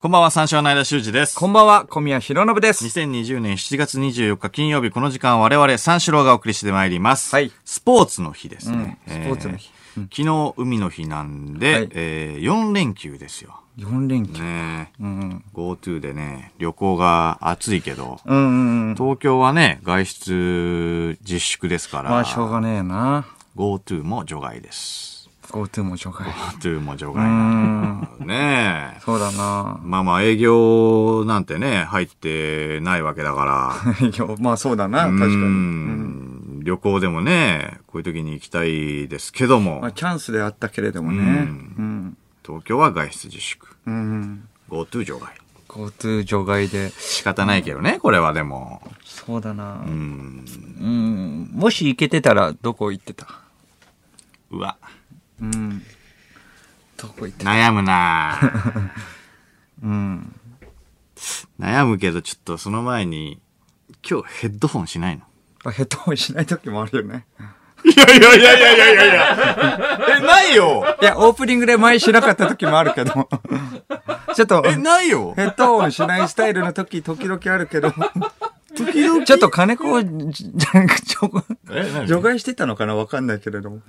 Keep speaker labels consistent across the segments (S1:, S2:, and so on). S1: こんばんは、三章の間修二です。
S2: こんばんは、小宮弘信です。
S1: 2020年7月24日金曜日、この時間我々三四郎がお送りしてまいります。
S2: はい
S1: スポーツの日ですね。
S2: うんスポーツの日
S1: えー昨日、海の日なんで、
S2: はい
S1: え4連休ですよ。
S2: 4連休。
S1: ねえ
S2: うん。
S1: GoTo でね、旅行が暑いけど、
S2: うんうんうん。
S1: 東京はね、外出自粛ですから、
S2: まあ、しょうがねえな。
S1: GoTo も除外です。
S2: GoTo も除外。
S1: GoTo も除
S2: う
S1: 外なん
S2: ん。
S1: だねえ。
S2: そうだ な。
S1: まあまあ営業なんてね、入ってないわけだから、
S2: いや、まあそうだな、確かに。
S1: うー
S2: う
S1: ん
S2: ん
S1: 旅行でもね、こういう時に行きたいですけども、
S2: まあ、チャンスであったけれどもね。
S1: う
S2: うんん。
S1: 東京は外出自粛。
S2: うんうん。
S1: GoTo 除外。
S2: GoTo 除外で。
S1: 仕方ないけどね、これはでも。
S2: そうだ
S1: う
S2: な
S1: ー。ん。
S2: うん。もし行けてたら、どこ行ってた
S1: うわ、
S2: うん。どこ行ってた
S1: 悩むな ぁ
S2: うん。
S1: 悩むけど、ちょっとその前に、今日ヘッドホンしないの
S2: あヘッドホンしない時もあるよね。
S1: いやいやいやいやいやいやいや え、ないよ
S2: いや、オープニングで前しなかった時もあるけど。 ちょっと。
S1: え、ないよ
S2: ヘッドホンしないスタイルの時、時々あるけ ど、
S1: 時々
S2: ちょっと金子を、じじゃ除外
S1: え、何
S2: 除外してたのかなわかんないけれども。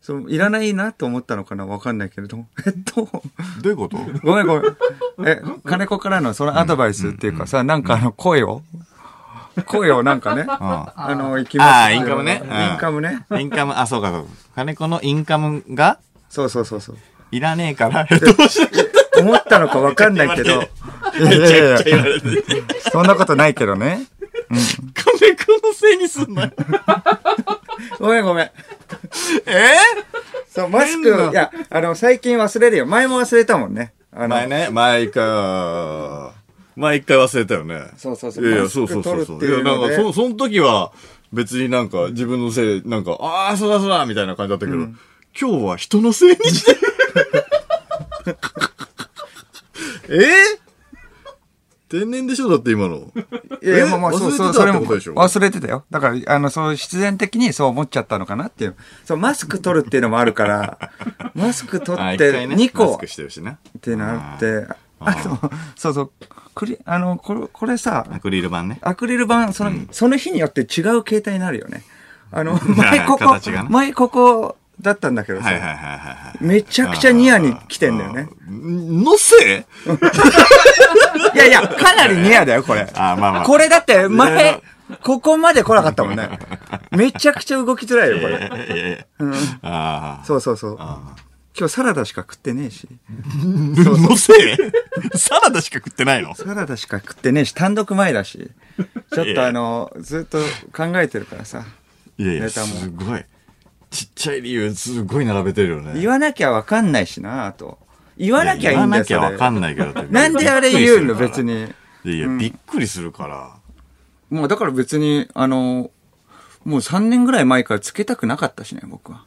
S2: そのいらないなと思ったのかなわかんないけれども。ヘッドホン。
S1: どういうこと
S2: ごめんごめん。え、金子からのそのアドバイスっていうかさ、なんかあの声を、声をなんかね、
S1: あ
S2: あの、行き
S1: あ
S2: ま
S1: あ
S2: す
S1: インカムねうん
S2: インカムね。
S1: インカム、あ、そうか、そうか。金子のインカムが
S2: そうそうそうそう。
S1: いらねえから、ヘッドホンしなかっ
S2: 思ったのかわかんない けど。いやいやいや、 そんなことないけどね。
S1: た金子のせいにすんなよ。
S2: ごめんごめん。
S1: え
S2: そう、マス
S1: 変な
S2: ク、いや、あの、最近忘れるよ。前も忘れたもんね。あの、
S1: 前ね、前一回、前一回忘れたよね。
S2: そうそうそう
S1: いやいや、
S2: マス
S1: そう
S2: ク
S1: そうそうそ
S2: 取るっ
S1: う。
S2: て
S1: い
S2: い
S1: や、
S2: う
S1: な
S2: の
S1: ん
S2: で
S1: か、そ、その時は、別になんか、自分のせい、なんか、ああ、そうだそうだ、みたいな感じだったけど、今日は人のせいに してる。えー天然でしょだって今の。
S2: いやいや、
S1: え
S2: まあまあ、そ
S1: 忘
S2: う
S1: れてた
S2: そう、それ
S1: っ
S2: も
S1: てことでしょ
S2: 忘れてたよ。だから、あの、そう、必然的にそう思っちゃったのかなっていう。そう、マスク取るっていうのもあ るから、マスク取
S1: あ
S2: っ
S1: 一
S2: て
S1: 回ね
S2: 2
S1: マ
S2: 個
S1: ス
S2: っ
S1: クしてるしな。
S2: てなって、あと、そうそう、クリ、あの、これ、これさ、
S1: アクリル板ね。
S2: アクリル板、その、その日によって違う形態になるよね。あ の、前ここ
S1: 形がね、
S2: 前ここだったんだけどさ、
S1: はいはいはいはいはい。
S2: めちゃくちゃニアに来てんだよね。
S1: ん。のせい
S2: いやいや、かなりニアだよ、これ。
S1: あ、まあまあ。
S2: これだって
S1: いや
S2: 前、ここまで来なかったも んね。めちゃくちゃ動きづらいよ、これ。
S1: れ。いやいや。
S2: うん、
S1: あ
S2: そうそうそう。
S1: あ。
S2: 今日サラダしか食ってねえし。
S1: のせいサラダしか食ってないの
S2: サラダしか食ってねえし、単独前だし。ちょっとあの、ずっと考えてるからさ。
S1: いやいや、
S2: ネタも
S1: すごい。ちっちゃい理由、すごい並べてるよね。
S2: 言わなきゃわかんないしな、あと。言わなきゃいいんだよ、そ
S1: 言わなきゃわ
S2: れ。
S1: かんないけどって。
S2: なんであれ言うの、
S1: びっくりす
S2: 別
S1: る
S2: に。
S1: から。いやいや、びっくりするから。
S2: もうだから別に、あの、もう3年ぐらい前からつけたくなかったしね、僕は。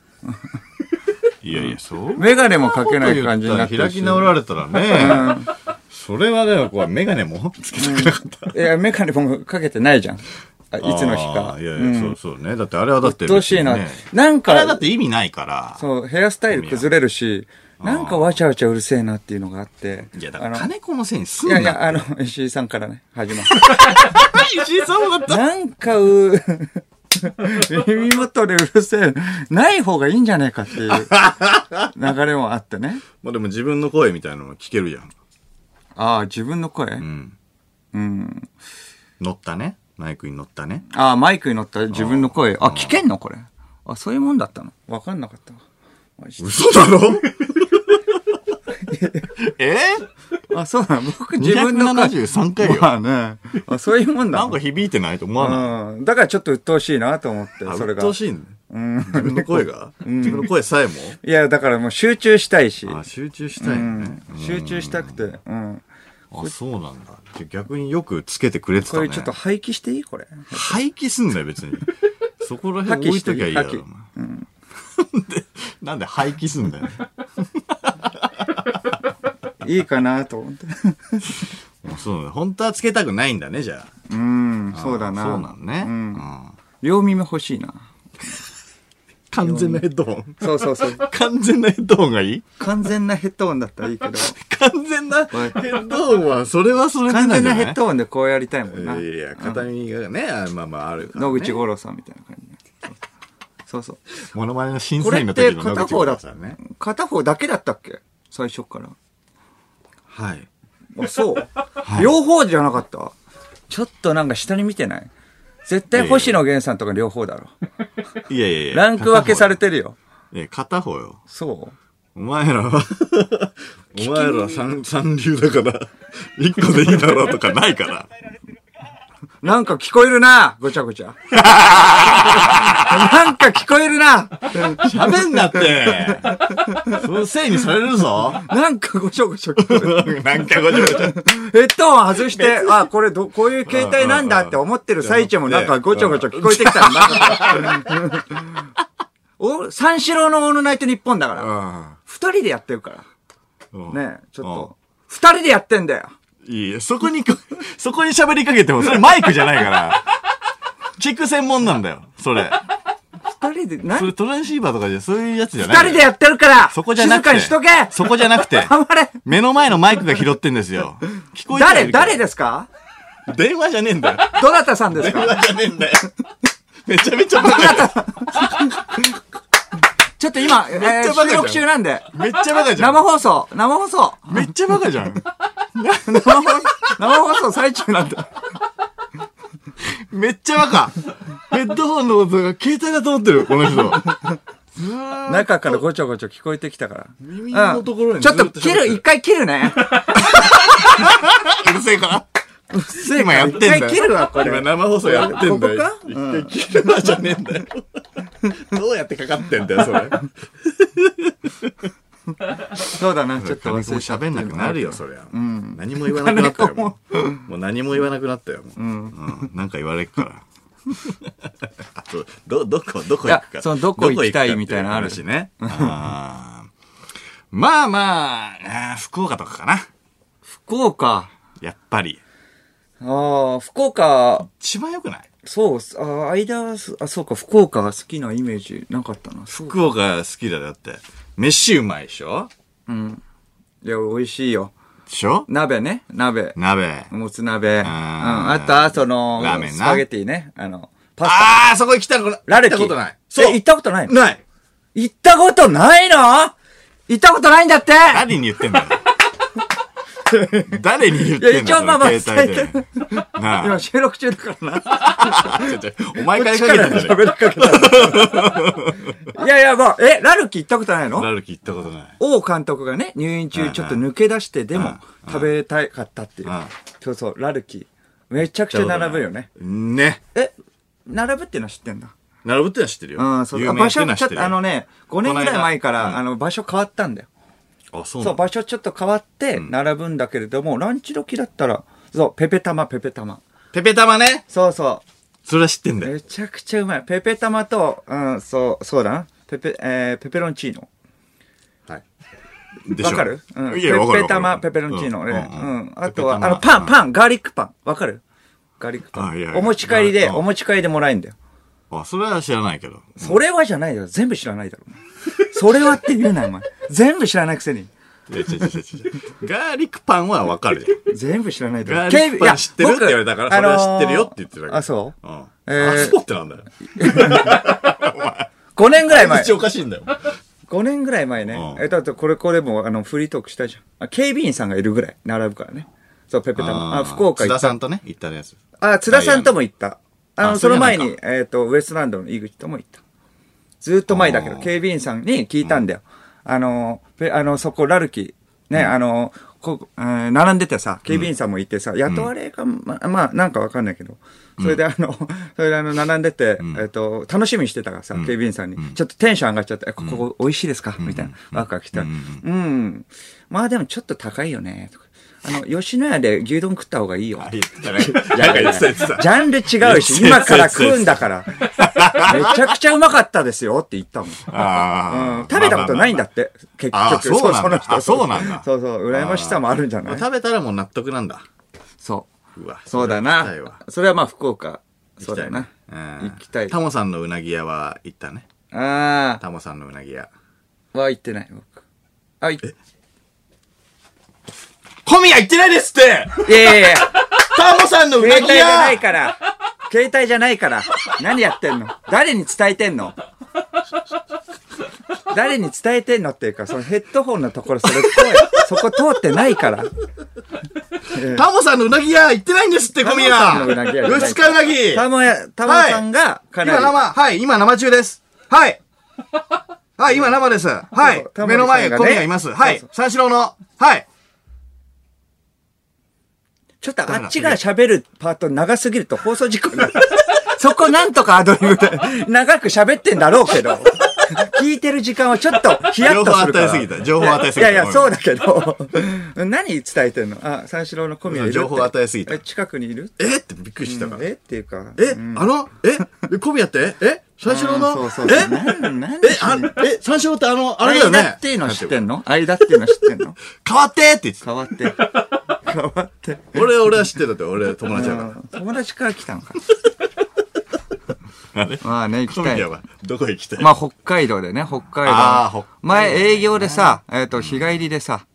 S1: いやいや、そう。
S2: メガネもかけない感じになって
S1: 開
S2: る
S1: き
S2: し。
S1: 直られたらね。それはね、これ、メガネもつけたくなかった。
S2: いや、メガネもかけてないじゃん。あいつの日か
S1: あ。ーいや
S2: う
S1: いや、
S2: ん
S1: そうそうね。だってあれはだって。
S2: 鬱陶しいな
S1: 別にね
S2: なんか
S1: あれはだって意味ないから。
S2: そう、ヘアスタイル崩れるし、なんかわちゃわちゃうるせえなっていうのがあって。
S1: いや、だか
S2: あ
S1: ら
S2: の
S1: 金子のせいにす
S2: い
S1: んな
S2: や
S1: い
S2: や、
S1: よ。
S2: あの、石井さんからね、始まる。
S1: 石井さんもだった。
S2: なんかう、 耳元でうるせえ、ない方がいいんじゃねえかって いう流れもあってね。
S1: まあでも自分の声みたいなのも聞けるじゃん。
S2: ああ、自分の声。
S1: うん。
S2: うん。
S1: 乗ったね。マイクに乗ったね。
S2: ああ、マイクに乗った自分の声。あ、聞けんのこれ。あ、そういうもんだったのわかんなかったわ。マジで
S1: 嘘だろ え
S2: あ、そうなの僕自
S1: 自分
S2: 分の
S1: の
S2: 声。
S1: 73回よ。
S2: まあね。あ、そういうもん だ
S1: な
S2: なん
S1: か響いてないと思わない。
S2: うん。だからちょっと鬱陶しいなと思って
S1: あ、
S2: それ
S1: 鬱
S2: が。
S1: 陶しいね。自分の声が自分の声さえも
S2: いや、だからもう集中したいし。
S1: あ、集中したいよね。
S2: うん集中したくて。うん。
S1: あ、そうなんだ。じゃあ逆によくつけてくれてた
S2: こ
S1: ね。
S2: れちょっと廃棄していいこれ。
S1: 廃棄すんだよ、 別に。そこら辺置いときゃいいだろ。お前なんで廃棄すんだよ。
S2: いいかなと思って。
S1: もうそうなんだ。本当はつけたくないんだね、じゃあ。
S2: うん、そうだな。
S1: そうなのね。
S2: うん
S1: うん
S2: 両耳欲しいな。
S1: 完全なヘッドホン。
S2: そうそうそう。
S1: 完全なヘッドホンがいい
S2: 完全なヘッドホンだったらいいけど。
S1: 完全なヘッドホンは、それはそれで
S2: 完
S1: なん
S2: 全
S1: じゃ
S2: な
S1: な
S2: ヘ
S1: い
S2: ッドホンでこうやりたいもんな。
S1: いや、片耳がね、あまあまああるから、
S2: 野
S1: ね。
S2: 口五郎さんみたいな感じね。そうそう。
S1: モノマネの審査員の時の野口五郎さんね。
S2: 片方だけだったっけ最初から。
S1: はい。
S2: あ、そう。両方じゃなかったちょっとなんか下に見てない絶対星野源さんとか両方だろ。
S1: いやいやいや。
S2: ランク分けされてるよ。
S1: いや、片方よ。
S2: そ
S1: お前らは、 お前ら三、三流だから、一個でいいだろうとかないから。
S2: う。なんか聞こえるなごちゃごち ゃ。なんか聞こえるな
S1: 喋んなって そのせいにされるぞ
S2: なんかごちゃごちゃ聞こえ る。
S1: なんかごちゃごちゃ。
S2: ヘッドホン外して、あ、これど、こういう携帯なんだって思ってる最中もなんかごちゃごちゃ聞こえてきたのなんかお、三四郎のオールナイト日本だから。二人でやってるから。
S1: うん
S2: ねえ、ちょっ
S1: うん
S2: と。二人でやってんだよ。
S1: いいえそこ にこ、そこに喋りかけても、それマイクじゃないから。チェック専門なんだよ、それ。
S2: 二人で、な
S1: そ
S2: 二
S1: れトランシーバーとかじゃ、そういうやつじゃない。
S2: 人でやってるから
S1: そこじゃなく
S2: 静か
S1: て。
S2: にしとけ
S1: そこじゃなくて。
S2: 頑張れ
S1: 目の前のマイクが拾ってんですよ。聞こえてはい
S2: 誰、
S1: るから
S2: 誰ですか
S1: 電話じゃねえん だよ。
S2: どなたさんです
S1: 電
S2: か
S1: 話じゃねえんだよ。めちゃめちゃバカじゃん。
S2: ちょっと今、え
S1: っちゃ
S2: ー
S1: バカじゃん
S2: 収録中なんで。
S1: めっちゃバカじゃん。
S2: 生放送、生放送。
S1: めっちゃバカじゃん。
S2: 生放送、生放送最中なんだ。
S1: めっちゃバカ。ヘッドホンの音が携帯だと思ってる、この 人。
S2: 中からごちゃごちゃ聞こえてきたから。
S1: 耳のところにず
S2: ちょっ
S1: っと
S2: と切
S1: 喋
S2: る、
S1: ってる
S2: 一回切る ね。
S1: うるせえから。今やってん
S2: 一
S1: だよ。
S2: 回切るわ、こ
S1: 今
S2: れ。
S1: 生放送やってんだよ。
S2: ここか
S1: 一回切るわじゃねえんだよ。どうやってかかってんだよ、それ。
S2: そうだな、ちょっと忘れちゃった
S1: 喋んなくなるよ、そりゃ。何も言わなくなったよ。もうもう何も言わなくなったよ。もううんなんか言われっから。あと、 ど、どこ、どこ行く
S2: い
S1: か。
S2: やそのどこ行きたい
S1: どこ
S2: みたいなのある
S1: しね。あーまあまあ、あー福岡とかかな。
S2: 福岡。
S1: やっぱり。
S2: ああ、福岡、
S1: 一番良くない
S2: そうっす、ああ、間はす、あ、そうか、福岡が好きなイメージなかったな。そう
S1: 福岡好きだよだって。飯うまいでしょ
S2: うん。いや、美味しいよ。
S1: でしょ
S2: 鍋ね、鍋。
S1: 鍋。
S2: もつ鍋。うん。
S1: あー
S2: あとは、その、
S1: ラーメンな
S2: スパゲティね。あの、パスタ。
S1: あー、そこ行きたくない。
S2: ラレキ。
S1: 行ったことない。
S2: え、行ったことないの
S1: ない。
S2: 行ったことないの行ったことないんだって
S1: 誰に言ってんだ よ。誰に言ってんだよ。
S2: いや一応まあまあ
S1: その携帯で。な
S2: 今
S1: あ
S2: 収録中だからな。
S1: ちょちょお前からかけたんじゃね
S2: りかけ た。いやいや、もう、え、ラルキ行ったことない
S1: え
S2: の
S1: ラルキ行ったことない。
S2: 王監督がね、入院中ちょっと抜け出して、でも食べたかったっていう
S1: うん。
S2: そうそう、ラルキ。めちゃくちゃ並ぶよね。
S1: ね。
S2: え、並ぶっていうのは知ってんだ。
S1: 並ぶってのは知ってるよ。
S2: うん、そう。
S1: 有
S2: あ
S1: 名っ
S2: 場
S1: て
S2: 所
S1: のは
S2: ち
S1: 知
S2: ょ
S1: っ
S2: って
S1: る
S2: とあのね、5年ぐらい前から、
S1: この間
S2: あの、場所変わったんだよ。
S1: あ、そうな
S2: そう、
S1: んだ。
S2: 場所ちょっと変わって、並ぶんだけれども、ランチ時だったら、そう、ペペ玉、ペペ玉。
S1: ペペ玉ね。
S2: そうそう。
S1: それは知ってんだよ。
S2: めちゃくちゃうまい。ペペ玉と、うん、そう、そうだな。ペペ、えーペペロンチーノ。
S1: はい。でしょ
S2: わかるうん。
S1: いや、わかる。
S2: ペペ玉、ペペロンチーノ。
S1: う
S2: うん
S1: ん。
S2: うん
S1: ん
S2: あとは、
S1: ペペ
S2: あの、
S1: 玉
S2: パン、パン、ガーリックパン。わかるガーリックパ
S1: あいやい
S2: ン。
S1: や
S2: お持ち帰りで、
S1: うん
S2: お持ち帰りでもらえんだよ。
S1: あ、それは知らないけど。
S2: それはじゃないよ。全部知らないだろ。それはって言うなよ、お前。全部知らないくせに。
S1: いや、違う違う違う違う。ガーリックパンはわかるよ。
S2: 全部知らないだ
S1: ガー
S2: ろ。
S1: リックパン
S2: 警
S1: 知ってる
S2: い
S1: っ
S2: や
S1: て言われたから、それは知ってるよって言ってたけ
S2: あの
S1: ど。。
S2: ーあ、そううん
S1: あ、
S2: えー
S1: そうってなんだよ。
S2: ?5 年ぐらい前
S1: 一。応おかしいんだよ。
S2: 5年ぐらい前ね。
S1: うん
S2: え、だってこれ、これも、あの、フリートークしたじゃんあ。警備員さんがいるぐらい、並ぶからね。そう、ペペタマ。あ、福岡
S1: 津
S2: 行
S1: 田
S2: った
S1: さ。んとね、行ったやつ。
S2: あ、津田さんとも行った。あ
S1: あ
S2: の、その前
S1: それ
S2: に
S1: や、
S2: えっと、ウエストランドの井口とも行った。ずっと前だけど、
S1: あー
S2: 警備員さんに聞いたんだよ。あの、ペあの、そこ、ラルキ、ね、あの、こう、うん並んでてさ、警備員さんもいてさ、雇われか、ま、まあ、なんかわかんないけど、それであ の、それであの、並んでて、えっと、楽しみにしてたからさ、警備員さんに、ちょっとテンション上がっちゃって、えここ美味しいですかみたいな、ワクワクして、うん。まあでもちょっと高いよね、とか。あの、吉野家で牛丼食った方がいいよ。
S1: あ、言ってたね。なんか言ってた言ってた。
S2: ジャンル違う し、今から食うんだから。めちゃくちゃうまかったですよって言ったもん。
S1: あ
S2: う
S1: ー
S2: ん食べたことないんだ
S1: ま
S2: って、結
S1: あ
S2: 局。
S1: そうなんだ
S2: の人
S1: あそうなんだ
S2: そうそう、羨ましさもあるんじゃ
S1: あまあまあ
S2: な
S1: まあ
S2: い
S1: 食べたらもう納得なんだ。
S2: そう。
S1: うわ。
S2: そうだ
S1: 行きたい
S2: な
S1: わ。
S2: それはまあ、福岡。
S1: 行
S2: そ
S1: きた
S2: うだ
S1: い
S2: よ
S1: な
S2: な。。
S1: うん
S2: 行きたい
S1: タモさんのうなぎ屋は行ったね。
S2: あ
S1: タモさんのうなぎ屋。
S2: あ、は行ってない、僕。あ、い
S1: 小宮行ってないですって
S2: いやいやいや、
S1: タモさんのうな
S2: 携
S1: ぎ
S2: 帯じゃない
S1: 屋
S2: から。携帯じゃないから。何やってんの誰に伝えてんの誰に伝えてんのっていうか、そのヘッドホンのところ、それ声、そこ通ってないから。
S1: タモさんのうなぎ屋行ってないんですって、小宮
S2: タモさんのうなぎ屋じゃない
S1: 吉川うなぎ
S2: たまや、たまさんが、かな
S1: 今
S2: り、
S1: 生、はい、今生中です。 はい。はい、今生です。はい
S2: そう。タモ
S1: 目
S2: リさ
S1: の
S2: んがね
S1: 前、小宮います。はい
S2: そう。
S1: 三四郎の、はい。
S2: ちょっとあっちが喋るパート長すぎると放送事故になる。そこなんとかアドリブで、長く喋ってんだろうけど、聞いてる時間はちょっとヒヤッとするから。
S1: 情報与えすぎた情報与えすぎた
S2: いやいや、そうだけど、何伝えてんのあ、三四郎の小宮いるって
S1: 情報与えすぎた
S2: え近くにいる
S1: えってびっくりしたから。
S2: えっていうか。
S1: え、あの、え、小宮って、え、三四郎の、
S2: そうそうそう。なんなん
S1: え、え、あえ、三四郎ってあの、あれだよね。
S2: 間っていうの知ってんの間っていうの知ってんの
S1: 変わってって言ってた。
S2: 変わ って。変わって。
S1: 俺、俺は知ってたって、俺、友達だか
S2: 友達から来たのか。
S1: ら。あれ
S2: まあね、行き
S1: 小
S2: たい
S1: 宮。は、どこ行きたい
S2: まあ、北海道でね、北海道。
S1: あー北海道
S2: 前、営業でさ、えっ、と、日帰りでさ、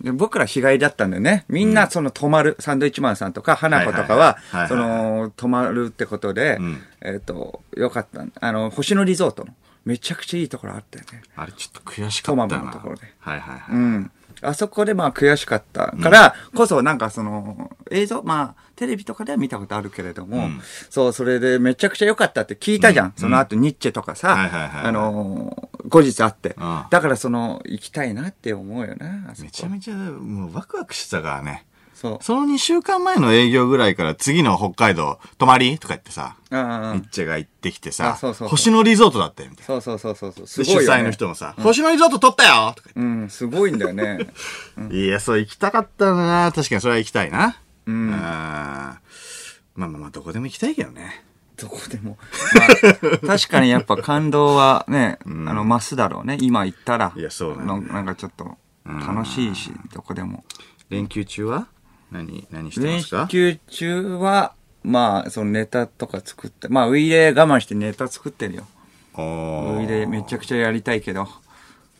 S2: で僕ら日帰りだったんだよね。みんな、その、泊まる、サンドイッチマンさんとか、花子とかは
S1: はいはいはい、
S2: その、泊まるってことで、
S1: ん
S2: えっ、と、よかった。あの、星野リゾートの、めちゃくちゃいいところあったよね。
S1: あれ、ちょっと悔しかったな。
S2: トマムのところで
S1: はいはいは
S2: う
S1: い。
S2: ん。あそこでまあ悔しかったから、こそなんかその、映像、まあ、テレビとかでは見たことあるけれども、そう、それでめちゃくちゃ良かったって聞いたじゃん。その後ニッチェとかさ、
S1: はいはいはいはい
S2: あのー後日会って
S1: ああ。
S2: だからその、行きたいなって思うよな、あそ
S1: め
S2: こ。
S1: ちゃめちゃ、もうワクワクしてたからね。
S2: そう。
S1: その2週間前の営業ぐらいから次の北海道泊まりとか言ってさ、
S2: ああああ
S1: ニッチェが行ってきてさ
S2: あそうそうそう、
S1: 星野リゾートだったよみたい
S2: そうそうそうそうそう。す
S1: な。
S2: ご
S1: 主
S2: いよ、ね。
S1: 催の人もさ、星野リゾート取ったよとか
S2: うん、すごいんだよ ね。
S1: 言って。いや、そう行きたかったな確かにそれは行きたいな。うん。まあまあまあ、どこでも行きたいけどね。
S2: どこでも。まあ、確かにやっぱ感動はね、あの、増すだろうね。今行ったら。
S1: いやそうなんだ
S2: な
S1: よ
S2: んなんかちょっと、楽しいし、どこでも。
S1: 連休中は何、何してま
S2: 練
S1: すか
S2: 習中は、まあ、そのネタとか作って、まあ、ウイレ我慢してネタ作ってるよ。
S1: お
S2: ウイレめちゃくちゃやりたいけど。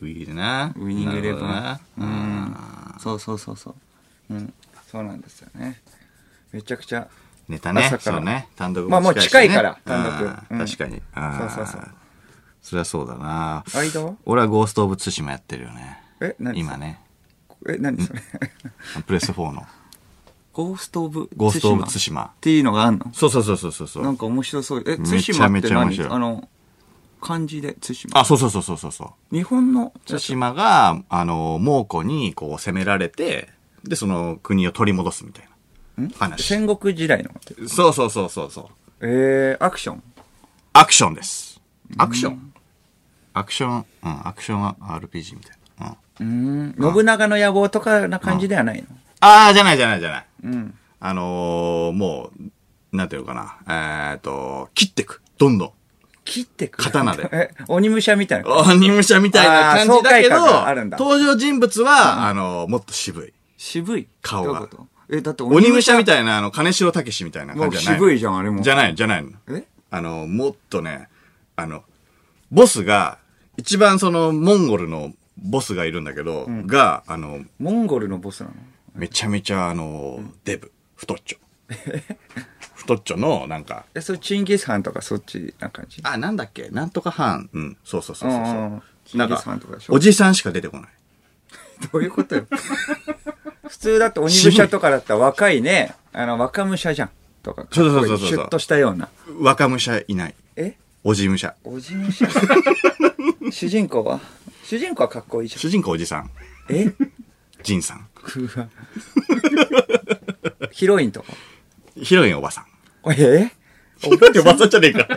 S1: ウィールな。
S2: ウィニングイレブ
S1: なるほど
S2: ン
S1: な。うん。
S2: そうそうそうそう。うん。そうなんですよね。めちゃくちゃ。
S1: ネタね
S2: 朝。から
S1: そうね。単独
S2: まあもう近い
S1: しね
S2: から単独
S1: あー
S2: うん
S1: 確かに。あー
S2: そうそうそう
S1: そりゃそうだな。
S2: 間は
S1: 俺はゴースト・オブ・ツシマやってるよね。
S2: え、何
S1: 今ね。
S2: え、何それ
S1: プレス4の。
S2: ゴースト・オブ・
S1: ゴースト・オブ・ツ
S2: 対
S1: シマ
S2: っ。ていうのがあんの
S1: そうそうそうそうそうそ
S2: な。
S1: うん
S2: か面白そう。え、対
S1: めち
S2: 馬
S1: ゃ
S2: っ
S1: め
S2: て
S1: ちゃ面
S2: 何
S1: 白い
S2: あの、漢字で対馬。
S1: あ、そうそうそうそうそうそう。
S2: 日本の、
S1: 対馬が、あの、猛虎にこう攻められて、で、その国を取り戻すみたいな話。
S2: 戦国時代の。
S1: そうそうそうそうそう。
S2: えー、アクション。
S1: アクションです。アクションアクション、うん、アクションは RPG みたいな。うん。
S2: うん。信長の野望とかな感じではないの。
S1: ああ、じゃないじゃないじゃない。
S2: うん。
S1: あのー、もう、なんていうのかな。えーっと、切ってく。どんどん。
S2: 切ってく
S1: 刀で
S2: え、鬼武者みたいな。
S1: 鬼武者みたいな感じだけど
S2: あー爽快感があるん、だ
S1: 登場人物は、あのー、もっと渋い。
S2: 渋い
S1: 顔が
S2: どういうことえ、だって
S1: 鬼武者み
S2: い
S1: たいな、あの、金城武みたいな
S2: も
S1: 感
S2: う
S1: じじゃない。
S2: 渋いじゃん、あれも。
S1: じゃない、じゃないの。
S2: え
S1: あの、もっとね、あの、ボスが、一番その、モンゴルのボスがいるんだけど、が、あの、
S2: モンゴルのボスなの
S1: めちゃめちゃ、あの、デブ、太っち ょ。太っちょの、なんか、
S2: え、それチンギスハンとかそっちな感じ
S1: あ、なんだっけ、なんとかハン。うん、そうそうそうそう
S2: うんうんうん
S1: そう。なん
S2: チンギスハンとか
S1: か
S2: でし、ょ
S1: おじさんしか出てこない。
S2: どういうこ とよ。普通だって鬼武者とかだったら若いね、あの、若武者じゃん。とか。
S1: そうそうそうそうそう
S2: シュッとしたような。
S1: 若武者いない。
S2: え
S1: おじ武者。
S2: おじ 武者主人公は主人公はかっこいいじゃん。
S1: 主人公おじさん。
S2: え
S1: ジンさん。
S2: うわ。 ヒロインとか。
S1: ヒロインおばさん。
S2: え
S1: ヒロインおばさんじゃねえか。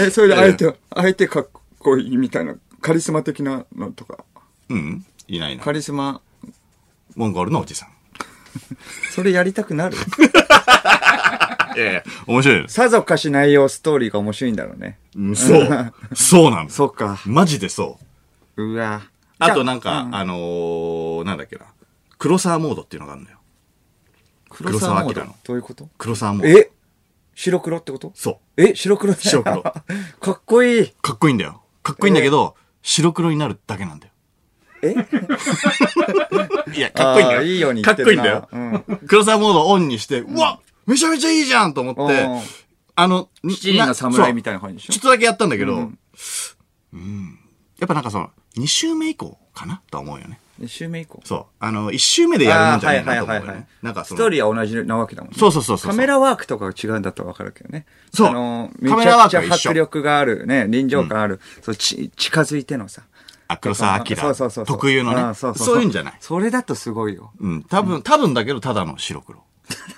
S2: え、それで相手、相手かっこいいみたいな、カリスマ的なのとか。
S1: うん。いないな
S2: カ。リスマ、
S1: モンゴルのおじさん。
S2: それやりたくなる
S1: いやいや、面白いです。
S2: さぞかし内容、ストーリーが面白いんだろうね。
S1: うんそう。そうなの。
S2: そうか。
S1: マジでそう。
S2: うわ。
S1: あとなんか、
S2: じゃあ、
S1: あのー、なんだっけな。黒沢モードっていうのがあるのよ。
S2: 黒沢
S1: 黒沢
S2: 明
S1: 明
S2: の
S1: の。
S2: どういうこと
S1: 黒沢モード。
S2: え白黒ってこと
S1: そう。
S2: え白黒だよ
S1: 白黒
S2: かっこいい。
S1: かっこいいんだよ。かっこいいんだけど、白黒になるだけなんだよ。
S2: え
S1: いや、かっこいいんだ
S2: あ
S1: よ。
S2: ーいいように
S1: か
S2: 言
S1: っこ
S2: って
S1: いい
S2: る
S1: ん
S2: な
S1: だよ。 黒沢モードをオンにして、うわめちゃめちゃいいじゃんと思って、
S2: うん
S1: あの、に
S2: 七人の侍みたいな感じでし
S1: そう
S2: ょ
S1: ちょっとだけやったんだけど、うん。やっぱなんかその、2周目以降かなとは思うよね。
S2: 2週目以降。
S1: そう。あの、1周目でやるもんじゃないなと思うよね。なんかそ
S2: ス
S1: の
S2: トーリーは同じなわけだもんね。
S1: そうそうそうそう
S2: カメラワークとかが違うんだとわかるけどね。
S1: そう
S2: あの、め
S1: カメ
S2: ち
S1: ラワ
S2: ゃ
S1: ーク
S2: くち
S1: は
S2: ゃ
S1: 一緒
S2: 迫力がある、ね、臨場感ある、そうち、近づいてのさ。
S1: あ、黒沢明。
S2: そうそうそうそう。
S1: 特有の
S2: あ
S1: ね。
S2: ーそうそう
S1: そういうんじゃない。
S2: それだとすごいよ。
S1: うん。多分、多分だけど、ただの白黒。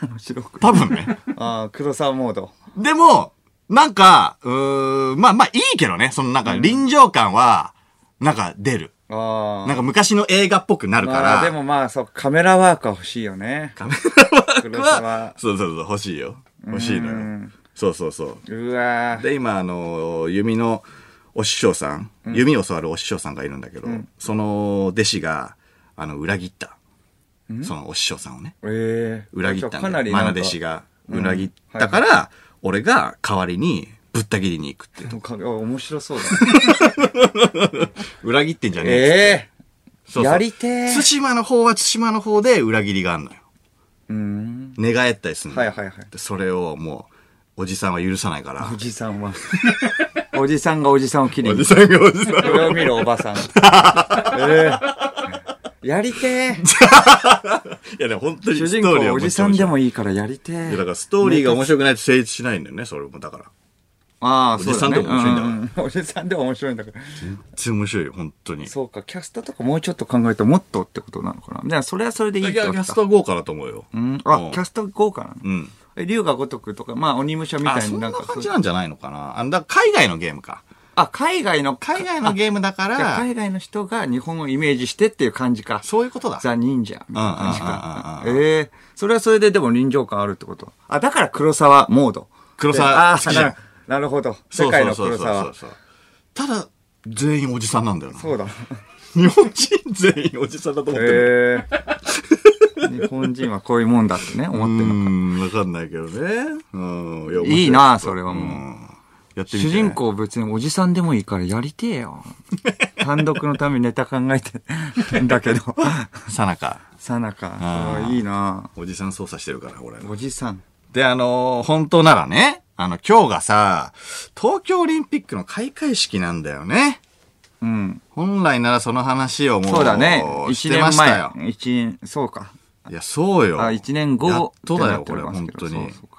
S2: 面白く。
S1: 多分ね。
S2: ああ、黒沢モード。
S1: でも、なんか、うーん、まあまあいいけどね。そのなんか臨場感は、なんか出る。
S2: あ
S1: なんか昔の映画っぽくな
S2: あ。
S1: るから。
S2: まあ、でもまあ、そう、カメラワークは欲しいよね。カメラワーク黒沢。
S1: そうそうそう、欲しいよ。欲しいのよ。そうそうそう
S2: わ
S1: う。
S2: ー
S1: で、今、あの、弓のお師匠さん、弓を教わるお師匠さんがいるんだけど、その弟子が、あの、裏切った。そのお師匠さんをね、
S2: ええ
S1: 裏切ったん
S2: か
S1: だ
S2: なり
S1: よ。
S2: な
S1: マナ
S2: んか
S1: 弟子が裏切ったから、俺が代わりにぶった切りに行くっていう。
S2: なんか面白そうだ ね。
S1: 裏切ってんじゃねえっつって
S2: ええ
S1: そうそう
S2: やりてー
S1: 対馬の方は対馬の方で裏切りがあんのよ。
S2: うん。
S1: 寝返ったりするのよ。
S2: はいはいはい
S1: でそれをもう、おじさんは許さないから
S2: お。じさんは。 おじさんがおじさんを切りに。
S1: さんがおじさん
S2: それを見るおば さん。ええやりてー
S1: いやでも本当に
S2: 主
S1: ストー
S2: 人
S1: リー
S2: 公
S1: は
S2: おじ
S1: めっちゃ
S2: さ
S1: 面白い
S2: んでもいいからやりて
S1: いやだから
S2: ー
S1: ストーリーが面白くないと成立しないんだよね、それも。だから。
S2: ああ、
S1: お
S2: そ
S1: じ
S2: う
S1: さ
S2: だ
S1: ん
S2: ね。
S1: でも面白いんだから
S2: うんおじさんでも面白いんだから。
S1: めっちゃ面白いよ、本当に。
S2: そうか、キャストとかもうちょっと考えてもっとってことなのかな。じゃあ、それはそれでいい
S1: い
S2: って
S1: や
S2: こ
S1: キ
S2: と
S1: ャス
S2: か。
S1: ト豪華だと思うよ。
S2: うん。
S1: う
S2: あ
S1: ん、
S2: キャスト豪華なの
S1: うん。
S2: え龍が如くとか、まあ、鬼武者みた
S1: あ、
S2: い
S1: そ
S2: に
S1: んな
S2: な
S1: ん
S2: か
S1: 感
S2: そう
S1: じなんじゃないのかな。あの、だから海外のゲームか。
S2: あ、海外の、
S1: 海外のゲームだか
S2: じゃあ
S1: ら、
S2: 海外の人が日本をイメージしてっていう感じか。
S1: そういうことだ。
S2: ザ・忍者みたいな感じか。
S1: うんうんうん
S2: ええそれはそれででも臨場感あるってこと。あ、だから黒沢モード。
S1: 黒沢
S2: ああ
S1: 好きじゃん
S2: ー、ななるほど。
S1: そ
S2: 世
S1: うそ
S2: 界
S1: う
S2: の
S1: そう
S2: 黒
S1: そうそ
S2: 沢
S1: う。そう。ただ、全員おじさんなんだよな。
S2: そうだ。
S1: 日本人全員おじさんだと思ってる。
S2: ええ日本人はこういうもんだってね、
S1: う
S2: 思ってるの。
S1: ん、わかんないけどね。うん。や面白
S2: いいな、それはもう。
S1: やってみ
S2: 主
S1: て
S2: 人公別におじさんでもいいからやりてえ よ。単独のためにネタ考えてんだけど。
S1: さなか。
S2: さなか。
S1: あー
S2: そういいな
S1: おじさん操作してるから、俺。
S2: おじさん。
S1: で、あのー本当ならね、あの、今日がさ、東京オリンピックの開会式なんだよね。
S2: うん。
S1: 本来ならその話をもう、
S2: そうだね。
S1: し
S2: 一
S1: て
S2: 年
S1: ましたよ。
S2: 前。一年、そうか。
S1: いや、そうよ。
S2: あ、一年後
S1: やっとだよ、
S2: って
S1: これ、
S2: なって
S1: 本
S2: るか
S1: 当
S2: ら
S1: に
S2: そう。そうか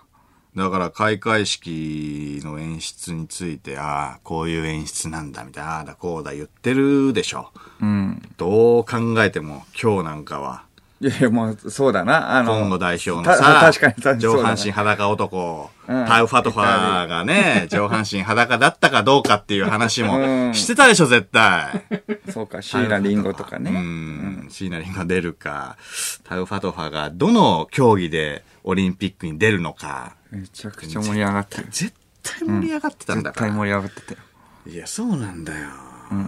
S1: だから、開会式の演出について、ああ、こういう演出なんだ、みたいな、ああだ、こうだ、言ってるでしょ。
S2: うん。
S1: どう考えても、今日なんかは、
S2: いやいや、もう、そうだな。あの、
S1: コンゴ代表の
S2: た
S1: さ、
S2: 確かに、確かに
S1: 上半
S2: そ
S1: 身
S2: う
S1: 裸男、
S2: うん
S1: タウファトファーがね、上半身裸だったかどうかっていう話
S2: う
S1: も
S2: ん
S1: してたでしょ、絶対。
S2: だねそうか、シーラリンゴとか
S1: う
S2: ね。
S1: ん、椎名林檎が出るか、タウファトファーがどの競技でオリンピックに出るのか、
S2: めちゃくちゃ盛り上がってる。
S1: 絶対盛り上がってたんだ
S2: 絶
S1: か
S2: 対
S1: ら。
S2: 盛り上がってて。
S1: いや、そうなんだよ。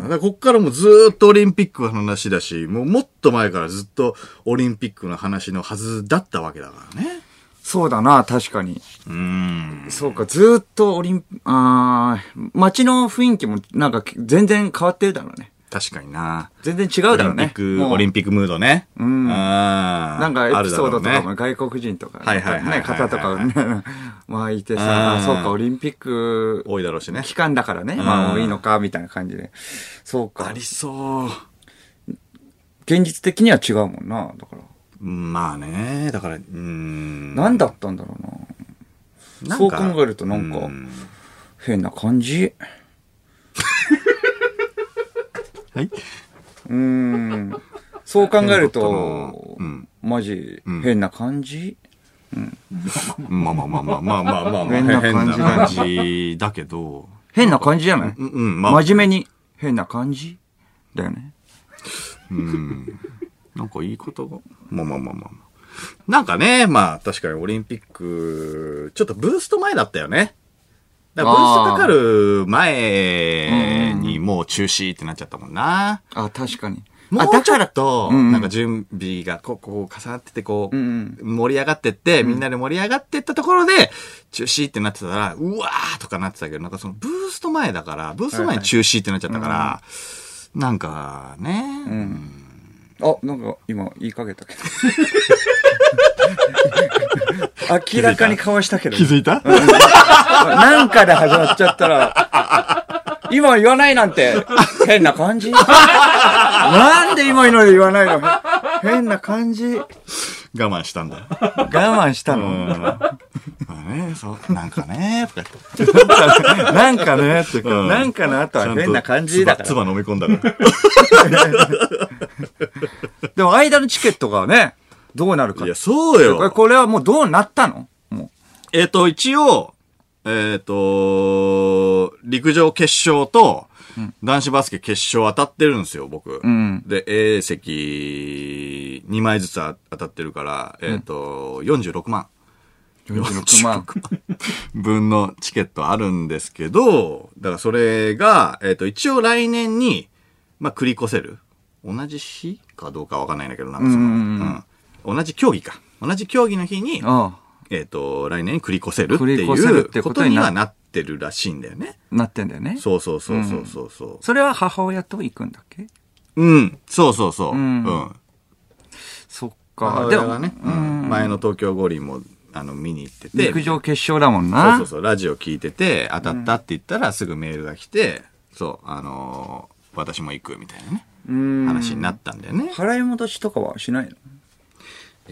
S1: だからこっからもずーっとオリンピックの話だし、もうもっと前からずっとオリンピックの話のはずだったわけだからね。
S2: そうだな、確かに。
S1: うん。
S2: そうか、ずーっとオリン、あー街の雰囲気もなんか全然変わってるだろうね。
S1: 確かにな。
S2: 全然違
S1: オ
S2: う
S1: リ
S2: だろう
S1: ンピ
S2: ね
S1: ッ。ク、オリンピックムードね。うん。
S2: な
S1: なん
S2: かエピソードとかも
S1: ね。
S2: 外国人とか、
S1: はいはいはいはい
S2: ね、方とかね、まあいて
S1: う
S2: さ、
S1: ん
S2: そうか、オリンピック
S1: 多いだろうしね。
S2: 期間だからね、
S1: ん
S2: まあ多いのか、みたいな感じで。そう
S1: あ
S2: か
S1: り。そう。
S2: 現実的には違うもんな、だから。
S1: うんまあね、だから、うん。
S2: 何だったんだろうな。
S1: なん
S2: そう
S1: か
S2: 考えるとなんか
S1: う、ん
S2: 変な感じ。
S1: はい。
S2: うん。そう考える
S1: 変だったな
S2: と
S1: うん、
S2: マジ、変な感じ。
S1: まあまあまあまあまあまあまあ、
S2: 変な感
S1: 変な
S2: じだ
S1: 感じだけど。
S2: 変な感じじゃない
S1: うんうん、まあ。
S2: 真面目に、変な感じだよね。
S1: うん。なんか言い方が。まあまあまあまあ。なんかね、まあ確かにオリンピック、ちょっとブースト前だったよね。だからブーストかかる前にもう中止ってなっちゃったもんな。
S2: あ、確かに。
S1: も
S2: あ、
S1: う
S2: だ
S1: ちょ
S2: か
S1: っ
S2: ら、
S1: と、
S2: うんうん
S1: なんか準備がこう、こう重なってて、こう、
S2: うん
S1: 盛り上がってって、みんなで盛り上がってったところで、中止ってなってたら、うわーとかなってたけど、なんかそのブースト前だから、ブースト前に中止ってなっちゃったから、なんかね、うん
S2: あ、なんか今言いかけたけ ど。 明らかに顔したけど。
S1: 気づい た
S2: なんかで始まっちゃったら、今言わないなんて変な 感じ。なんで今ので言わないの変な感じ。我
S1: 我慢したんだ。
S2: 慢した
S1: う
S2: の。
S1: ん。まあね、そう、なんかね、とか言って。
S2: なんかね、っていうか、
S1: うん
S2: なんかの後は変な感じだか
S1: つ
S2: ら。
S1: ば飲み込んだから。
S2: でも間のチケットがね、どうなるか
S1: い。や、そう
S2: これ
S1: よ。
S2: これはもうどうなったのも
S1: えっ、と、一応、えっ、と、陸上決勝と、男子バスケ決勝当たってるんですよ、僕。
S2: ん
S1: で、A 席2枚ずつあ当たってるから、えっ、と、46万。
S2: う46万。
S1: 分のチケットあるんですけど、だからそれが、えっ、と、一応来年に、まあ、繰り越せる。同じ日かどうかわかんないんだけど、なんかその、
S2: うんうん
S1: うん同じ競技か。同じ競技の日に、
S2: あ
S1: えっ、と、来年に繰り越せるって
S2: 繰り越せる
S1: い
S2: って
S1: う
S2: こ
S1: ことと
S2: に
S1: に
S2: な
S1: はなってるらしいんだよね。
S2: あ、なってんだよね。
S1: そうそうそうそうそうそう。
S2: それは母親と行くんだっけ
S1: うん、そうそうそう。
S2: う
S1: うんん。
S2: そっ
S1: 母
S2: か。で
S1: 親
S2: も
S1: がね、うん前の東京五輪も、あの、見に行ってて。
S2: 陸上決勝だもん
S1: そう
S2: な。
S1: そうそう、ラジオ聞いてて、当たったって言ったらすぐメールが来て、そう、あのー私も行くみたいなね、
S2: うん
S1: 話になったんだよね。
S2: 払い戻しとかはしないの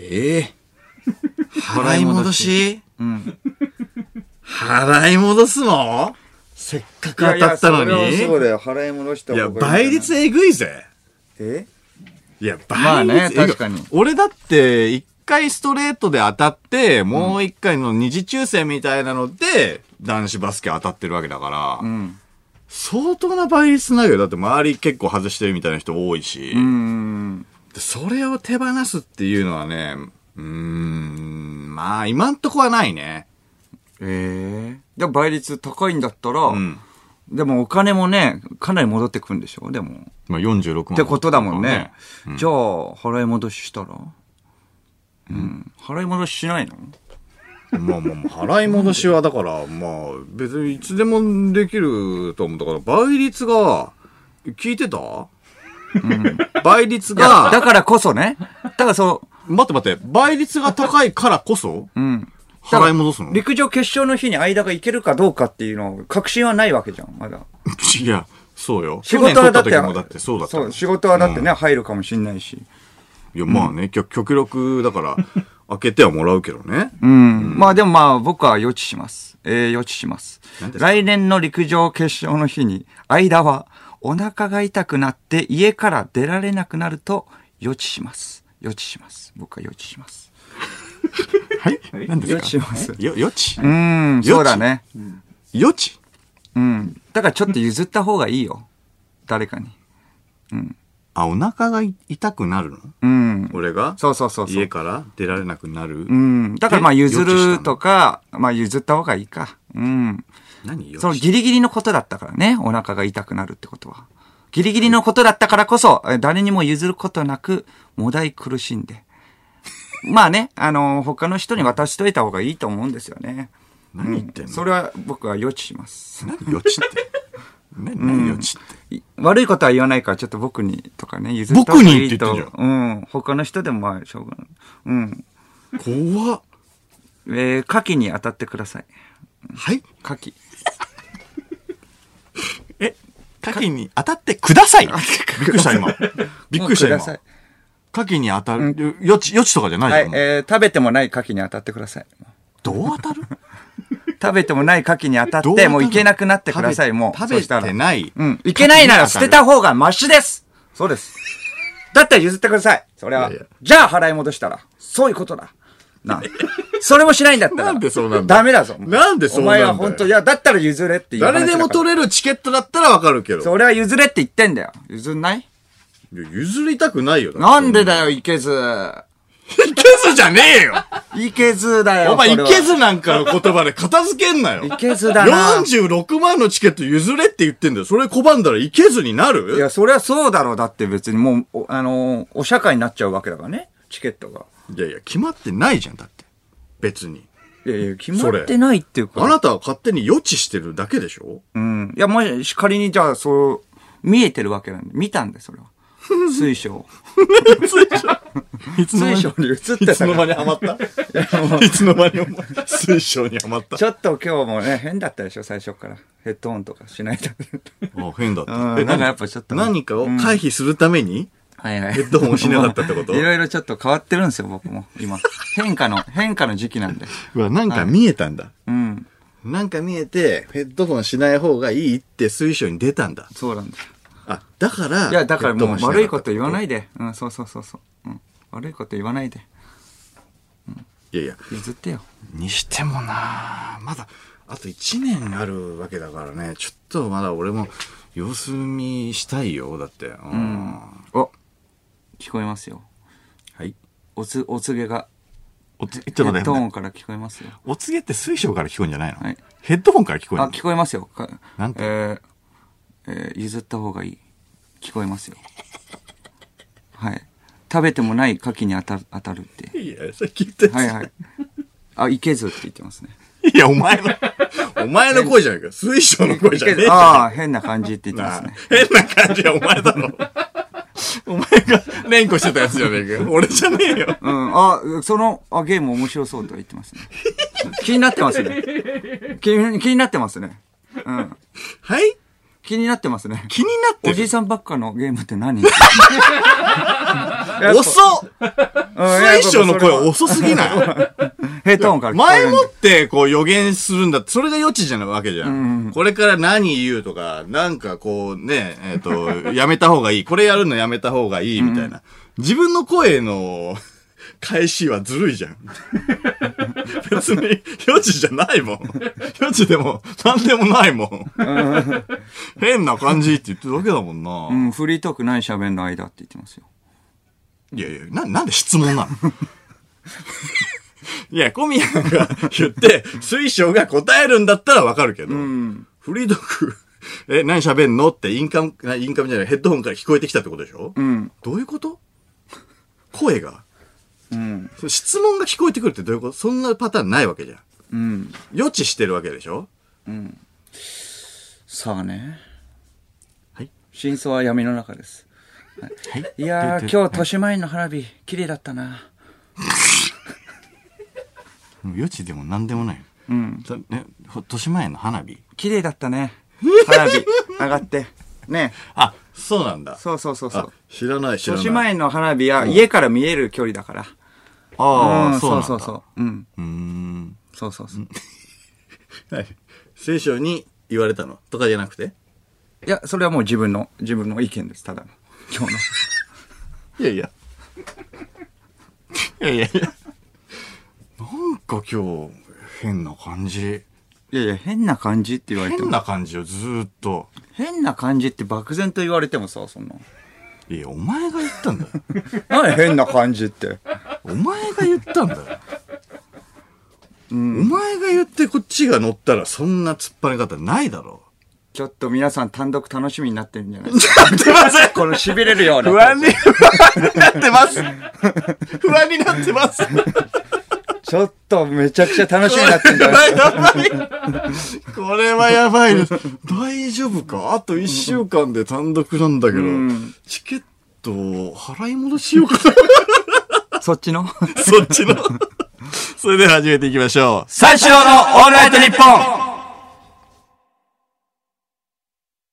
S1: ええ 払い戻し
S2: うん。
S1: 払い戻すのせっかく当たったのにい
S2: だよ。払い戻した
S1: や、倍率えぐいぜ。
S2: え
S1: いや、倍率
S2: まあね
S1: えぐい
S2: 確かに
S1: 俺だって、一回ストレートで当たって、もう一回の二次抽選みたいなので、男子バスケ当たってるわけだから。
S2: うん。
S1: 相当な倍率ないよ。だって周り結構外してるみたいな人多いし。
S2: うん。
S1: でそれを手放すっていうのはね、うーん、まあ今んとこはないね。
S2: ええ。でも倍率高いんだったら、
S1: うん。
S2: でもお金もね、かなり戻ってくんでしょでも。
S1: まあ46万。
S2: ってことだもんね。。じゃあ、払い戻ししたらうん。払い戻ししないの
S1: まあまあまあ、払い戻しはだから、まあ別にいつでもできると思う。だから倍率が、聞いてた、倍率
S2: いやだ
S1: が、
S2: からこそね。だからそ
S1: 待って待って、倍率が高いからこそ、
S2: う、うん。
S1: 払い戻すの
S2: 陸上決勝の日に間が行けるかどうかっていうのを確信はないわけじゃん、まだ。
S1: いや、そうよ。
S2: 仕事はだって、
S1: 去年取た時もだってそうだったもん
S2: 仕事はだってね、入るかもしんないし。
S1: いや、まあね、きょ極力、だから、開けてはもらうけどね。
S2: うん。まあでもまあ僕は予知します。えー、予知します
S1: 何。ですか
S2: 来年の陸上決勝の日に、間はお腹が痛くなって家から出られなくなると予知します。予知します。僕は予知します。
S1: はい何ですか
S2: 予知します
S1: よ、予知
S2: うん、
S1: 知
S2: そうだね。
S1: 予知
S2: うん。だからちょっと譲った方がいいよ。誰かに。
S1: あ、お腹がい痛くなるの
S2: うん。
S1: 俺が
S2: そうそうそうそう
S1: 家。から出られなくなる
S2: うん。だからまあ
S1: で
S2: 譲るとか、まあ譲った方がいいか。うん。
S1: 何予
S2: その
S1: 知
S2: ギリギリのことだったからね、お腹が痛くなるってことは。ギリギリのことだったからこそ、え誰にも譲ることなく、もだい苦しんで。まあね、あの、他の人に渡しといた方がいいと思うんですよね。
S1: 何言ってんの
S2: それは僕は予知します。
S1: 何予知って。何何予知って。
S2: い悪いことは言わないから、ちょっと僕にとかね、譲った方がいいと。
S1: 僕にって言ってん
S2: うん。他の人でもまあ、しょうがない。うん。
S1: 怖っ。
S2: えー、牡蠣に当たってください。
S1: はい
S2: 牡蠣。
S1: え、牡蠣に当たってくださいびっくりした、今。びっくりした、今。
S2: もうください
S1: 牡蠣に当たる。予知、予知とかじゃない
S2: は
S1: じゃ
S2: い
S1: ん。、もう
S2: えー、食べてもない牡蠣に当たってください。
S1: どう当たる
S2: 食べてもない牡蠣に当た
S1: ど
S2: っ
S1: う当た
S2: て、
S1: る
S2: もういけなくなってください、
S1: 食べ
S2: もう。
S1: 食べて
S2: い。
S1: ない。
S2: うん。いけないなら捨てた方がマシですそうです。だったら譲ってくださいそれは。
S1: いやいや
S2: じゃあ払い戻したら。そういうことだ。なあ。それもしないんだったら。
S1: なんでそうなんだ
S2: ダメだぞ。お前
S1: なんでそうなんだ
S2: お前
S1: よ
S2: は本当いや、だったら譲れって言
S1: 誰でも取
S2: れ
S1: れるチケットだったらわかるけど。
S2: それは譲れって言ってんだよ。譲んない
S1: いや譲りたくないよ。
S2: なんでだ
S1: よ。
S2: よ、いけず。
S1: いけずじゃねえよ
S2: いけずだよ。
S1: お前、い
S2: それは
S1: けずなんかの言葉で片付けんなよ。
S2: いけずだな
S1: 46万のチケット譲れって言ってんだよ。それ拒んだらいけずにないる
S2: や、そりゃそうだろう。だって別にもう、おあのーお社会になっちゃうわけだからね。チケットが。
S1: いやいや、決まってないじゃん、だって。別に。
S2: いやいや、決まってないっていうか。
S1: あなたは勝手に予知してるだけでしょ
S2: うん。いや、もし仮にじゃあ、そう、見えてるわけなんで、見たんで、それは。水晶。
S1: いつ
S2: 水晶に移って
S1: い
S2: た
S1: つ
S2: か
S1: の
S2: ら
S1: 間にハマったいつの間にお前水晶にハマった
S2: ちょっと今日もね、変だったでしょ、最初から。ヘッドホンとかしないと。
S1: あ変だった
S2: うん
S1: え
S2: なんかやっぱちょっと
S1: 何かを回避するために、
S2: はいはい。
S1: ヘッドホンをしなかったってこと
S2: いろいろちょっと変わってるんですよ、僕も。今。変化の、変化の時期なんで。
S1: うわなんか見えたんだ、
S2: うん。
S1: なんか見えてヘッドホンしない方がいいって水晶に出たんだ
S2: そうなんです。
S1: あだから
S2: いや、だからもう悪いこと言わないいで。うん、そうそうそうそう。うん。悪いこと言わないで。
S1: いやいや
S2: 譲ってよ。
S1: にしてもなあまだあと1年あるわけだからねちょっとまだ俺も様子見したいよだってうん、
S2: お聞こえますよ。
S1: はい
S2: おつ、お告げが。
S1: おつ
S2: ヘ
S1: ち
S2: ッドホンから聞こえますよ。
S1: お告げって水晶から聞こえんじゃないの、
S2: はい
S1: ヘッドホンから聞こえ
S2: あ、
S1: んの
S2: 聞こえますよ。か
S1: なんて
S2: えーえー譲った方がいい。聞こえますよ。はい。食べてもない牡蠣に当たる、当たるって。
S1: いや、さっき言ったやつ
S2: はいはい。あ、いけずって言ってますね。
S1: いや、お前の、お前の声じゃないか。水晶の声じゃねえじゃん
S2: ああ、変な感じって言ってます
S1: な
S2: ね。
S1: 変な感じはお前だろ。 お前が連呼してたやつじゃねえ か。俺じゃねえよ。
S2: うん。あ、そのあゲーム面白そうとは言っ てますね。気になってますね。気に気になってますね。うん。
S1: はい
S2: 気になってますね。
S1: 気になって
S2: お
S1: る。
S2: じいさんばっかのゲームって 何
S1: 遅っ水晶の声遅すぎない
S2: ヘッドホンから聞こえ
S1: 前
S2: るんで
S1: もってこう予言するんだ。それが予知じゃないわけじゃん。これから何言うとか、なんかこうね、えっと、 やめた方がいい。これやるのやめた方がいいみたいな。自分の声の 返しはずるいじゃん。 別に予知じゃないもん。予知でも何でもないもん。変な感じって言ってるだけだもん
S2: う
S1: な。
S2: ん、フリートーク何喋んの間って言ってますよ。
S1: いやいや、な、なんで質問なの いや、小宮が言って、水晶が答えるんだったらわかるけど、フリードク、 え、何喋んのってインカム、なインカムじゃない、ヘッドホンから聞こえてきたってことでしょ
S2: うん。
S1: どういうこと声が
S2: うん。
S1: それ質問が聞こえてくるってどういうことそんなパターンないわけじゃん。
S2: うん。
S1: 予知してるわけでしょ
S2: さあね。
S1: はい。
S2: 真相は闇の中です。
S1: はい
S2: いやー、今日、豊島園の花火、綺麗だったな。
S1: 日。予知でも何でもない。
S2: うん。
S1: だね、ほ年前の花火。
S2: 綺麗だったね。花火、上がって。ね。
S1: あ、そうなんだ。
S2: そうそうそうそ
S1: あ
S2: う。、
S1: 知らない、知ら
S2: 豊
S1: ない。
S2: 島園の花火は家から見える距離だから。
S1: ああ、
S2: ん
S1: そうなんだ。
S2: そうそうそう。うん。
S1: うーん。
S2: そうそうそう。
S1: はい。聖書に言われたのとかじゃなくて
S2: いや、それはもう自分の、自分の意見です、ただの。今日
S1: いや
S2: の。
S1: いや。いやいやいや。なんか今日、変な感じ。
S2: いやいや、変な感じって言われて
S1: 変
S2: も。
S1: な感じをずーっと。
S2: 変な感じって漠然と言われてもさ、そんな。
S1: いや、お前が言ったんだよ。
S2: 何変な感じって。
S1: お前が言ったんだよ。お前が言ってこっちが乗ったらそんな突っ張り方ないだろ
S2: ちょっと皆さん単独楽しみになってるんじゃないですか。
S1: う。すいません
S2: この痺れるよ うな。
S1: 不安に、不安になってます。不安になってます。
S2: ちょっとめちゃくちゃ楽しみになってるんじ ゃない
S1: これはやばいです。大丈夫かあと1週間で単独なんだけど、
S2: ん
S1: チケットを払い戻しようか
S2: そっち の
S1: な。 そっちの。 それでは始めていきましょう。
S2: 三四郎のオールナイトニッポン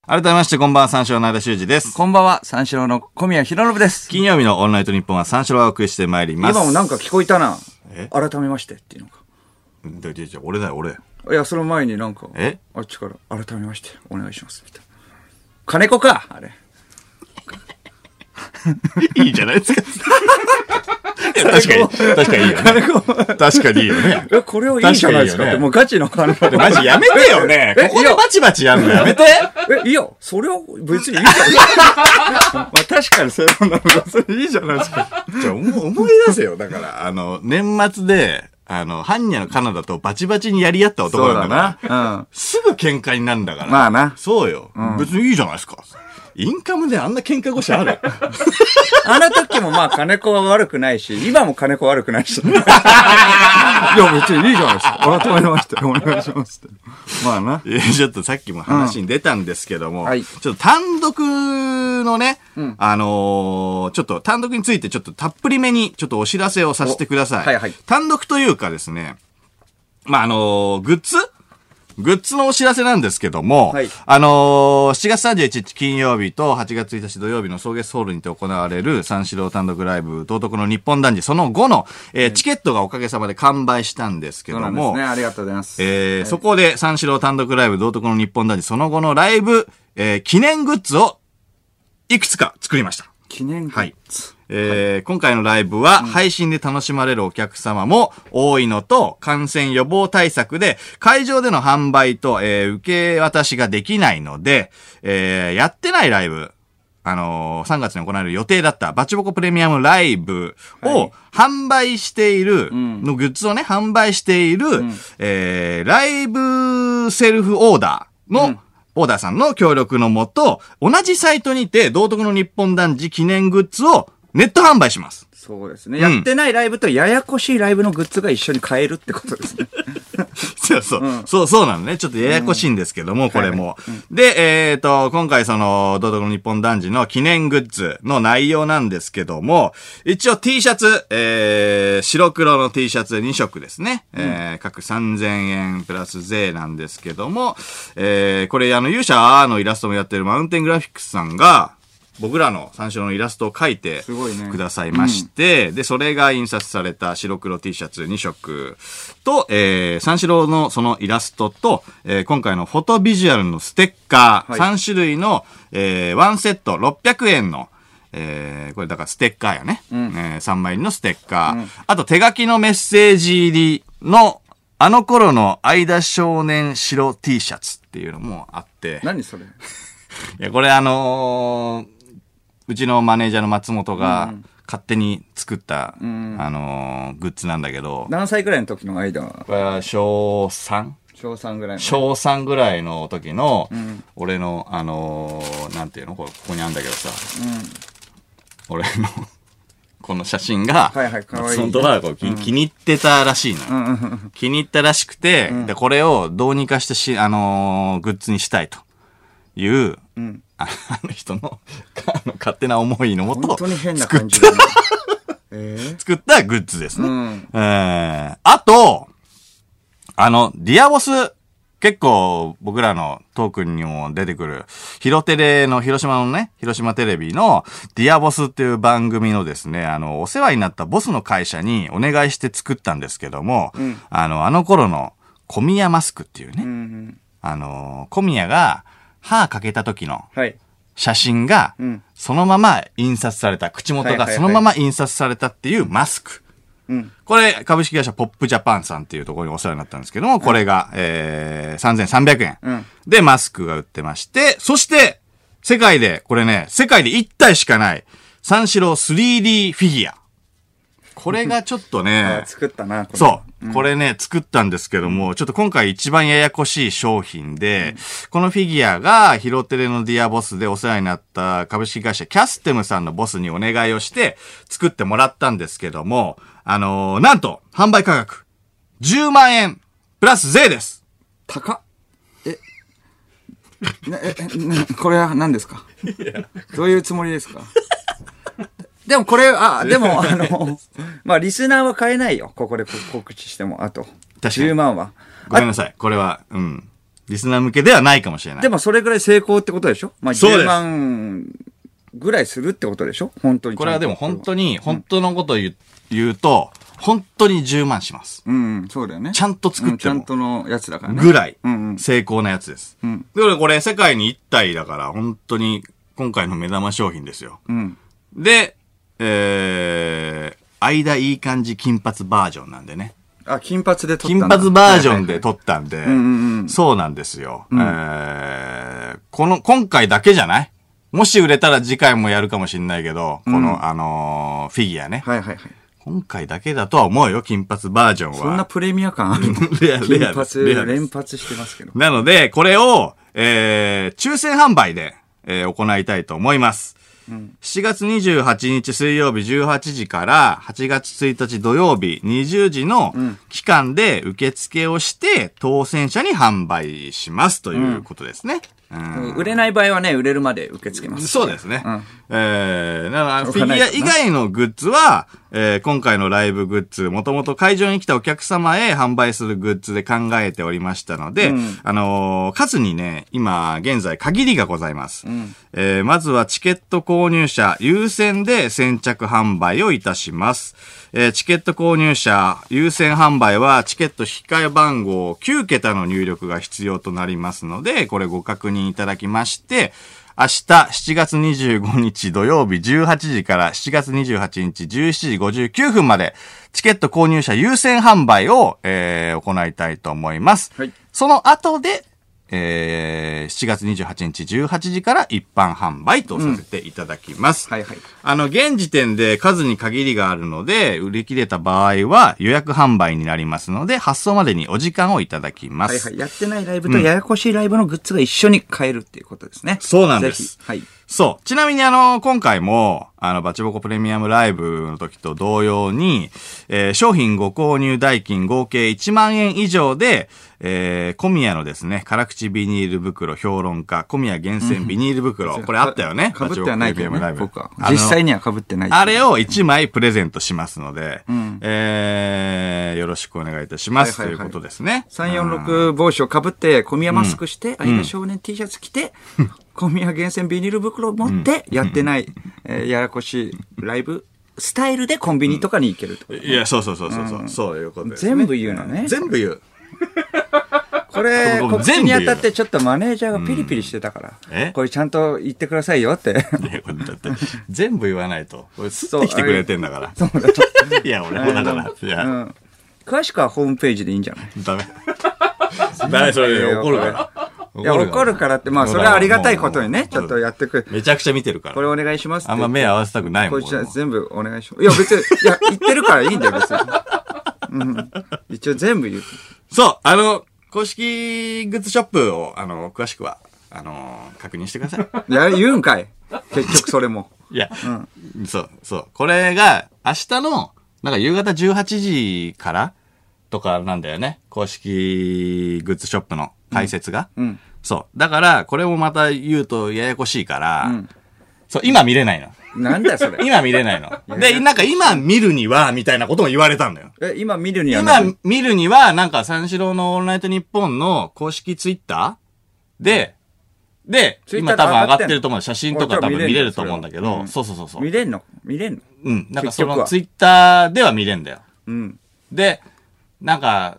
S1: 改めまして、こんばんは、三四郎の間修二です。
S2: こんばんは、三四郎の小宮宏信です。
S1: 金曜日のオンライト日本は三四郎がお送りしてまいります。
S2: 今もなんか聞こえたな
S1: え。
S2: 改めましてっていうのか。
S1: だじゃじゃ俺だよ、俺。
S2: いや、その前になんか、
S1: え
S2: あっちから改めましてお願いします、みたいな。金子かあれ。
S1: いいじゃないですか。 いや確 かに、確かにいいよね。確かにいいよね。
S2: え、これをいいじゃないですか
S1: 確かにいいよね
S2: って、もうガチの金子
S1: マジやめてよね。
S2: え
S1: ここでバチバチやんのやめて。
S2: え、いや、それは別にいいじゃん。 まあ確かに それは別にいいじゃないですか。
S1: じゃあ思思い出せよ。だから、あの、年末で、あの、ハンニャのカナダとバチバチにやり合った男
S2: そう
S1: なんだ
S2: だ
S1: から、
S2: な。うん。
S1: すぐ喧嘩になるんだから。
S2: まあな
S1: そうよ、別にいいじゃないですか。インカムであんな喧嘩腰ある
S2: あの時もまあ金子は悪くないし、今も金子悪 くないし。
S3: いや、別にいいじゃないですか。改めまして、お願いしますって。まあな。
S1: え ーちょっとさっきも話に出たんですけども、
S2: んはい
S1: ちょっと単独のね、あのーちょっと単独についてちょっとたっぷりめにちょっとお知らせをさせてください。
S2: おはいはい
S1: 単独というかですね、まあ、あのーグッズグッズのお知らせなんですけども、
S2: はい
S1: あのー7月31日金曜日と8月1日土曜日の草月ホールにて行われる三四郎単独ライブ、道徳の日本男児、その後の、えーチケットがおかげさまで完売したんですけ
S2: そ
S1: ど
S2: うなんで
S1: も、
S2: すね。ありがとうございます。
S1: えーそこで三四郎単独ライブ道徳の日本男児その後のライブ、えー記念グッズをいくつか作りました。
S2: 記念
S1: はい
S2: 日。
S1: えー今回のライブは配信で楽しまれるお客様も多いのと、感染予防対策で会場での販売と、えー受け渡しができないので、えーやってないライブ、あのー3月に行われる予定だったバチボコプレミアムライブを販売している、のグッズをね、販売している、えーライブセルフオーダーの、オーダーさんの協力のもと、同じサイトにて、道徳の日本男児記念グッズをネット販売します。
S2: そうですね。
S1: うん
S2: やってないライブとややこしいライブのグッズが一緒に買えるってことですね。
S1: そうそう、そう、そうなのね。ちょっとややこしいんですけども、これも。で、えっ、と、今回その、道徳の日本男児の記念グッズの内容なんですけども、一応 T シャツ、えー、白黒の T シャツ2色ですね。えー、各3000円プラス税なんですけども、えー、これあの、勇者のイラストもやってるマウンテングラフィックスさんが、僕らの三種のイラストを描いて
S2: すごいね
S1: くださいまして、で、それが印刷された白黒 T シャツ2色と、えー、三四郎のそのイラストと、えー今回のフォトビジュアルのステッカー、
S2: はい
S1: 3種類の、えーワンセット600円の、えーこれだからステッカーやね。え3枚入りのステッカー、あと手書きのメッセージ入りの、あの頃の間少年白 T シャツっていうのもあって。
S2: 何それ
S1: いや、これあのーうちのマネージャーの松本が勝手に作った、あのーグッズなんだけど、
S2: 何歳ぐらいの時の間
S1: これは小 3?
S2: 小3ぐらいの。
S1: 小3ぐらいの時の、俺の、あのーなんていうのこれここにあるんだけどさ、俺の、この写真が、
S2: はいはいかわいい
S1: 松本がこう気気に入ってたらしいのよ。気に入ったらしくて、で、これをどうにかしてし、あのーグッズにしたいという、あの人の あの勝手な思いのも
S2: 本
S1: と
S2: 当に変な
S1: 作っ
S2: 感じだね。えー
S1: 作ったグッズですね。
S2: うん
S1: えーあと、あの、ディアボス、結構僕らのトークにも出てくる、ヒロテレの広島のね、広島テレビのディアボスっていう番組のですね、あの、お世話になったボスの会社にお願いして作ったんですけども、あの、あの頃の小宮マスクっていうね、
S2: うん
S1: あの、小宮が歯かけた時の
S2: はい。
S1: 写真が
S2: ん、
S1: そのまま印刷された、口元
S2: はいは
S1: が
S2: いはい
S1: そのまま印刷されたっていうマスク。
S2: うん。
S1: これ、株式会社ポップジャパンさんっていうところにお世話になったんですけども、これが、えー、3300円、
S2: うん
S1: で、マスクが売ってまして、そして、世界で、これね、世界で1体しかない、三四郎 3D フィギュア。これがちょっと ね
S2: あ、作ったな、これ
S1: そう。これね、作ったんですけども、ちょっと今回一番ややこしい商品で、このフィギュアが、ヒロテレのディアボスでお世話になった株式会社キャステムさんのボスにお願いをして、作ってもらったんですけども、あのーなんと、販売価格、10万円、プラス税です。
S2: 高っ。え、なえ、えなこれは何ですかどういうつもりですかでもこれ、あ、でも、あの、まあ、リスナーは買えないよ。ここで告知しても、あと。
S1: かに
S2: 10万は。
S1: ごめんなさい。これは、うん。リスナー向けではないかもしれない。
S2: でもそれぐらい成功ってことでしょまあ、
S1: そうです
S2: 10万ぐらいするってことでしょ本当に。
S1: これはでも本当に、本当のことを言う言うと、本当に10万します。
S2: うん、そうだよね。
S1: ちゃんと作っても
S2: うんちゃんとのやつだからね。
S1: ぐらい
S2: うんうん、
S1: 成功なやつです。
S2: ん
S1: だからこれ世界に1体だから、本当に今回の目玉商品ですよ。
S2: うん。
S1: で、えー、間いい感じ金髪バージョンなんでね。
S2: あ、金髪で撮ったん
S1: 金
S2: だ
S1: 髪バージョンで撮ったんで
S2: んう、
S1: そうなんですよ。えーこの、今回だけじゃないもし売れたら次回もやるかもしんないけど、この、あのーフィギュアね。
S2: はいはいはい。
S1: 今回だけだとは思うよ、金髪バージョンは。
S2: そんなプレミア感あるの
S1: レアレア
S2: 金
S1: ですレア
S2: 髪
S1: です
S2: 連発してますけど。
S1: なので、これを、えー、抽選販売で、えー行いたいと思います。7月28日水曜日18時から8月1日土曜日20時の期間で受付をして当選者に販売しますということですね。うん
S2: 売れない場合はね、売れるまで受け付けます。
S1: そうですね。えー、だからフィギュア以外のグッズは、えー今回のライブグッズ、もともと会場に来たお客様へ販売するグッズで考えておりましたので、あのー数にね、今、現在限りがございます。えーまずはチケット購入者優先で先着販売をいたします。えーチケット購入者優先販売はチケット控え番号9桁の入力が必要となりますので、これご確認いただきまして、明日7月25日土曜日18時から7月28日17時59分までチケット購入者優先販売を、えー行いたいと思います。
S2: はい
S1: その後で、えー7月28日18時から一般販売とさせていただきます。
S2: はいはい。
S1: あの、現時点で数に限りがあるので、売り切れた場合は予約販売になりますので、発送までにお時間をいただきます。
S2: はいはい。やってないライブとややこしいライブのグッズが一緒に買えるっていうことですね。
S1: そうなんです
S2: ぜひはい。
S1: そう。ちなみにあの、今回も、あの、バチボコプレミアムライブの時と同様に、えー商品ご購入代金合計1万円以上で、えー、小宮のですね、辛口ビニール袋評論家、小宮厳選ビニール袋、これあったよね。
S2: かぶってはないけど
S1: バチボ
S2: ね、
S1: コ
S2: 僕
S1: プレミア
S2: は
S1: ムライ。ブ
S2: 実際にはかぶってない。
S1: あれを1枚プレゼントしますので、えーよろしくお願いいたします、
S2: はいはいはい
S1: ということですね。
S2: 346帽子をかぶって、小宮マスクして、相田少年 T シャツ着て、小宮厳選ビニール袋を持って、やってない、えーややこしいライブ、スタイルでコンビニとかに行けると。
S1: いや、そうそうそうそうそう、そういうことです、ね。
S2: 全部言うのね。
S1: 全部言う。
S2: これ、
S1: 僕
S2: 告知
S1: 全部
S2: に
S1: 言う
S2: あたってちょっとマネージャーがピリピリしてたか
S1: え
S2: ら、これちゃんと言ってくださいよって。
S1: いやこれだって全部言わないと。これ、吸ってきてくれてんだから。
S2: そうだちょっ
S1: いや、俺もだから。いや、
S2: とうん詳しくはホームページでいいんじゃない
S1: ダメ。ダメ、それ怒るから。
S2: いや、怒るからって、まあ、それはありがたいことにね、ちょっとや
S1: っ
S2: ってく
S1: めちゃくちゃ見てるか
S2: これ
S1: ら。
S2: お願いしますって。
S1: あんま目合わせたくないもん。
S2: こいつ
S1: 俺
S2: は
S1: も
S2: 全部お願いします。いや、別に、いや、言ってるからいいんだよ、別に。うん。一応全部言う。
S1: そう、あの、公式グッズショップを、あの、詳しくは、あの、確認してください。
S2: いや、言うんかい。結局それも。
S1: いや、そう、そう。これが、明日の、なんか夕方18時からとかなんだよね。公式グッズショップの解説が。
S2: うん。
S1: そう。だから、これもまた言うとややこしいから、そう、今見れないの。
S2: なんだよ、それ。
S1: 今見れ ないの。で、なんか今見るには、みたいなことも言われたんだよ。
S2: え、今見るにはな
S1: 今
S2: る。
S1: 見るには、なんか三四郎のオールナイトニッポンの公式ツイッターで、で、
S2: Twitter
S1: 今多分上がってると思う。写真とか多分見れると思うんだけ
S2: う
S1: ど、
S2: ん
S1: そうそうそうそう。
S2: 見れんの見れんの
S1: うん。なんかそ
S2: 結局
S1: の
S2: は
S1: ツイッターでは見れんだよ。
S2: うん。
S1: で、なんか、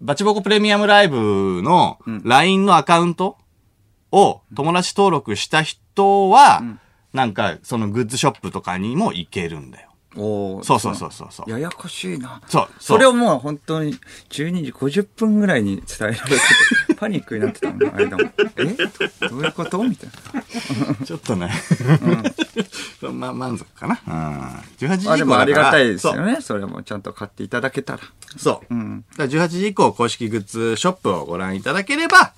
S1: バチボコプレミアムライブの LINE のアカウントを友達登録した人は、なんかそのグッズショップとかにも行けるんだよ。
S2: おー
S1: そうそうそうそうそう。
S2: ややこしいな。
S1: そう、
S2: そうれをもう本当に12時50分ぐらいに伝えられてて、パニックになってたの、間も。えどういうことみたい
S1: ちょっとね、 まあ満足かな。うん。18時以降だから
S2: な。あ、でもありがたいです
S1: そう
S2: よね。それもちゃんと買っていただけたら。
S1: そう。だから18時以降、公式グッズショップをご覧いただければ、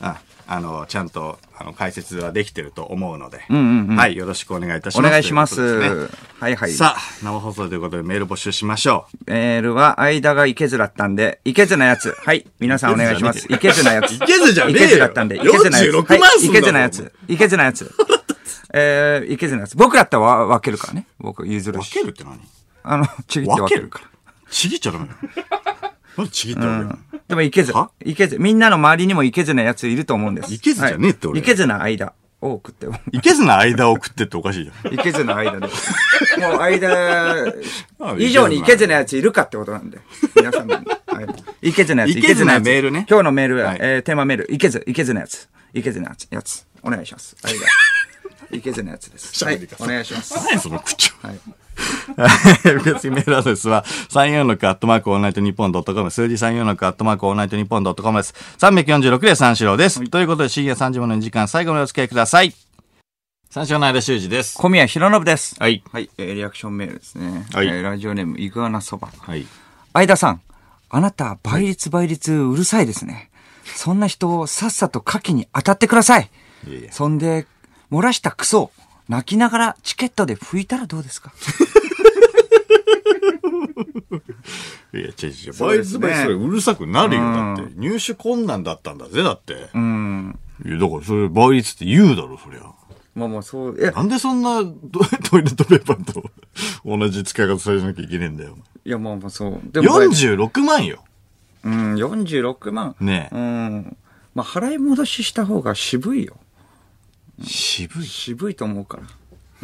S1: ああの、ちゃんと、あの、解説はできてると思うので、はい、よろしくお願いいたし
S2: お
S1: ます。
S2: 願いしま
S1: ということですね。
S2: はいはい。
S1: さあ、生放送ということでメール募集しましょう。
S2: メールは、間がいけずだったんで、いけずなやつ。はい。皆さんお願いします。いけずなやつ。い
S1: けずじゃねえよ
S2: いけずだったんで、いけずなやつ。
S1: 46万
S2: はい
S1: す
S2: い
S1: んだぞ
S2: けずなやつ。いけずなや つ。えー、いけずなやつ。僕だったらわ分けるからね。僕譲る
S1: 分
S2: し。
S1: けるって何
S2: あの、ちぎって分
S1: 分
S2: け
S1: け
S2: る
S1: る
S2: か
S1: から。ちぎっちゃダメ だよ。なんでちぎったらダメなの
S2: ら。でもいけず
S1: は。
S2: いけず。みんなの周りにもいけずなやついると思うんです。
S1: いけずじゃねえって俺
S2: はいいけずな間を送っても。
S1: いけずな間を送ってっておかしいじゃん。
S2: いけずな間で。もう間
S1: あ、
S2: 以上にいけずなやついるかってことなんで。皆さんも。はいいけずなやつ。
S1: いけずな
S2: やつ
S1: メールね
S2: 今日のメールは
S1: はい、
S2: えーテーマメール、いけず、いけずなやつ。いけずなやつ。やつ。お願いします。 間。いけずなやつです。は
S1: 喋
S2: い
S1: り方。
S2: お願いします。
S1: 何その口調。
S2: はい。
S1: 受付メールアドレスは、346アットマークオールナイトニッポンドットコム、数字346アットマークオールナイトニッポンドットコムです。346で三四郎です。ということで、深夜3時までの時間、最後までお付き合いください。三四郎の間修二です。
S2: 小宮弘信です。
S1: はい。
S2: はい。えーリアクションメールですね。
S1: はい
S2: えーラジオネーム、イグアナそば。
S1: はい。
S2: 相田さん、あなた倍率倍率うるさいですね。そんな人をさっさと牡蠣に当たってください。
S1: いやいや
S2: そんで、漏らしたクソ、泣きながらチケットで拭いたらどうですか
S1: いや、違う違う。
S2: そう
S1: バイ
S2: です
S1: ズ
S2: ね
S1: バイそれうるさくなるよ。
S2: うん
S1: だって、入手困難だったんだぜ、だって。
S2: うん。
S1: いや、だからそれ倍率って言うだろ、そりゃ。
S2: まあもうそう、いや、
S1: なんでそんなドトイレットペーパーと同じ使い方されなきゃいけねえんだよ。
S2: いやまあまあそう。でも、
S1: 46万よ。
S2: うん、46万。
S1: ねえ
S2: うん。まあ払い戻しした方が渋いよ。
S1: 渋い。
S2: 渋いと思うから。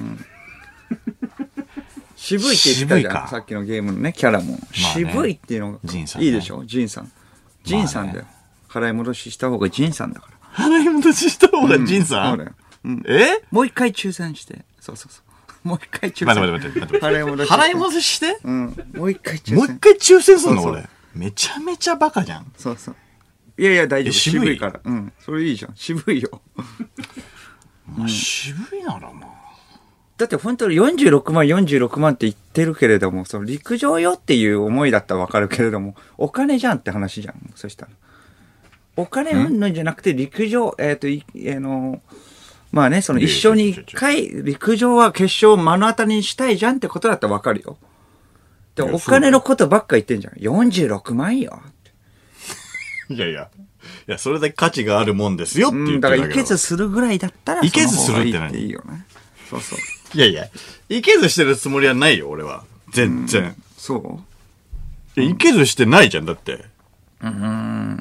S2: うん。 渋いって言ってた
S1: 渋
S2: じ
S1: い
S2: ゃん。
S1: か
S2: さっきのゲームのね、キャラも。渋いっていうのが
S1: ジンさん
S2: い
S1: ね
S2: いでしょジンさん。ジンさんだよ。払い戻しした方がジンさんだから。
S1: 払い戻しした方が 仁さ、
S2: そうんだよ。うん。
S1: え
S2: もう一回抽選して。そうそうそう。もう一回抽選。
S1: 待って待って待って待って
S2: 払い戻しして。
S1: 払い戻しして
S2: うん。もう一回抽選。
S1: もう一回抽選すんの
S2: そうそう
S1: 俺。めちゃめちゃバカじゃん。
S2: そうそう。いやいや、大丈夫。
S1: え渋
S2: 渋
S1: い
S2: いから。うん。それいいじゃん。渋いよ。
S1: まあ渋いならまあ。
S2: だって本当に46万、46万って言ってるけれども、その陸上よっていう思いだったらわかるけれども、お金じゃんって話じゃん。そしたら。お金うんぬんじゃなくて陸上、えっ、と、いあの、まあね、その
S1: いや
S2: 一
S1: いや
S2: 生に一回陸上は決勝を目の当たりにしたいじゃんってことだったらわかるよ。で
S1: い
S2: も
S1: や
S2: お金のことばっか言ってんじゃん。46万よ。
S1: いやいや。いや、それだけ価値があるもんですよって
S2: う
S1: 言
S2: ん、
S1: って
S2: だ
S1: る
S2: か
S1: だ
S2: ら、い
S1: け
S2: け
S1: だろ
S2: ずするぐらいだったら、
S1: いけずするって
S2: その方
S1: 何
S2: がいいいいよね。そうそう。
S1: いやいや。いけずしてるつもりはないよ、俺は。全然。
S2: そう
S1: いやいけずしてないじゃん、だって。い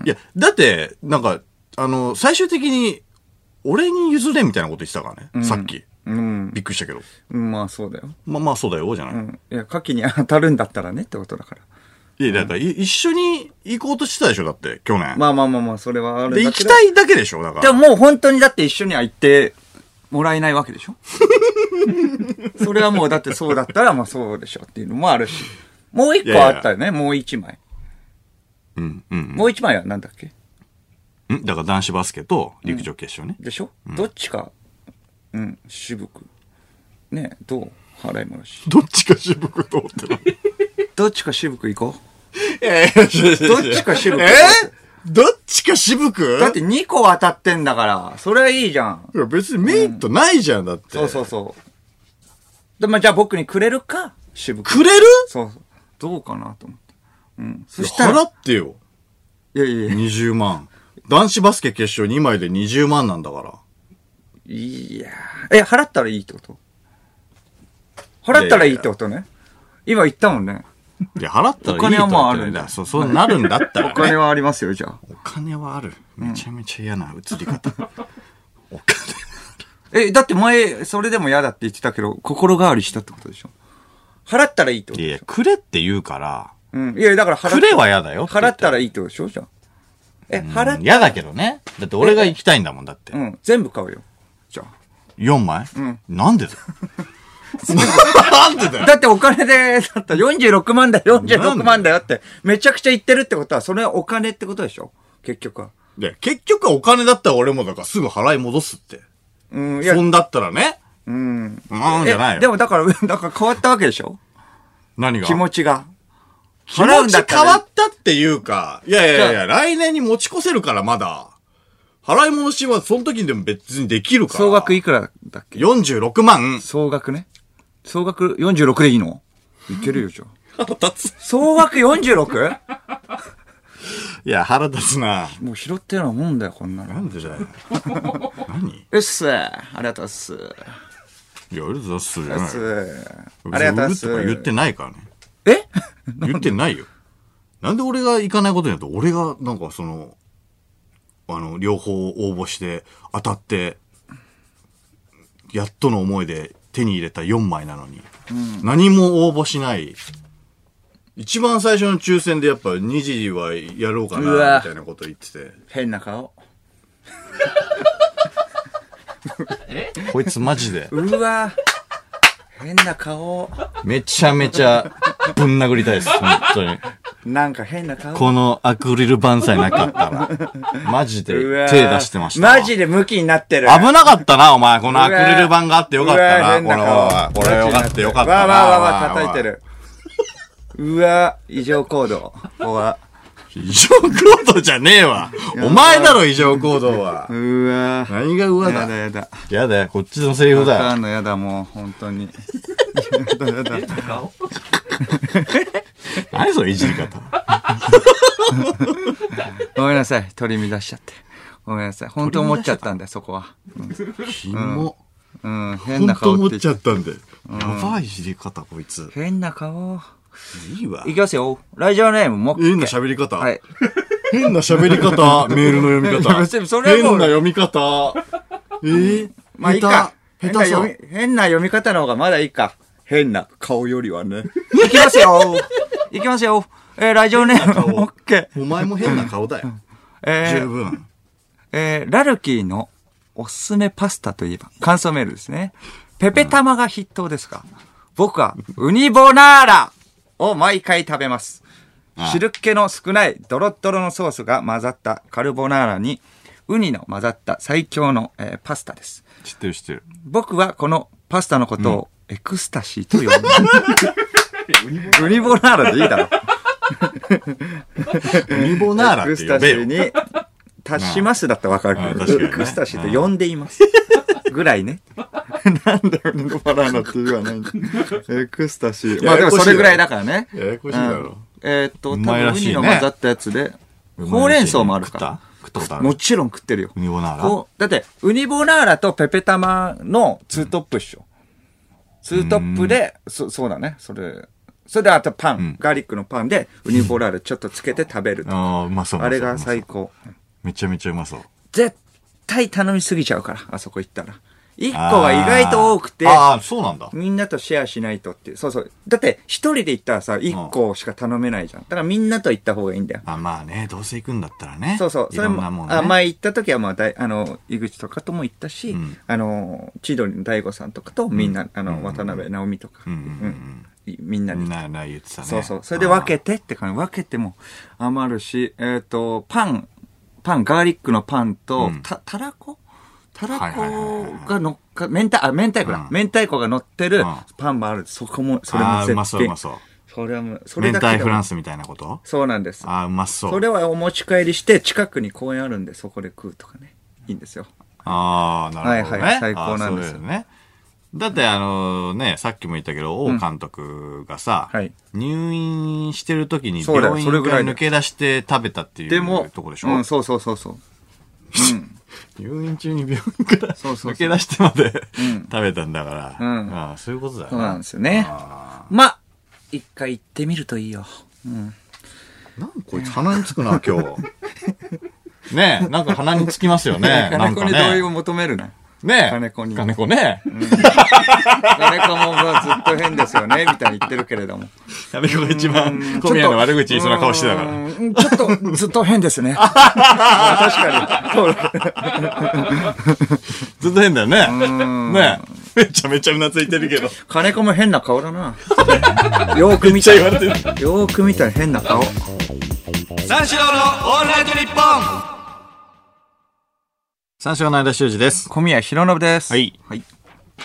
S1: や、だって、なんか、あの、最終的に、俺に譲れみたいなこと言ってたからね、さっき。
S2: うん。
S1: びっくりしたけど。
S2: うんまあそうだよ。
S1: まあまあ、そうだよ、じゃない。
S2: うん。いや、牡蠣に当たるんだったらねってことだから。
S1: いや、だから、い一緒に行こうとしてたでしょ、だって、去年。
S2: まあまあまあまあ、それはあるんだ
S1: で、
S2: けど。
S1: 行きたいだけでしょ、だか
S2: で
S1: ら。
S2: ももう本当にだって一緒には行ってもらえないわけでしょ それはもうだってそうだったらまあそうでしょっていうのもあるし。もう一個あったよね、もう一枚。
S1: うん、うん。
S2: もう一枚はなんだっけ
S1: うんだから、男子バスケと陸上決勝ね。
S2: でしょ、どっちか、うん、渋く。ねどう払い戻し。
S1: どっちか渋くと思って る。
S2: どっちか渋く行こ
S1: えー
S2: う。どっちか渋く
S1: え
S2: 行こう。
S1: ーどっちか渋く
S2: だって2個当たってんだから、それはいいじゃん。
S1: いや別にメリットないじゃん、だって。
S2: そうそうそう。で、まあ、じゃあ僕にくれるか、渋く。
S1: くれる
S2: そうそう。どうかなと思って。うん。そ
S1: そ
S2: したら、
S1: 払ってよ。
S2: いやいやいや
S1: 20万。男子バスケ決勝2枚で20万なんだから。
S2: いやーえ、払ったらいいってこと払ったらいいってことね。今言ったもんね。
S1: いや、払ったらいい
S2: お金はもうあるん
S1: と思っ
S2: だ
S1: てよそう、そうなるんだったら、ね。
S2: お金はありますよ、じゃあ。
S1: お金はある。めちゃめちゃ嫌な移り方。お金。
S2: え、だって前、それでも嫌だって言ってたけど、心変わりしたってことでしょ払ったらいいってこと
S1: いやいや、くれって言うから、
S2: うん。いや、だから払っ
S1: くれは嫌だよ。
S2: 払ったら
S1: いい。
S2: いいってことでしょじゃあ。え、
S1: うん
S2: 払っ、
S1: 嫌だけどね。だって俺が行きたいんだもん、だって
S2: う。ん、全部買うよ。じゃあ。
S1: 4枚
S2: ん
S1: なん でだよ。なんでだよ。
S2: だってお金で、だった46万だよ、46万だよって、めちゃくちゃ言ってるってことは、それはお金ってことでしょ結局は。
S1: で、結局はお金だったら俺もだからすぐ払い戻すって。
S2: うん、いや、
S1: そ
S2: うん
S1: だったらね。
S2: ん。
S1: うん、じゃない
S2: えで
S1: よ。
S2: もだから、 だから変わったわけでしょ
S1: 何が
S2: 気持ちが。
S1: 気持ち変わったっていうか、いやいやい
S2: じゃ
S1: や、来年に持ち越せるからまだ。払い戻しはその時にでも別にできるから。
S2: 総額いくらだっけ
S1: 46万。
S2: 総額ね。総額46でいいのいけるよ、じゃあ。
S1: 腹立つ。
S2: 総額 46?
S1: いや、腹立つな。
S2: もう拾ってるようなもんだよ、こんな
S1: な
S2: の。
S1: んでだよ。何いう
S2: っすありがとうっす
S1: や、ありがとうございます。じゃ
S2: うっ
S1: ない
S2: す
S1: よ
S2: ありがとうっ
S1: 売
S2: す
S1: るとか言ってないからね。
S2: え
S1: 言ってないよ。なんで俺が行かないことになると、俺がなんかその、あの、両方応募して、当たって、やっとの思いで手に入れた4枚なのに、何も応募しない。一番最初の抽選でやっぱ2時はやろうか
S2: うわ
S1: な、みたいなこと言ってて。
S2: 変な顔。
S1: こいつマジで、
S2: うわ変な顔。
S1: めちゃめちゃ、ぶん殴りたいです、本当に。
S2: なんか変な顔。
S1: このアクリル板さえなかったら、マジで
S2: うわー
S1: 手出してましたわ。
S2: マジでムキになってる。
S1: 危なかったな、お前。このアクリル板があってよかっ
S2: うわ
S1: た
S2: 変
S1: な。これ
S2: 顔
S1: は、これよかったよかったな。
S2: わーわーわーわー叩いてる。うわ、異常行動。ここは、
S1: 異常行動じゃねえわ。お前だろ、異常行動は。
S2: うわー
S1: 何が上
S2: や
S1: だ
S2: だやだ。
S1: やだよ、こっちのセリフ
S2: あ
S1: だ
S2: か
S1: よ。
S2: んのやだ、もう、本 当に。やだやだ。
S4: 顔
S1: 何そのいじり方。
S2: ごめんなさい、取り乱しちゃって。ごめんなさい。本当思っちゃったんだよ、そこは。
S1: キモ。
S2: うん、変
S1: 本
S2: な
S1: 当
S2: 顔
S1: 思
S2: っ
S1: ってちゃったんで。やばいいじり方、こいつ。
S2: 変な顔。
S1: いいわ
S2: い。きますよ。ラジオネーム、もっけ。
S1: 変な喋り方。
S2: はい。
S1: 変な喋り 方、メールの読み
S2: いや
S1: 方。
S2: 別にそれはも
S1: 変
S2: う
S1: な読み 方。えー、
S5: まあいいか。
S1: 下
S5: 変
S1: 手
S5: な
S1: 下手そ
S5: 読
S1: う。
S5: み、変な読み方の方がまだいいか。変な顔よりは ね。
S2: いきますよ。いきますよ。えー、ラジオネーム、もっけ。
S1: お前も変な顔だよ。
S2: えー
S1: 十分。
S2: えーラルキーのおすすめパスタといえば、感想メールですね。ペペ玉が筆頭ですが、僕はウニボナーラを毎回食べます。汁っ気の少ないドロッドロのソースが混ざったカルボナーラに、ウニの混ざった最強の、えーパスタです。
S1: 知ってる知ってる。
S2: 僕はこのパスタのことをエクスタシーと呼んでます。ウニボナーラでいいだろ。
S1: ウニボナーラ
S5: エク
S1: って
S5: スタ
S1: 呼
S5: シ
S1: べ
S5: ー
S1: よ。
S5: に、足しますだったらわかる
S1: ああ
S5: け
S1: 確か
S5: ど、
S1: にね
S5: エクスタシーって呼んでいます。ぐらいね。
S2: なんだよ、ウニボナーラって言わないんだ。エクスタシー。
S1: や
S2: まあでも
S1: やこしいだろ
S2: それぐらいだからね。
S1: ややこしいだろ。
S2: えーっと、多
S1: うまい
S2: 分
S1: ら
S2: ウ
S1: しい
S2: ニ
S1: ね
S2: の混ざったやつで、ほうれん草もあるから。
S1: 食った食ったことある
S2: もちろん食ってるよ
S1: ウ。ニボナーラ。
S2: こう、だって、ウニボナーラとペペ玉のツートップっしょ。ツートップで、そ、そうだね、それ。それであとパン、
S1: ん
S5: ガーリックのパンで、
S2: ウニボナーラちょっとつけて食べると。
S1: ああ、うまそう。
S2: あれが
S1: 最
S2: 最高。
S1: めちゃめちゃうまそう。
S2: 絶対頼みすぎちゃうから、あそこ行ったら。一個が意外と多くて、
S1: ああ、そうなんだ。
S2: みんなとシェアしないとっていう。そうそう。だって、一人で行ったらさ、一個しか頼めないじゃん。だからみんなと行った方がいいんだよ。
S1: あまあね、どうせ行くんだったらね。
S2: そうそう。
S1: い
S2: それ
S1: ろん
S2: も、
S1: なもんね。
S2: あ前行った時は、まあ、だいあの、井口とかとも行ったし、
S1: ん
S2: あの、千鳥の大悟さんとかと、みんな、あの、渡辺直美とか、
S1: うんうん
S2: いみんな
S1: うん。み
S2: に
S1: ん。な、な、言ってたね。
S2: そうそう。それで分けてって感じ。分けても余るし、えっ、と、パン、パン、ガーリックのパンと、
S1: うん
S2: た、たらこたら
S1: はいはいはいはいは
S2: こ
S1: い
S2: が乗っか、明太、あ、明太子だ。
S1: うん
S2: 明太子が乗ってる
S1: うん
S2: パンもある。そこも、それ
S1: あ
S2: も
S1: あー、
S2: 絶
S1: うま
S2: 品。
S1: そう、うまそう。
S2: それはもう、それ
S1: 明
S2: だけでも
S1: 太フランスみたいなこと
S2: そうなんです。
S1: ああ、うまそう。
S2: それはお持ち帰りして、近くに公園あるんで、そこで食うとかね。いいんですよ。
S1: ああ、なるほどね。
S2: はいはい最高なんです
S1: あーそうよね。だってあのね、さっきも言ったけど、王監督がさ、
S2: はい
S1: 入院してる時に
S2: そうだよ
S1: 病院
S2: それぐ
S1: から
S2: いだ
S1: 抜
S2: よ
S1: け出して食べたっていう
S2: でも、
S1: とこでしょ、
S2: うん、そうそうそうそう。
S1: 入院中に病院から
S2: そうそう
S1: 抜け出してまで、食べたんだから、
S2: うん
S1: ああそういうことだよ
S2: そうなん
S1: な
S2: ですよね。まあ、一回行ってみるといいよ。
S1: なんかこいつ鼻につく な、今日。ねえ、なんか鼻につきますよね。な
S2: 金
S1: ん
S2: 子
S1: か
S2: に同意を
S1: ね。
S2: 求めるな。
S1: ねえ。
S2: 金子に
S1: 金子ね。
S2: 金子もまあずっと変ですよね、みたいに言ってるけれども。
S1: 金子が一番 小宮の悪口言いそうな顔してたから。
S2: うんちょっとずっと変です ね。確かに。そうだ
S1: ずっと変だよね。ねえめちゃめちゃうなついてるけど。
S2: 金子も変な顔 だな。よーく見
S1: ち
S2: た
S1: ゃ
S2: ら
S1: 言われてる。
S2: よーく見たら変な顔。
S1: 三四郎のオールナイトニッポン三四郎の間修二です。
S2: 小宮弘信です。
S1: はい。
S2: はい。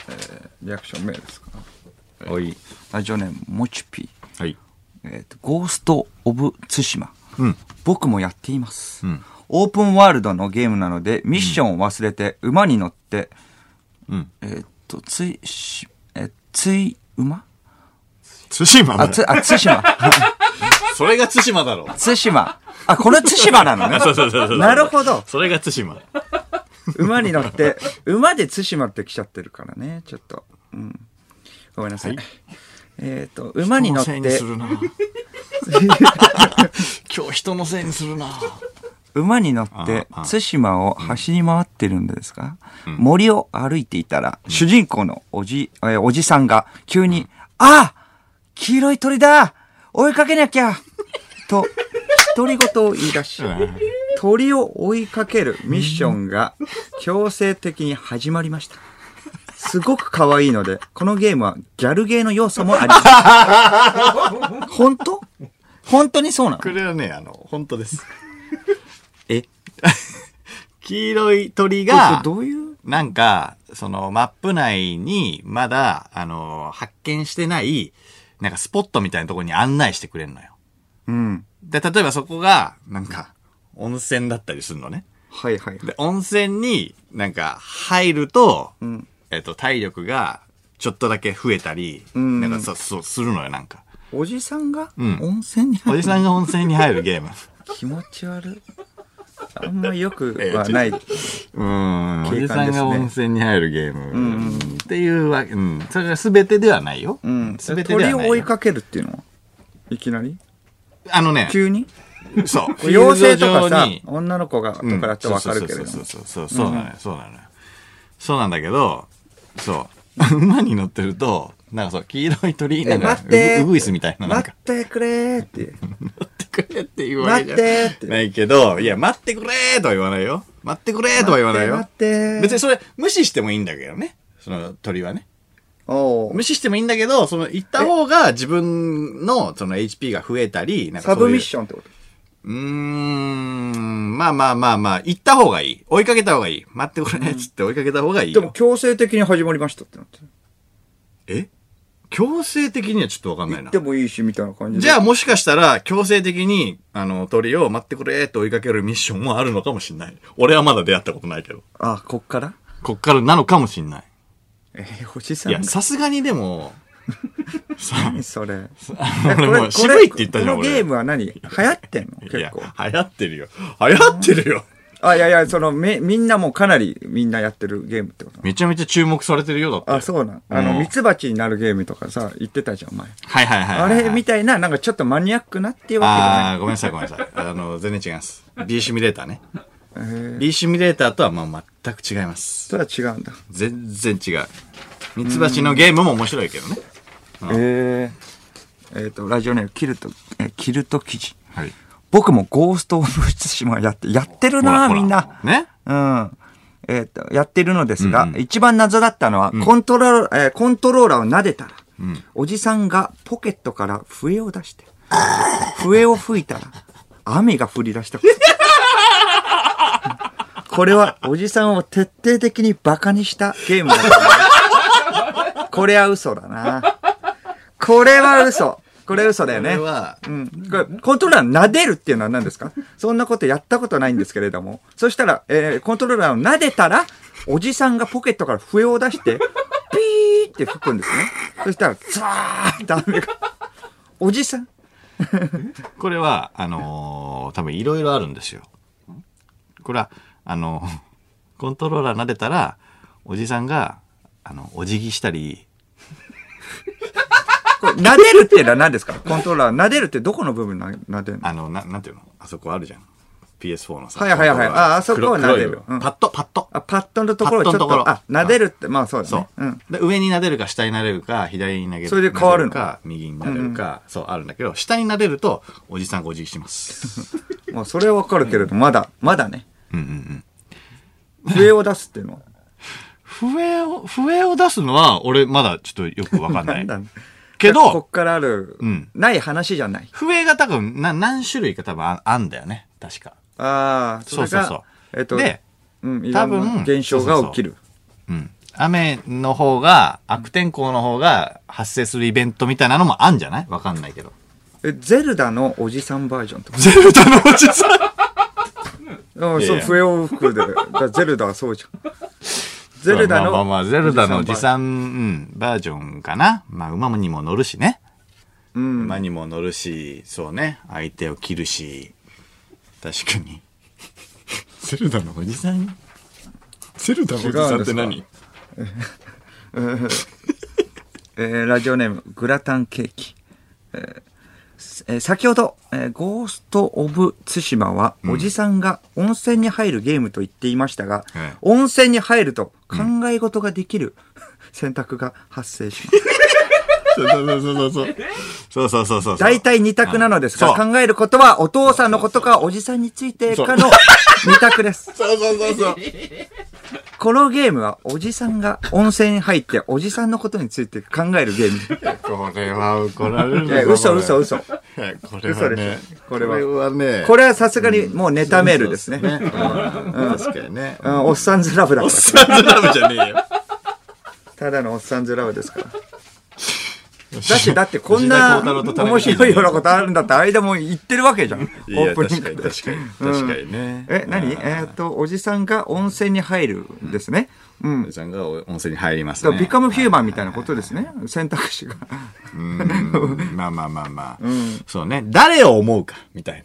S2: えーリアクションメールですか
S1: おい。
S2: ラジオネーム、もちぴ。
S1: はい。
S2: えーと、ゴースト・オブ・ツシマ。
S1: うん。
S2: 僕もやっています、
S1: ん
S2: オープンワールドのゲームなので、ミッションを忘れて、馬に乗って、
S1: うん。
S2: えーっと、つい、し、えー、つい、馬
S1: 対馬
S2: あ、
S1: だよ
S2: つ、あ、対馬。
S1: それが対馬だろ。
S2: 対馬。あ、これ対馬なの ね。
S1: そうそうそうそう。
S2: なるほど。
S1: それが対馬。
S2: 馬に乗って、馬で対馬って来ちゃってるからね、ちょっと。うん。ごめんなさい。
S1: はい
S2: えーっと、馬に乗って、
S1: 人のせいにするな今日人のせいにするな
S2: 馬に乗って
S1: ああ
S2: 対馬を走り回ってるんですが、森を歩いていたら、主人公のおじ、えーおじさんが急に、ああ黄色い鳥だ追いかけなきゃと、独り言を言い出し、鳥を追いかけるミッションが強制的に始まりました。すごく可愛いので、このゲームはギャルゲーの要素もあり ます。本当本当にそうなの
S1: これはね、あの、本当です。
S2: え
S1: 黄色い鳥が、
S2: どういう
S1: なんか、そのマップ内にまだ、あの、発見してない、なんかスポットみたいなところに案内してくれるのよ。
S2: う
S6: うん。
S1: で、例えばそこが、なんか、温泉だったりするのね。
S6: はいはいはい。
S1: で、温泉になんか入ると、
S6: ん
S1: えっと、体力がちょっとだけ増えたり、
S6: ん
S1: なんかそう、そう、するのよ、なんか。
S6: おじさんが
S1: ん
S6: 温泉に
S1: お
S6: 入
S1: じ
S6: る、
S1: さんが温泉に入るゲーム。
S6: 気持ち悪い。あんま良く はない。
S1: うん。
S6: 景観
S1: お
S6: ですね
S1: じさんが温泉に入るゲーム。っていうわけ、うん。それが全てではないよ。
S6: うん。
S1: 全てでは
S6: 鳥を
S1: ない
S6: 追い
S1: よ。
S6: かけるっていうのはいきなり
S1: あのね、
S6: 急に
S1: そう。フィールド
S6: 妖精とか
S1: 上
S6: さ
S1: に、
S6: 女の子がとかだってわかるけれど
S1: そ
S6: も
S1: う。そうそうそうそうそうなのよ、そうなのよそうなんだけどそう 馬に乗ってるとなんかそう黄色い鳥なんか
S6: 待って
S1: うウグイスみたいななん
S6: 待
S1: か
S6: ってくれーって。
S1: 待ってくれって言うわけじゃ
S6: 待ってって
S1: ないけどいや待ってくれーとは言わないよ待ってくれーとは言わないよ
S6: 待って
S1: 別にそれ無視してもいいんだけどねその鳥はね
S6: おう
S1: 無視してもいいんだけどその行った方が自分のその HP が増えたりなんか
S6: サ
S1: そ
S6: ブ
S1: ういう
S6: ミッションってこと
S1: うーん、まあまあまあまあ、行った方がいい。追いかけた方がいい。待ってこれ、つって追いかけた方がいい
S6: で
S1: よ。
S6: も強制的に始まりましたってなってる。
S1: え強制的にはちょっとわかんない
S6: 行
S1: な
S6: って。もいいしみたいな感じで。
S1: じゃあもしかしたら、強制的に、あの、鳥を待ってくれって追いかけるミッションもあるのかもしんない。俺はまだ出会ったことないけど。
S6: あ、こっから
S1: こっからなのかもしんない。
S6: えー、星さ
S1: い
S6: ん
S1: や、さすがにで も、さ、
S6: 何それ。
S1: 俺もう渋いって言ったじゃん、
S6: このゲ
S1: 俺。
S6: ームは何流行ってんの
S1: い
S6: 結
S1: や、
S6: 構。
S1: 流行ってるよ。流行ってるよ。
S6: あ、いやいや、その、め、みんなもうかなりみんなやってるゲームってこと
S1: めちゃめちゃ注目されてるようだったよ。
S6: あ、そうなん。あの、
S1: うん
S6: ミツバチになるゲームとかさ、言ってたじゃん、お前。
S1: はいはいはい
S6: あ
S1: はいはい。
S6: れみたいな、なんかちょっとマニアックなっていう
S1: ああ
S6: わ
S1: ー、ごめんなさい、ごめんなさい。あの、全然違います。B シミュレーターね。
S6: けじゃない。えー
S1: B シミュレーターとはまあ全く違います。
S6: それは違うんだ。
S1: 全然違う。ミツバチのゲームも面白いけどね。
S6: え
S2: えっ、と、ラジオネーム、キルト、えーキルト記事。
S1: はい。
S2: 僕もゴースト・オブ・フツシマやって、やってる
S1: ほら
S2: な
S1: ほら
S2: みんな。
S1: ね
S2: うん。えっ、と、やってるのですが、
S1: うんう
S2: 一番謎だったのは、コントローラー、えーコントローラーを撫でたら、おじさんがポケットから笛を出して、笛を吹いたら、雨が降り出したこと。これは、おじさんを徹底的にバカにしたゲームだと思いますこれは嘘だな。これは嘘。これ嘘だよ
S1: こ
S2: ね。
S1: れは、
S2: うん。これコントローラー撫でるっていうのは何ですかそんなことやったことないんですけれども。そしたら、えーコントローラーを撫でたら、おじさんがポケットから笛を出して、ピーって吹くんですね。そしたら、ザーッと雨が。おじさん
S1: これは、あのー多分いろいろあるんですよ。これは、あのーコントローラー撫でたら、おじさんが、あの、お辞儀したり、
S2: これ撫でるっていうのは何ですかコントローラー、撫でるってどこの部分な撫でるの
S1: あの、な、なんていうのあそこあるじゃん。PS4 のさ。
S2: はいはいはいはい
S1: コントローラー
S2: ああそこを撫でる
S1: 黒い黒い部分
S2: うん
S1: パッと、パッと。
S2: あ、パッドのところをちょっ
S1: パッドのと
S2: と、
S1: ころ
S2: あ、撫でるって、まあそうだ
S1: そ
S2: ね。
S1: う、
S2: うん。
S1: で上に撫でるか下に撫でるか左に投げる
S2: それで変わるの
S1: 撫でか右に撫でるか、そうあるんだけど下に撫でるとおじさんがお辞儀します
S2: まあそれはわかるけれど、まだ、まだね。
S1: うんうんうん
S2: 笛を出すっていうのは。
S1: 笛を笛を出すのは俺まだちょっとよくわかんない
S2: なんだ
S1: け
S2: こ
S1: ど
S2: っからある、
S1: うん
S2: ない話じゃない。
S1: 笛が多分な何種類か多分ああんだよね確か
S2: ああ、そ
S1: そう
S2: れ
S1: そう
S2: が、
S1: そう
S2: えっと、
S1: で
S2: うん、い
S1: 多
S2: ろ
S1: 分
S2: んな現象が起きる。
S1: うん雨の方が悪天候の方が発生するイベントみたいなのもあんじゃないわかんない けど
S2: え、ゼルダのおじさんバージョンとか。
S1: ゼルダのおじさん
S2: う
S1: い
S2: ん、
S1: や
S2: そう、笛を吹くで。だからゼルダはそうじゃん。ゼルダ
S1: まあ
S2: の、
S1: まあまあ、ゼルダのおじ
S2: ん。
S1: さん、うん、バージョンかな。まあ、馬にも乗るしね。
S2: うん。
S1: 馬にも乗るし、そうね、相手を切るし、確かに。 ゼルダのおじさんゼルダのおじさんって
S2: 違うん
S1: 何
S2: えーラジオネーム、グラタンケーキ。えーすえー先ほど、えーゴースト・オブ・ツシマは、おじさんが温泉に入るゲームと言っていましたが、
S1: ええ
S2: 温泉に入ると考え事ができる、 選択が発生します。
S1: そうそうそうそう。そうそうそうそう。
S2: 大体二択なのですが、
S1: そう
S2: 考えることはお父さんのことかおじさんについてかの 二択です。
S1: そうそうそうそう。
S2: このゲームはおじさんが温泉に入っておじさんのことについて考えるゲーム。
S1: これは怒られる
S2: いや嘘嘘嘘
S1: これこれはね
S2: 嘘でしょこれは
S1: ね
S2: これはさすがにもう妬めるですね。
S1: そうそうそうね確かにね。
S2: うんおっさんずラブだ
S1: お
S2: か
S1: っ
S2: ら。
S1: さんズラブじゃねえよ。
S2: ただのおっさんずラブですから。
S1: う
S2: だって、 だってこんな
S1: 吉田鋼太郎と田中
S2: 面白いようなことあるんだって、間も言ってるわけじゃん。オ
S1: いや
S2: ープニ
S1: 確
S2: ン
S1: か
S2: グ
S1: に
S2: で。
S1: 確かに確かにね、
S2: え、何えーっと、おじさんが温泉に入るですね。うん。
S1: おじさんが温泉に入ります
S2: だか
S1: ね
S2: らビカムヒューマンみたいなことですね。選択肢が。
S1: うんまあまあまあまあ、そうね誰を思うかみたい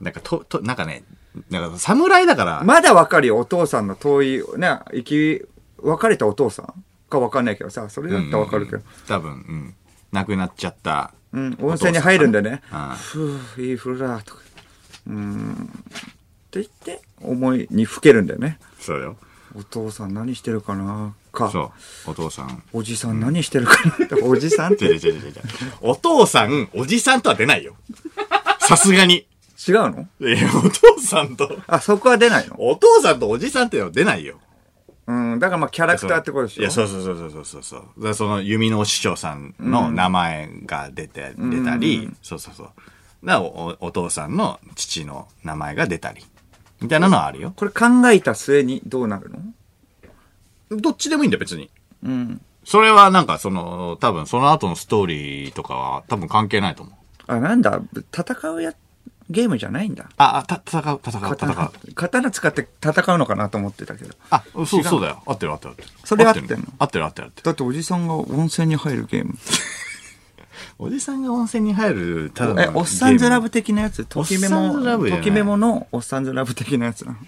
S1: ななんかととなんかねなんか侍だから、
S2: まだわかるよ、お父さんの遠い、ね、生き、別れたお父さんかわかんないけどさ、それだったらわかるけど。
S1: 多分、うん、亡くなっちゃった、
S2: うん、温泉に入るんでね。
S1: あ
S2: ふう、いい風呂だ、とか。うーん。って言って、思いにふけるんだよね。
S1: そうだよ
S2: お父さん何してるかなか。
S1: そうお父さん
S2: おじさん何してるか なって、おじさんっ
S1: 違
S2: て
S1: う違う違う違うお父さんおじさんとは出ないよさすがに
S2: 違うの
S1: いやお父さんと
S2: あ、そこは出ないの
S1: お父さんとおじさんってのは出ないよ
S2: うん、だからまあキャラクターってことでしょ
S1: いや、そうそうそうそうそうそう。だからその弓の師匠さんの名前が出て、出たり、そうそうそう。だからおおお父さんの父の名前が出たり。みたいなのはあるよ。
S2: これ考えた末にどうなるの
S1: どっちでもいいんだよ、別に。
S2: うん。
S1: それはなんかその、多分その後のストーリーとかは多分関係ないと思う。
S2: あ、なんだ、戦うや、ゲームじゃないんだ。
S1: あ、あた戦う、戦う、戦う
S2: 刀。刀使って戦うのかなと思ってたけど。
S1: あ、そう、そうだよ。合ってる合ってる合ってる。
S2: それ合ってんの
S1: 合ってる合ってる合ってる。
S2: だっておじさんが温泉に入るゲーム。
S1: おじさんが温泉に入る、ただの
S2: え、おっさんずラブ的なやつときメ
S1: おっさんずラブ
S2: モ、
S1: じゃ
S2: と
S1: ない
S2: きメモのおっさんずラブ的なやつなの。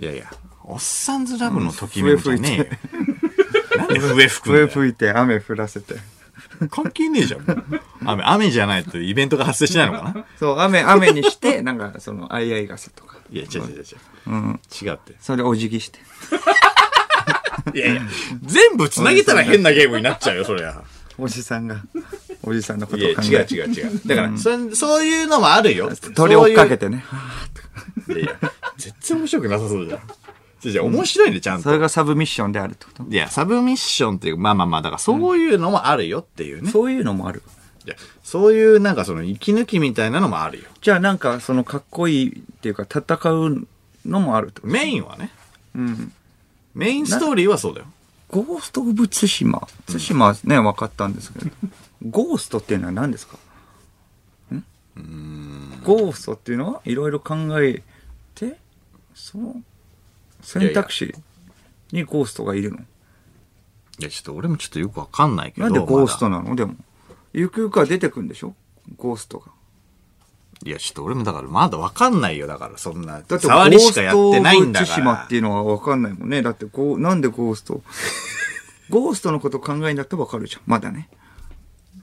S1: いやいや、おっさんずラブのときめきじゃねえよ。なんで笛吹くんだ
S2: 笛
S1: よ
S2: 吹いて雨降らせて。
S1: 関係ねえじゃん。もう雨、雨じゃないとイベントが発生しないのかな
S2: そう、雨、雨に して、なんかその、あいあい傘とか。
S1: いや、違う違う違う。違うって。
S2: それお辞儀して。
S1: いやいや、全部繋げたら変なゲームになっちゃうよ、そりゃ。
S2: おじさんが、おじさんのこ
S1: い
S2: と
S1: や、
S2: を
S1: 違
S2: 考
S1: う
S2: えて。
S1: 違う違う。だから、そそういうのもあるよ。
S2: 鳥追っかけ
S1: て。
S2: てね。
S1: いやいや、全然面白くなさそうじゃん。じゃじゃ面白いね、ちゃん
S2: そ
S1: と。
S2: れがサブミッションであるってこと
S1: いや、サブミッションっていうか、まあまあまあ、だからそういうのもあるよっていうね。
S2: そういうのもある。
S1: いやそういう、なんかその、息抜きみたいなのもあるよ。
S2: じゃあなんかそのかっこいいっていうか戦うのもあるってこと
S1: メインはね。
S2: うん。
S1: メインストーリーはそうだよ。
S2: ゴースト・オブ・ツシマ。ツシマはね、分かったんですけど。ゴーストっていうのは何ですかんゴーストっていうのはいろいろ考えて、その選択肢にゴーストがいるの。
S1: いや、ちょっと俺もちょっとよくわかんないけど。
S2: なんでゴースト
S1: まだ
S2: なのでも。ゆくゆくは出てくんでしょゴーストが。
S1: いや、ちょっと俺もだからまだわかんないよ。だからそんな。
S2: だって
S1: 触りしかやってないんだ
S2: ゴースト・オブ・ツシ
S1: か
S2: マ
S1: ら。
S2: っていうのは分かんないもんね。だって ゴー、なんでゴーストゴーストのこと考えんだったら分かるじゃん。まだね。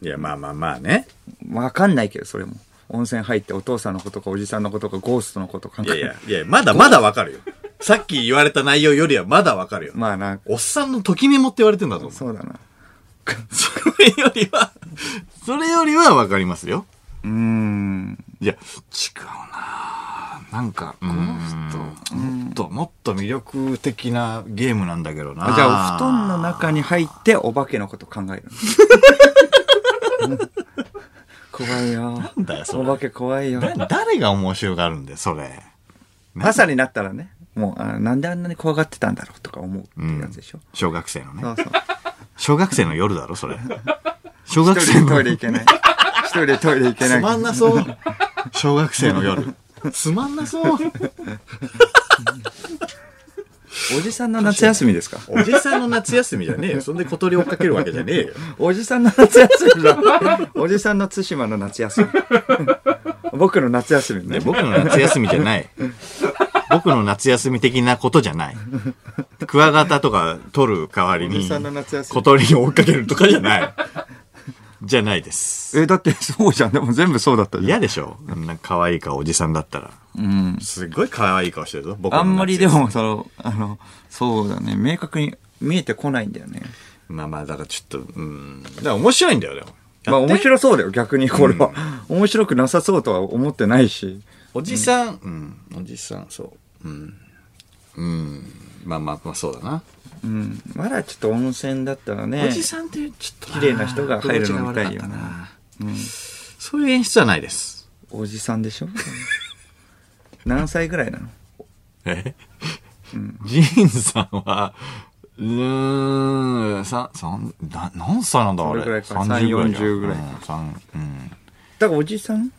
S1: いや、まあまあまあね。
S2: 分かんないけど、それも。温泉入ってお父さんのことかおじさんのことかゴーストのこと考え
S1: いやいや、いや、まだまだわか るよ。さっき言われた内容よりはまだわかるよ。
S2: まあな、
S1: おっさんのときメモって言われてんだぞ。そ
S2: そうだな。
S1: れよりは、それよりはわかりますよ。
S2: うーん。
S1: いや、違うなぁなんか、ゴースト、もっと、もっと魅力的なゲームなんだけどな
S2: あじゃあ、お布団の中に入ってお化けのこと考えるのうん怖いよ。
S1: なんだよそれ
S2: お化け怖いよ。
S1: だ誰が面白がるんだよ、それ。
S2: 朝になったらね、もうあ、なんであんなに怖がってたんだろうとか思うっていうやつでしょ。
S1: 小学生のね
S2: そ。うそう。
S1: 小学生の夜だろ、それ。小学
S2: 一
S1: 生
S2: 人でト
S1: の
S2: イレ行けない。一人でトイレ行け
S1: つ
S2: ない。
S1: まんなそう。小学生の夜。つまんなそう。
S2: おじさんの夏休みですか
S1: おじさんの夏休みじゃねえよ。そんで小鳥追っかけるわけじゃねえよ。
S2: おじさんの夏休みだ。おじさんの対馬の夏休み。僕の夏休み
S1: ね、
S2: ね。
S1: 僕の夏休みじゃない。僕の夏休み的なことじゃない。クワガタとか取る代わり
S2: お
S1: に
S2: じさんの夏、休
S1: 小
S2: み
S1: 鳥を追っかけるとかじゃない。じゃないです。
S2: え、だって そうじゃん。でも全部そうだったじゃん。
S1: 嫌でしょあんな可愛い顔、おじさんだったら。
S2: うん。
S1: すっごい可愛い顔してるぞ、僕の夏休み
S2: あんまりでも、その、あの、そうだね。明確に見えてこないんだよね。
S1: まあまあ、だからちょっと、うん。だから面白いんだよ、でも。
S2: まあ面白そうだよ、逆にこれは。面白くなさそうとは思ってないし。
S1: おじさん、うん、おじさん、そう。うん。うん。まあまあ、まあそうだな。
S2: うん。まだちょっと温泉だったらね。
S1: おじさんってちょっとな。
S2: 綺麗な人が入るの見たい
S1: アプロ
S2: よな
S1: ーチが悪かったな。そういう演出はないです。
S2: おじさんでしょ何歳ぐらいなの
S1: えジーンさんは、うーん、さ、さん、な、何歳なんだ、あれ。
S2: それぐらいか
S1: 30
S2: 40ぐら
S1: う
S2: い
S1: ん、三うん。
S2: だからおじさん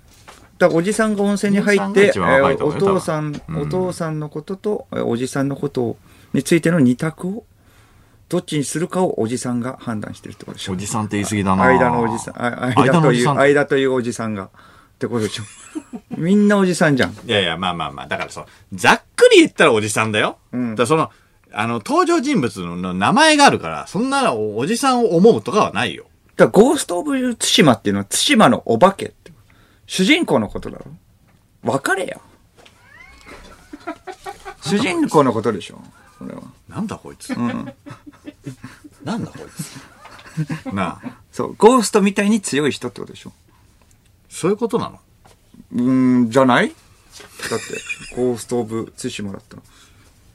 S2: だからおじさんが温泉に入って
S1: おじ、さんが一番若いと
S2: お
S1: 思うよ
S2: 父さん、
S1: 多分う
S2: お
S1: ん
S2: 父さんのことと、えーおじさんのことについての二択を、どっちにするかをおじさんが判断してるってことでしょ
S1: お。じさんって言い過ぎだな
S2: 間のおじさん、あ間
S1: 間の
S2: と
S1: お
S2: い
S1: じ
S2: う、
S1: さん。い
S2: 間というおじさんが。ってことでしょ。みんなおじさんじゃん。
S1: やいや、まあまあまあ。だからそう、ざっくり言ったらおじさんだよ。
S2: ん
S1: だからその、あの、登場人物の名前があるから、そんなおおじさんを思うとかはないよ。
S2: だからゴースト・オブ・ツシマっていうのは、ツシマのお化けって。主人公のことだろ別れや。主人公のことでしょそれは。
S1: なんだこいつ。 なんだこいつ。なあ、
S2: そう、ゴーストみたいに強い人ってことでしょ
S1: そういうことなの
S2: うーん、じゃないだって、ゴースト・オブ・ツシマだったら。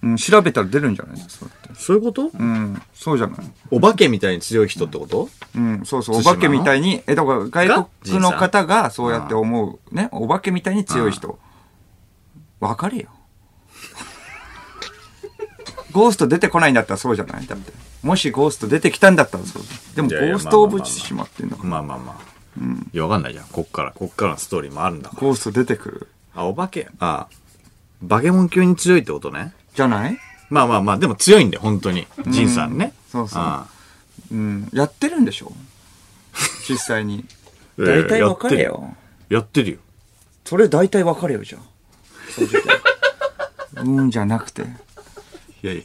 S2: うん、調べたら出るんじゃないそうだって。
S1: そういうこと、
S2: うん、そうじゃない
S1: お化けみたいに強い人ってこと
S2: うん、そうそう、お
S1: 対馬
S2: 化
S1: の
S2: けみたいに、え、だから外国の方がそうやって思う、ね、お化けみたいに強い人。わかるよ。 ゴースト出てこないんだったらそうじゃないだって。もしゴースト出てきたんだったらそう。でも
S1: い
S2: ゴ
S1: やいや
S2: ーストオブチシマってんだから。
S1: まあまあまあ。いや、わかんないじゃん。こっから、こっからのストーリーもあるんだから。
S2: ゴースト出てくる。
S1: あ、お化け。ああバケモン級に強いってことね。
S2: じゃない
S1: まあまあまあ、でも強いんで、本当に。ジンさんね。
S2: そうそう
S1: ああ
S2: うん。やってるんでしょ実際に。
S1: いやいや
S2: 大体わかれよ。
S1: やってるよ。
S2: それ大体わかるよ、じゃあ。正 直。うんじゃなくて。
S1: いやいや。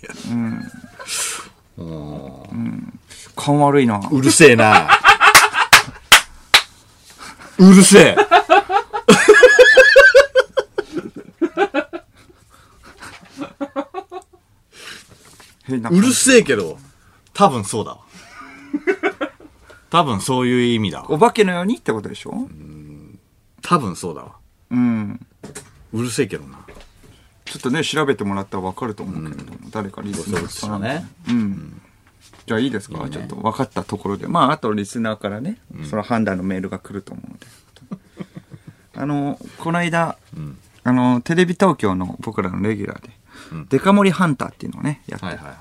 S2: 勘悪いな。
S1: うるせえな。うるせえ。
S2: 変な
S1: う
S2: 勘
S1: るせえけど、多分そうだわ。多分そういう意味だわ。
S2: お化けのようにってことでしょ
S1: 多分そうだわ。
S2: うん。
S1: うるせえけどな。
S2: ちょっとね、調べてもらったらわかると思うけれども、誰かリスナーから。。うん。じゃあいいですかちょっと分かったところで。まあ、あとリスナーからね、その判断のメールが来ると思うので。あの、この間、あの、テレビ東京の僕らのレギュラーで、デカ盛りハンターっていうのをね、やって
S1: はいはいはい。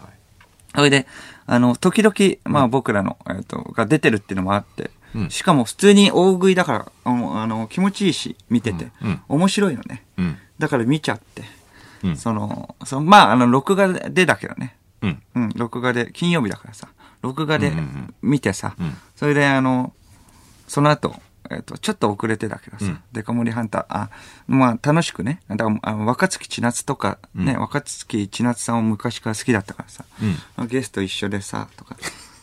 S2: それで、あの、時々、まあ僕らの、えっと、が出てるっていうのもあって、
S1: うん
S2: しかも普通に大食いだから、あの、あの気持ちいいし、見てて、
S1: うんうん
S2: 面白いのね。
S1: うん。
S2: だから見ちゃって、
S1: うん
S2: その、そのまあ、あの、録画でだけどね。
S1: うん。
S2: うん、録画で、金曜日だからさ、録画で
S1: うんうんうん
S2: 見てさ、
S1: うん
S2: それであの、その後、えっと、ちょっと遅れてだけどさ、
S1: うん
S2: デカ盛りハンター、あ、まあ楽しくね、だからあの若月千夏とか、ね、若月千夏さんを昔から好きだったからさ、ゲスト一緒でさ、とか、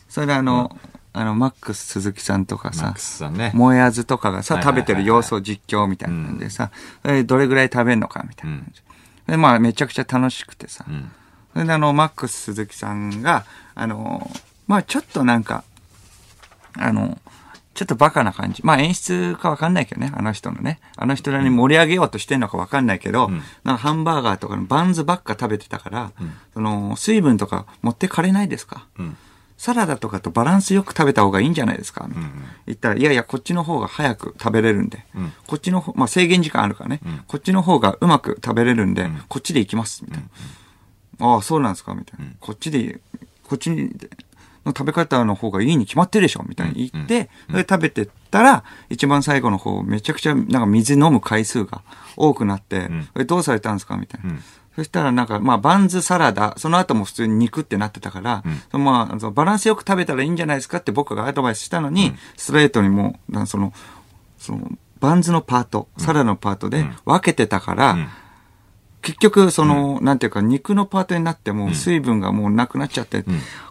S2: それであの、あの、マックス鈴木さんと
S1: マ
S2: か
S1: ッ
S2: さ
S1: ク、スさんね。
S2: モエアズとかがさ、
S1: はいはい
S2: 食
S1: はいは
S2: べ
S1: い
S2: てる様子を実況みたいなんでさ、えーどれぐらい食べんのかみたいな感じ。で、まあ、めちゃくちゃ楽しくてさ。
S1: ん
S2: それで、あの、マックス鈴木さんが、あのー、まあ、ちょっとなんか、あの、ちょっとバカな感じ。まあ演出かわかんないけどね、あの人のね。あの人らに盛り上げようとしてんのかわかんないけど、なんかハンバーガーとかのバンズばっか食べてたから、その、水分とか持ってかれないですか、
S1: ん
S2: サラダとかとバランスよく食べた方がいいんじゃないですかみたいな。言ったら、いやいや、こっちの方が早く食べれるんで、こっちの方、まあ制限時間あるからね、こっちの方がうまく食べれるんで、こっちで行きます、みたいな。ああ、そうなんですかみたいな。こっちで、こっちの食べ方の方がいいに決まってるでしょみたいに言って、それで食べてったら、一番最後の方、めちゃくちゃ、なんか水飲む回数が多くなって、それどうされたんですかみたいな。そしたらなんか、まあ、バンズサラダ、その後も普通に肉ってなってたから、そのまあ、そのバランスよく食べたらいいんじゃないですかって僕がアドバイスしたのに、ストレートにもう、なんかその、その、バンズのパート、サラダのパートで分けてたから、結局、その、なんていうか、肉のパートになっても、水分がもうなくなっちゃって、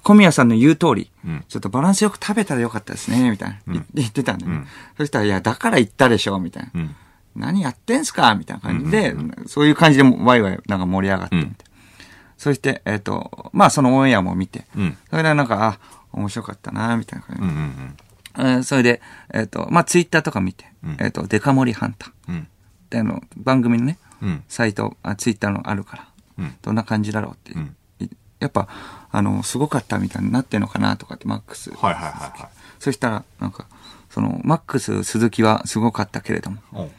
S2: 小宮さんの言う通り、ちょっとバランスよく食べたらよかったですね、みたいな、い言ってたんだよね。そしたら、いや、だから言ったでしょ、みたいな。
S1: ん
S2: 何やってんすかみたいな感じで、そういう感じでもワイワイなんか盛り上がってみたいなそして、えっ、と、まあそのオンエアも見て、
S1: うん
S2: それでなんか、あ、面白かったな、みたいな感じで
S1: うんうん
S2: えーそれで、えっ、と、まあ、ツイッターとか見て、えっ、と、デカ盛りハンター。
S1: うん
S2: で、あの、番組のね、
S1: うん
S2: サイト、あツイッターのあるから、
S1: うん
S2: どんな感じだろうって、
S1: ん
S2: いやっぱ、あの、すごかったみたいになってんのかなとかって、マックス。
S1: うん。はいはいは
S2: そしたら、なんか、その、マックス鈴木はすごかったけれども、
S1: いはい。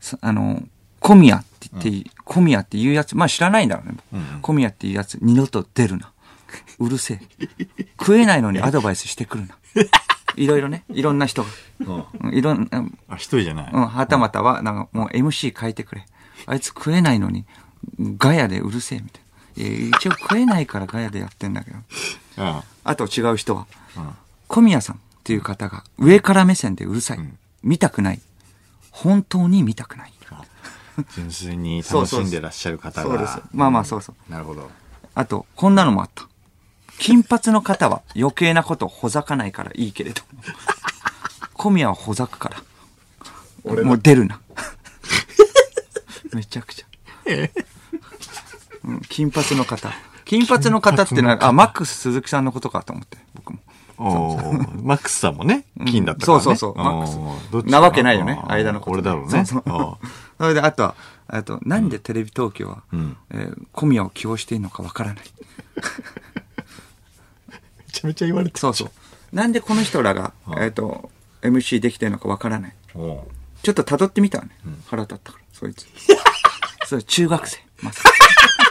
S2: そあの、小宮って言って、小宮っていうやつ、まあ知らないんだろうね。
S1: うんうん
S2: 小宮っていうやつ、二度と出るな。 うるせえ。食えないのにアドバイスしてく るな。いろいろね、いろんな人が。
S1: うん
S2: うんいろんな、うん
S1: あ、一人じゃない。
S2: うん、はたまたは、なんかもう MC 変えてくれ。あいつ食えないのに、ガヤでうるせえみたいな。いや一応食えないからガヤでやってんだけど。
S1: うん
S2: あと違う人は、小宮さんっていう方が上から目線でうるさい。見たくない。本当に見たくない。
S1: 純粋に楽しんでらっしゃる方が。
S7: そうです
S2: まあまあそうそう。
S1: なるほど。
S2: あと、こんなのもあった。金髪の方は余計なことをほざかないからいいけれども。小宮はほざくから。もう出るな。めちゃくちゃ。うん金髪の方。金髪の方ってな、あ、マックス鈴木さんのことかと思って、僕も。
S1: おーマックスさんもね、金だったから、ね。
S2: そうそうそうマックス
S1: おーどっち
S2: なわけないよね、間のこと。
S1: 俺だろうね。
S2: そうそう
S1: お
S2: それで、あとは、あと、なんでテレビ東京は、
S1: ん
S2: えー小宮を起用しているのかわからない。
S1: ーめちゃめちゃ言われて
S2: そうそう。なんでこの人らが、えっ、と、MC できてるのかわからない。
S1: う。お
S2: ちょっと辿ってみたわね。腹立ったから、そいつ。 それ中学生。まさか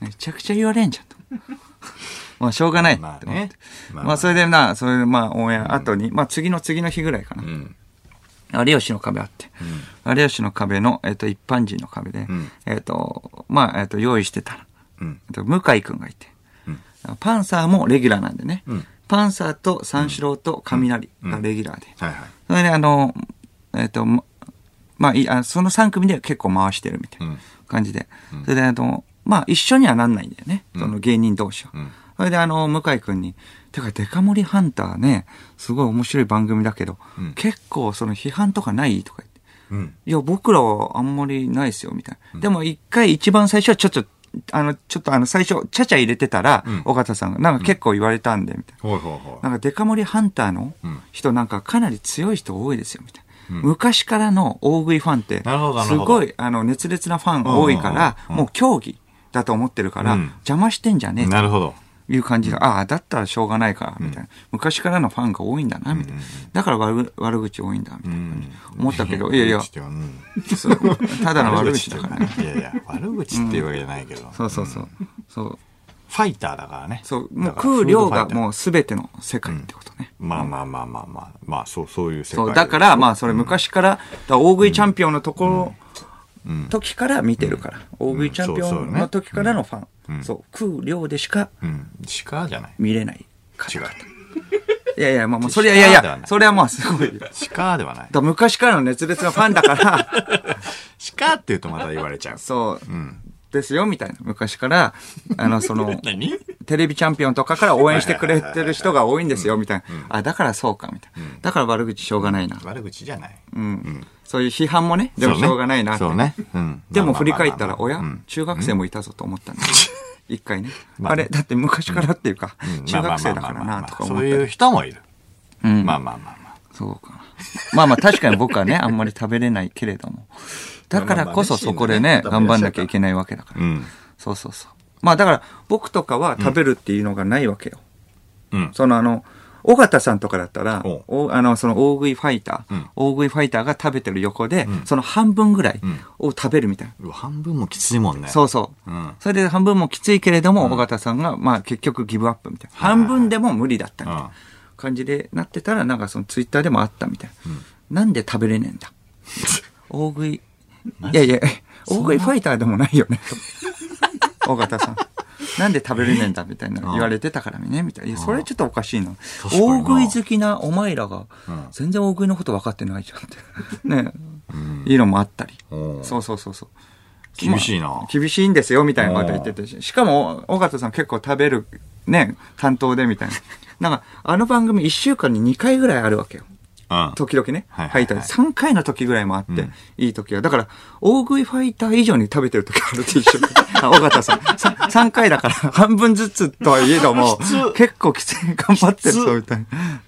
S2: めちゃくちゃ言われんじゃんと。まあ、しょうがないって思って。
S1: ま
S2: ま
S1: あ
S2: あ、
S1: ねまあ
S2: それでな、それでまあ、オンエア後に、まあ、次の次の日ぐらいかな
S1: ー。うん。
S2: 有吉の壁あって、有吉の壁の、えっと一般人の壁で、
S1: ん
S2: えっとまあ、えっと用意してたら、
S1: うん
S2: えっと向井君がいて、パンサーもレギュラーなんでね、
S1: ん
S2: パンサーと三四郎と雷がレギュラーで、
S1: はいはい。
S2: それであのえっ、とままあいいあその3組で結構回してるみたいな感じで、それであのまあ一緒にはなんないんだよね、その芸人同士は、
S1: ん
S2: それであの向井君に「てかデカ盛りハンターねすごい面白い番組だけど、
S1: ん
S2: 結構その批判とかない?」とか言って
S1: うん。
S2: いや、僕らはあんまりないですよ、みたいな。でも一回一番最初はちょっと、あの、ちょっとあの、最初、ちゃちゃ入れてたら、
S1: うん
S2: 尾形さんが、なんか結構言われたんで、みたい
S1: ほいほいほ
S2: な。なんかデカ盛りハンターの
S1: うん
S2: 人なんかかなり強い人多いですよ、みたいな。
S1: うん
S2: 昔からの大食いファンって
S1: なるほど、な
S2: す
S1: るほど
S2: ごい、あの、熱烈なファン多いから、
S1: うんうんうんうん
S2: もう競技だと思ってるから、
S1: うん
S2: 邪魔してんじゃねえ
S1: い。
S2: と
S1: なるほど。
S2: いう感じで、ああ、だったらしょうがないから、みたいな。昔からのファンが多いんだな、みたいな。だから悪悪口多いんだ、みた
S1: う
S2: いな。
S1: ん。
S2: 思ったけどいやいや
S1: 悪口ってうん
S2: そうただの悪口だからね。
S1: いやいや、悪口っていうわけじゃないけど。
S2: そうそうそう。そう。
S1: ファイターだからね。
S2: そう。もう
S1: だから
S2: 食う量
S1: フードファイ
S2: が
S1: ター
S2: もう全ての世界ってことね。
S1: まあまあまあまあまあ、まあそう、そういう世界。
S2: そう。だか、ら、まあそれ昔から、だから大食いチャンピオンのところ、時から見てるから。大食いチャンピオ
S1: そうそう
S2: ン
S1: ね
S2: の時からのファ
S1: うん
S2: ン。そう。食う量でしか
S1: うん、鹿じゃない。
S2: 見れない
S1: 違
S2: 方
S1: う
S2: 々。。いやいや、まあまあ、それはいやい
S1: では
S2: や
S1: な、い
S2: それはまあすごい。だか
S1: 鹿ではない。
S2: ら昔からの熱烈なファンだ から、
S1: 鹿って言うとまた言われちゃう。
S2: そう
S1: う。ん。
S2: ですよ、みたいな。昔から、あの、その、
S1: 何
S2: テレビチャンピオンとかから応援してくれてる人が多いんですよ、みたいな。あ、だからそうか、みたいな。だから悪口しょうがないな。
S1: 悪口じゃない。
S2: うん。そういう批判もね、でも
S1: そう
S2: し
S1: ね
S2: ょうがないなって。
S1: そうね。うん。
S2: でも
S1: まあま
S2: 振り
S1: あまあまあ
S2: 返ったら、おや
S1: うん
S2: 中学生もいたぞと思ったんです。一回ね。
S1: まあ
S2: あ
S1: ね
S2: れだって昔からっていうか
S1: うん、
S2: 中学生だから
S1: まあまあまあまあ
S2: な、とか思
S1: そ
S2: っ
S1: ういう
S2: た。
S1: 人もいる。
S2: うん
S1: まあまあまあまあ。
S2: そうかな。まあまあ確かに僕はね、あんまり食べれないけれども。だからこそそこで
S1: まあ
S2: ね、
S1: まあ
S2: 頑
S1: まあね
S2: 張んなきゃいけないわけだから
S1: う。ん。
S2: そうそうそう。まあだから、僕とかは食べるっていうのがないわけよ。
S1: うん。
S2: そのあの、尾形さんとかだったら
S1: お、
S2: おあの、その大食いファイター、
S1: うん
S2: 大食いファイターが食べてる横で、その半分ぐらい
S1: ん
S2: を食べるみたいな。
S1: うわ半分もきついもんね。
S2: そうそう。
S1: うん
S2: それで半分もきついけれども、尾形さんが、まあ結局ギブアップみたいな。半分でも無理だったみたいな感じでなってたら、なんかそのツイッターでもあったみたいな。なんで食べれねえんだ 大食い。いやいや、大食いファイターでもないよね。尾形さん。なんで食べれねえんだみたいな言われてたからね、みたいな。いや、それちょっとおかしいな。
S1: 確かにな
S2: 大食い好きなお前らが、全然大食いのこと分かってないじゃんって。ねえ。いうのもあったり。
S1: うん。
S2: そうそうそうそう。
S1: 厳しいな
S2: まあ厳しいんですよ、みたいなこと言ってて。しかも、尾形さん結構食べる、ね、担当で、みたいな。 なんか、あの番組1週間に2回ぐらいあるわけよ。
S1: うん。
S2: 時々ね。
S1: はい
S2: は
S1: はい
S2: い
S1: はい
S2: 3回の時ぐらいもあって、
S1: うん
S2: いい時は。だから、大食いファイター以上に食べてる時あるって一緒 あ、尾形さん。さ3回だから、 半分ずつとはいえども
S1: つ、
S2: 結構きつい、頑張ってるぞ、みたい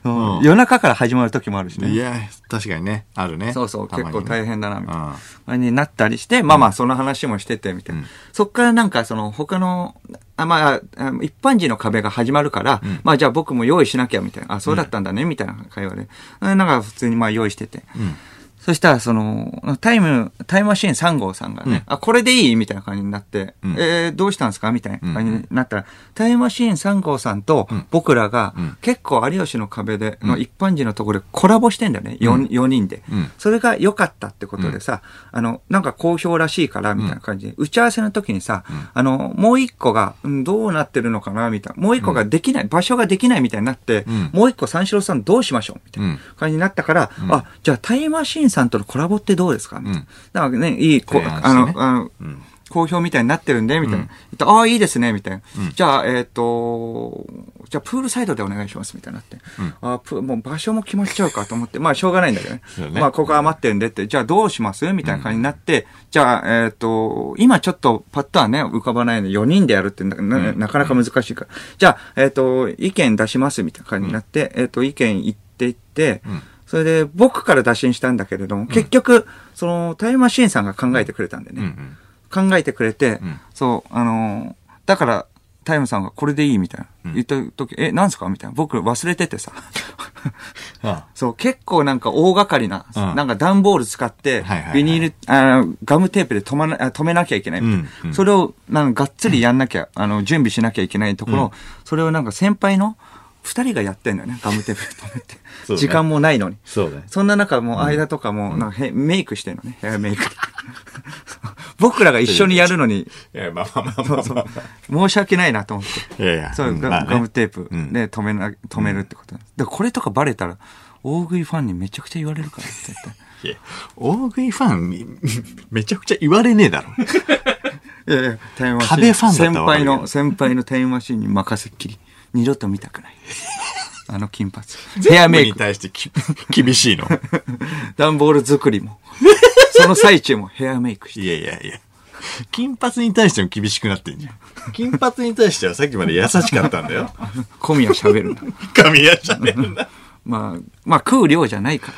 S2: な、
S1: うん
S2: うん夜中から始まる時もあるしね。
S1: いや、確かにね、あるね。
S2: そうそう、
S1: たま
S2: 結
S1: に
S2: 構大変だな、みたい
S1: うん
S2: な。あれになったりして、まあまあ、その話もしてて、みたいな。
S1: うん
S2: そっからなんか、その、他の、あまあ、あ一般人の壁が始まるから、まあ、じゃあ僕も用意しなきゃ、みたいな。あ、そうだったんだね、みたいな会話で。なんか、普通にまあ、用意してて。そしたら、その、タイム、タイムマシーン3号さんがね、
S1: うん
S2: あ、これでいいみたいな感じになって、
S1: うん
S2: えーどうしたんですかみたいな感じになったら、タイムマシーン3号さんと
S1: ん
S2: 僕らが
S1: うん、
S2: 結構有吉の壁で、の一般人のところでコラボしてんだよね、4, 四人で、
S1: うん
S2: それが良かったってことでさ、あの、なんか好評らしいから、みたいな感じで、打ち合わせの時にさ、あの、もう一個が、うんどうなってるのかなみたいな、もう一個ができない、場所ができないみたいになって、
S1: うん
S2: もう一個三四郎さんどうしましょうみたいな感じになったから、あ、じゃあタイムマシーンさんとのコラボってどうですかみたいな。だからね、いい、こ
S1: 提案して
S2: あの、
S1: ね
S2: あの、
S1: うん
S2: 好評みたいになってるんで、みたいな。言ったああ、いいですね、みたいな。じゃあ、えっ、と、じゃあ、プールサイドでお願いします、みたいになって。あープーもう場所も決まっちゃうかと思って、まあ、しょうがないんだけどね
S1: そう。ね
S2: まあ、ここ余ってるんでって、じゃあ、どうしますみたいな感じになって、じゃあ、えっ、と、今ちょっとパッとはね、浮かばないので、4人でやるってな、ななかなか難しいから。じゃあ、えっ、と、意見出します、みたいな感じになって、えっ、と、意見言っていって、
S1: ん
S2: それで、僕から打診したんだけれども、結局、その、タイムマシーンさんが考えてくれたんでね。
S1: うん
S2: 考えてくれて、
S1: ん
S2: そう、あのーだから、タイムさんがこれでいいみたいな、
S1: ん
S2: 言った時、え、なんすかみたいな。僕忘れててさ。
S1: あ
S2: そう、結構なんか大掛かりな、
S1: うん
S2: なんか段ボール使って
S1: はいはいは、い
S2: ビニール、あーガムテープで止まな、あ止めなきゃいけないみたいな。
S1: うんうん
S2: それを、なんかがっつりやんなきゃ、あの、準備しなきゃいけないところ、それをなんか先輩の二人がやってんだよね、ガムテープで止めて。
S1: そうね
S2: 時間もないのに。
S1: そうね。
S2: そんな中、もう間とかも、なんかへ、メイクしてんのね、ヘアメイク。 僕らが一緒にやるのに、
S1: いや、まあまあまあまあまあ。
S2: 申し訳ないなと思って。
S1: いやいや。
S2: そう、
S1: ん
S2: ガ
S1: まあね
S2: ガムテープ
S1: うん
S2: で止めな、止めるってことなんです。で、これとかバレたら、大食いファンにめちゃくちゃ言われるから、絶対。
S1: いや大食いファンみ、 めちゃくちゃ言われねえだろ。
S2: いやいや、タイムマシン。
S1: 壁ファンだった
S2: 先
S1: らわかる
S2: 輩
S1: よ
S2: の、先輩のタイムマシンに任せっきり。二度と見たく ない。あの金髪。ヘアメイ
S1: に
S2: ク、
S1: 対してき 厳しいの。
S2: 段ボール作り も。その最中もヘアメイクして。
S1: いやいやいや。金髪に対しても厳しくなってんじゃん。金髪に対してはさっきまで優しかったんだよ。
S2: 小宮喋 るな。
S1: 神谷じゃねえんだ。
S2: まあ、まあ食う量じゃないから。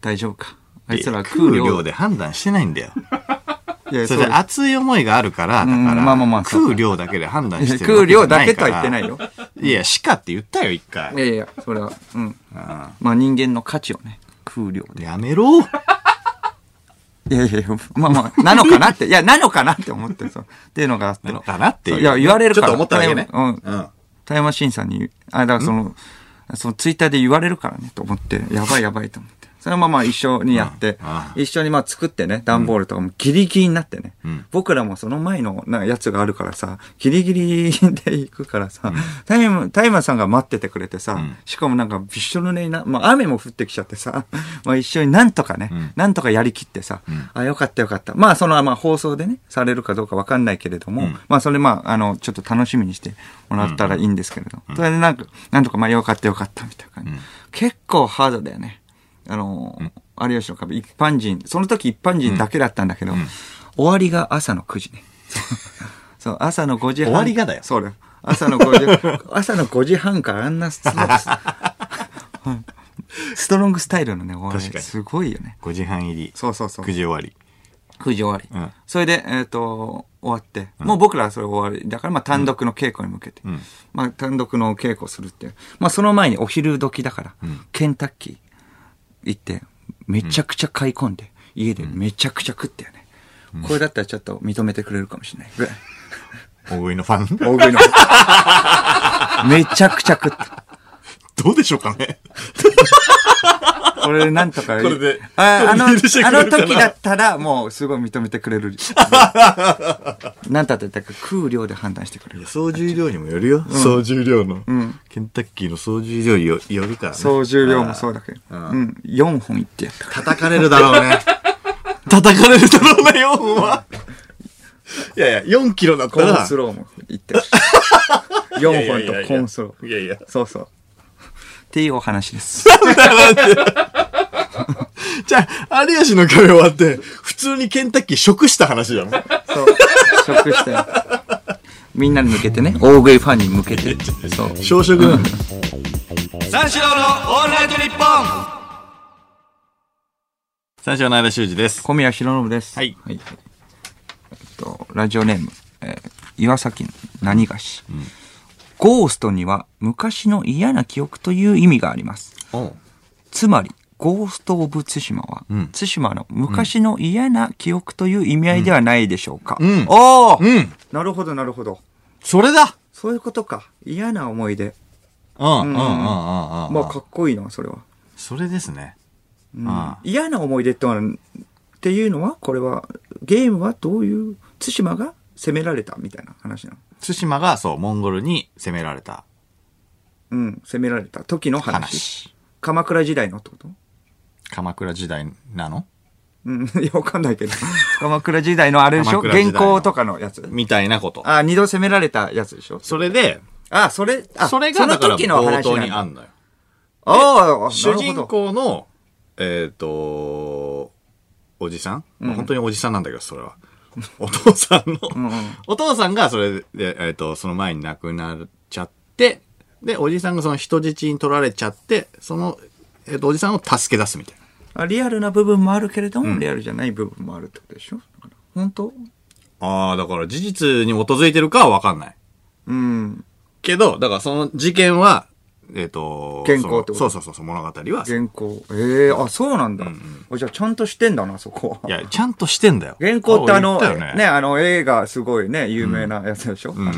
S2: 大丈夫か。あいつら食
S1: 食
S2: う
S1: う
S2: 量。
S1: 量で判断してないんだよ。
S2: いや
S1: そ
S2: そう
S1: れで熱い思いがあるから、だか
S2: ん
S1: ら、
S2: まあまあまあそう
S1: 食う量だけで判断してる
S2: いや食う量だけとは言ってないよ
S1: わけじゃないから。いや、しかって言ったよ、一回
S2: い。やいや、それは、うん。まあ人間の価値をね、食う量で。
S1: やめろ。
S2: いやいや、まあまあ、なのかなって、いや、なのかなって思ってさ、っていうのがあって。
S1: なのかなっていう
S2: いや、言われるから。
S1: ちょっと思っただけね
S2: うん。
S1: うん
S2: タイムマシーンさんに、あ、だからその、そのツイッターで言われるからね、と思って、やばいやばいと思って。それはまあまあ一緒にやって
S1: うんうん、
S2: 一緒にまあ作ってね、段ボールとかもギリギリになってね
S1: ん。
S2: 僕らもその前のなんかやつがあるからさ、ギリギリで行くからさ、タイム、タイマーさんが待っててくれてさ
S1: ん、
S2: しかもなんかびっしょ濡れにな、まあ雨も降ってきちゃってさ、 まあ一緒になんとかね
S1: ん、
S2: なんとかやりきってさ、あ、よかったよかった。まあその、まあ放送でね、されるかどうかわかんないけれど
S1: う
S2: も、
S1: ん
S2: まあそれまあ、あの、ちょっと楽しみにしてもらったらいいんですけれど。それでなんか、なんとかまあよかったよかったみたいな感じ。
S1: うん
S2: 結構ハードだよね。あのー、有吉の壁、一般人、その時一般人だけだったんだけど、終わりが朝の9時ね。 そう、そう朝の5時半。
S1: 終わりがだよ
S2: そうだよ。朝の5時、朝 の5時半からあんなストロン グス、ストロングスタイルのね、終わ
S1: 確か
S2: り。
S1: に
S2: すごいよね。
S1: 5時半入り。
S2: そうそうそう
S1: 9。時終わり。
S2: 9時終わり。
S1: うん
S2: それで、えっ、と、終わって、もう僕らはそれ終わり。だから、まあ、単独の稽古に向けて。
S1: ん
S2: まあ、単独の稽古するっていう。まあ、その前にお昼時だから、ケンタッキー行って、めちゃくちゃ買い込んで、家でめちゃくちゃ食ったよね。これだったらちょっと認めてくれるかもしれないぐらい。
S1: 大食いのファン。
S2: 大食いの。めちゃくちゃ食った。
S1: どうでしょうかね。
S2: これなんとか。
S1: これで
S2: ああの、あ
S1: これで許してくれ
S2: の
S1: るかな
S2: 時だったら、もうすごい認めてく れる。なんたってだから空量で判断してくれる。
S1: 総重量にもよるよ。総重量の。ケンタッキーの総重量によよるからね。
S2: 総重量もそうだけど。う
S1: あー
S2: ん。4本いってやった。
S1: 叩かれるだろう ね。叩かれるだろうな、4本は。いやいや、4キロだっ
S2: コ
S1: た
S2: ーン
S1: ら。
S2: スローもいってる。4本とコーンスロー。
S1: いやいや。
S2: そうそう。っていうお 話です。
S1: じゃあ、有吉の壁終わって、普通にケンタッキー食した話 だもん。い
S2: そう。食したよ。みんなに向けてね、大食いファンに向 けて。そう。
S1: 朝食なんだ
S2: 三四郎のオールナイトニッポン
S1: 三章の間修二です。
S2: 小宮浩信です。
S1: はい
S2: えっと、ラジオネーム、えー岩崎何菓子、ゴーストには昔の嫌な記憶という意味があります。
S1: お
S2: つまり、
S3: ゴースト・オブ・対馬は、
S1: うん
S3: 対馬の昔の嫌な記憶という意味合いではないでしょうか。
S1: うん
S3: おー
S1: うん。
S2: なるほど、なるほど。
S1: それだ
S2: そういうことか。嫌な思い出。
S1: うん、うん、うん、うん、うん。
S2: まあ、かっこいいな、それは。
S1: それですね。うん。
S2: 嫌な思い出ってのはっていうのは、これは、ゲームはどういう、対馬が攻められたみたいな話なの。
S1: 対馬が、そう、モンゴルに攻められた
S2: うん、攻められた時の話。
S1: 話。
S2: 鎌倉時代のってこと
S1: 鎌倉時代なの
S2: うん、 いや、わかんないけど。
S3: 鎌倉時代のあれでしょ
S1: 鎌倉時
S3: 原
S1: 代の
S3: 稿とかのやつ。
S1: みたいなこと。
S2: あ、二度攻められたやつでしょ
S1: それで、
S2: あ、それ、あ、
S1: それが、だ
S2: の
S1: から
S2: 時の
S1: 冒
S2: 話
S1: 頭
S2: な
S1: に
S2: ん
S1: あ
S2: だ。
S1: んのよ。
S2: ああ、
S1: 主
S2: なるほ
S1: 人
S2: ど。
S1: 公の、えっ、と、おじさん、まあ本当におじさんなんだけど、それは。 お父さんの、お父さんがそれで、えっ、と、その前に亡くなっちゃって、で、おじさんがその人質に取られちゃって、その、えっ、と、おじさんを助け出すみたいな。
S2: あリアルな部分もあるけれども、リアルじゃない部分もあるってことでしょ本当
S1: ああ、だから事実に基づいてるかはわかんない。
S2: うん。
S1: けど、だからその事件は、えっ、と、
S2: 原稿ってこと
S1: そのそうそうそう、物語は。い
S2: 原稿。ええあ、そうなんだ。おじゃあちゃんとしてんだな、そこは。
S1: や、ちゃんとしてんだよ。
S2: 原稿ってあの、
S1: 俺言った
S2: ね
S1: よね。
S2: あの、映画すごいね、有名なやつでしょ、うん
S1: うん
S2: う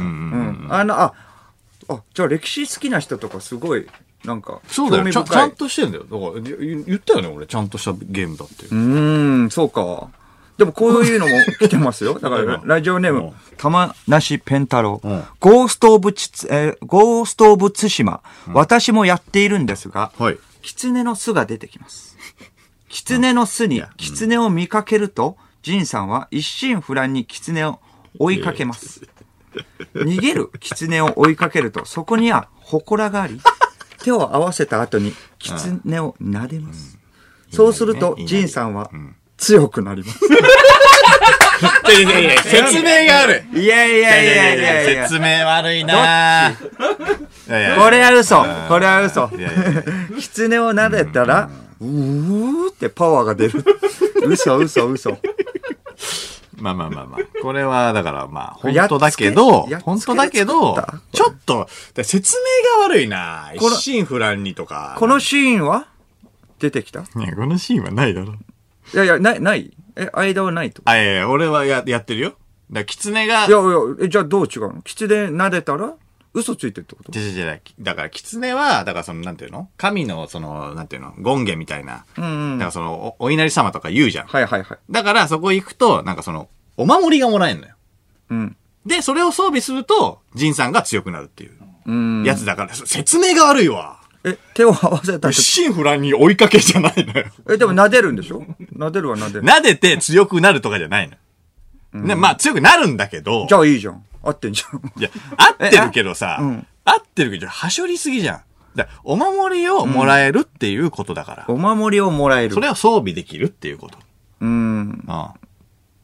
S2: んあの、あ、あ、じゃあ歴史好きな人とかすごい、なんか、
S1: そうだ
S2: 興
S1: よ
S2: 味
S1: ちゃん。ち
S2: 深
S1: ゃ
S2: い
S1: んとしてんだよ。だから、言言ったよね、俺。ちゃんとしたゲームだって。
S2: うーん、そうか。でもこういうのも来てま すよ。だか
S1: うん
S2: ら、ラジオネーム、
S3: 玉梨ペンタロウ、
S1: うん
S3: ゴースト・オブチツ、えーゴースト・オブ・対馬、私もやっているんですが、
S1: はい。
S3: 狐の巣が出てきます。狐の巣に狐を見かけると、仁さんは一心不乱に狐を追いかけます。 逃げる狐を追いかけると、そこには祠があり、
S2: 手を合わせた後に、
S3: 狐を撫でます。
S2: そうすると、
S1: いいね
S2: ジンさんは、強くなります。
S1: いやいやいや、説明がある。
S3: いやいやいやいやいや。
S1: 説明悪いな
S2: こ
S1: こ
S2: れは嘘これは嘘
S1: いやいやいや
S2: 狐を撫でたら、うーってパワーが出る。嘘嘘嘘。
S1: まあまあまあまあ。これは、だからまあ、本当だけど
S2: やっつけやっつけ、で
S1: 本当だけど
S2: 作った、
S1: ちょっと、で説明が悪いな
S2: この
S1: 一心不乱にとか。
S2: このシーンは出てきたい
S1: いやこのシーンはないだろ。
S2: やいや、ない、ないえ、間はないと。
S1: あ、いやいや、俺はややってるよ。だから、狐が
S2: い、やいや、えじゃあどう違うの狐撫でたら、嘘ついてるってこと
S1: 違う違う違うだから、狐は、だからその、なんていうの神の、その、なんていうの権下みたいな。
S2: んうん
S1: だからその、おお稲荷様とか言うじゃん。
S2: はいはいはい。
S1: だから、そこ行くと、なんかその、お守りがもらえるのよ。
S2: うん。
S1: で、それを装備すると、ジンさんが強くなるっていうう、
S2: ん。
S1: やつだから、説明が悪いわ。
S2: え、手を合わせた
S1: 一
S2: 時
S1: 心不乱に追いかけじゃないのよ。
S2: え、でも撫でるんでしょ撫でるは撫で る。
S1: 撫でて強くなるとかじゃないの。ね、まあ強くなるんだけど
S2: じ、ゃあいいじゃん。合ってんじゃん。
S1: いや、合ってるけどさ、合ってるけど、はしょりすぎじゃん。だからお守りをもらえるっていうことだから、
S2: お守りをもらえる
S1: そ。れを装備できるっていうこと。
S2: うん。
S1: うん。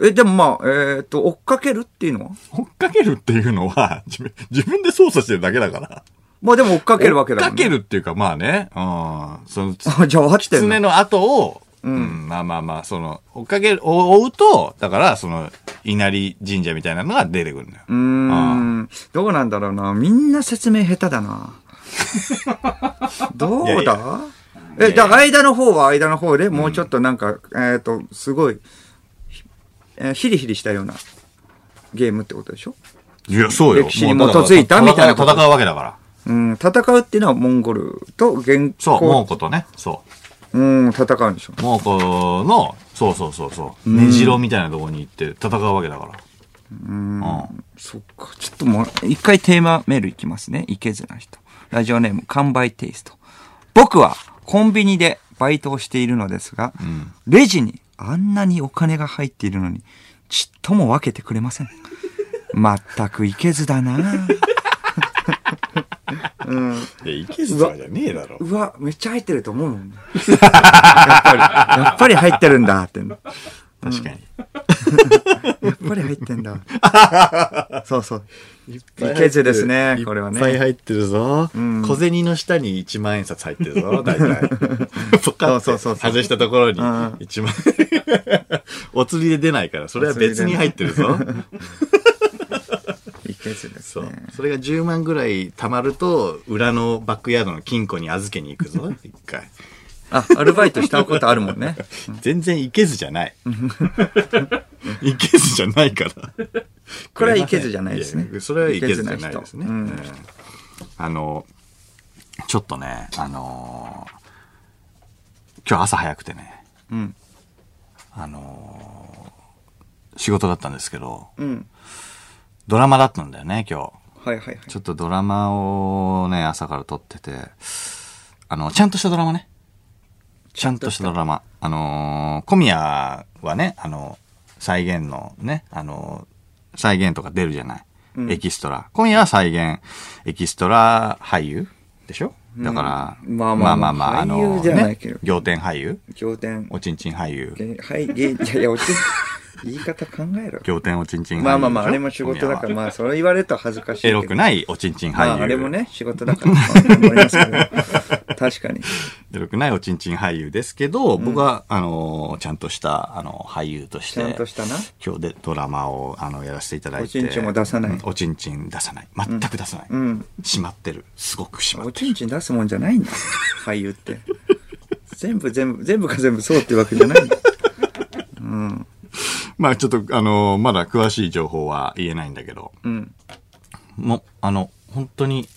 S2: え、でもまあ、えーっと、追っかけるっていうのは
S1: 追っかけるっていうのは、自分自分で操作してるだけだから。
S2: まあでも追っかけるわけだ
S1: 追
S2: も
S1: っ
S2: ん
S1: か
S2: ね。
S1: けるっていうか、まあね、うん、その、
S2: あ、 じゃあ合ってん
S1: 狐
S2: の
S1: の後を、うん、まあまあまあ、その、追っかける、追追うと、だから、その、稲荷神社みたいなのが出てくるのよ。
S2: うーん。どうなんだろうな。みんな説明下手 だな。どうだ
S1: いやい
S2: え、だから間の方は間の方でもうちょっとなんか、えーっと、すごい、えーヒリヒリしたようなゲームってことでしょ
S1: いや、そうよ。
S2: 歴史に
S1: もうだから
S2: 基づいたみたいなこと
S1: 戦う戦うわけだから。
S2: うん、戦うっていうのはモンゴルと原稿。
S1: そう、猛虎とね、そう
S2: うん、戦うんでしょ。
S1: う。猛虎の、そうそうそうそう、根城みたいなとこに行って戦うわけだから。うん。
S2: そっか、ちょっともう、
S3: 一回テーマメールいきますね。いけずな人。ラジオネーム、完売テイスト。僕はコンビニでバイトをしているのですが、レジにあんなにお金が入っているのに、ちっとも分けてくれません。まったくいけずだな
S1: いや、いけずじゃねえだろ。
S2: うわ、めっちゃ入ってると思うもんね。やっぱり、やっぱり入ってるんだって。やっ
S1: 確かに。
S2: ぱり入ってんだ。 そうそう。いけずですね、これはね。
S1: 入ってるぞ。小銭の下に1万円札入ってるぞ、大 体。ポカッ
S2: そ
S1: て
S2: うそうそうそう
S1: 外したところに
S2: ん
S1: 1万 円。お釣りで出ないから、それは別に入ってる ぞ。
S2: いけずです
S1: そう
S2: ね。。
S1: それが10万ぐらい貯まると、裏のバックヤードの金庫に預けに行くぞ、一回。
S3: あ、アルバイトしたことあるもん ね。
S1: 全然いけずじゃない。 いけずじゃないから。
S3: これはいけずじゃないですね
S1: やそれはいけずじゃないですね。
S3: いけずな人
S1: うんあの、ちょっとね、あのー今日朝早くてね、
S2: うん。
S1: あのー仕事だったんですけど、
S2: うん。
S1: ドラマだったんだよね、今日。
S2: はいはいはい。
S1: ちょっとドラマをね、朝から撮ってて、あの、ちゃんとしたドラマね。ちゃんとしたドラマ。あのー小宮はね、あの、再現のね、あのー再現とか出るじゃない。エキストラ。小宮は再現、エキストラ俳優でしょだから、
S2: うんまあまあまあ俳優じゃないけど
S1: ね仰天俳優
S2: 仰天。
S1: おちんちん俳優。
S2: げはい、げいやいや、おちん、 言い方考えろ。
S1: 仰天おちんちん俳優でしょ。
S2: まあまあまあ、あれも仕事だ
S1: 小
S2: か
S1: 宮
S2: ら、
S1: は
S2: まあ、それ言われると恥ずかしいけ
S1: エ
S2: ど。
S1: ロくないおちんちん俳優。
S2: まあ、あれもね、仕事だから、まあ頑張ります けど。確かに。
S1: よくないおちんちん俳優ですけど、僕は、あの、ちゃんとした、あの、俳優として、
S2: ちゃんとしたな。
S1: 今日でドラマを、あの、やらせていただいて。
S2: おちんちんも出さない
S1: うんおちんちん出さない。全く出さない。
S2: うん。
S1: しまってる。すごくしまっ
S2: お
S1: て
S2: ちんちん出すもんじゃないんだ。俳優って。全部全部、全部が全部そうってわけじゃないんだ。
S1: る。まあ、ちょっと、あの、まだ詳しい情報は言えないんだけど、
S2: うん。
S1: もう、あの、本当に、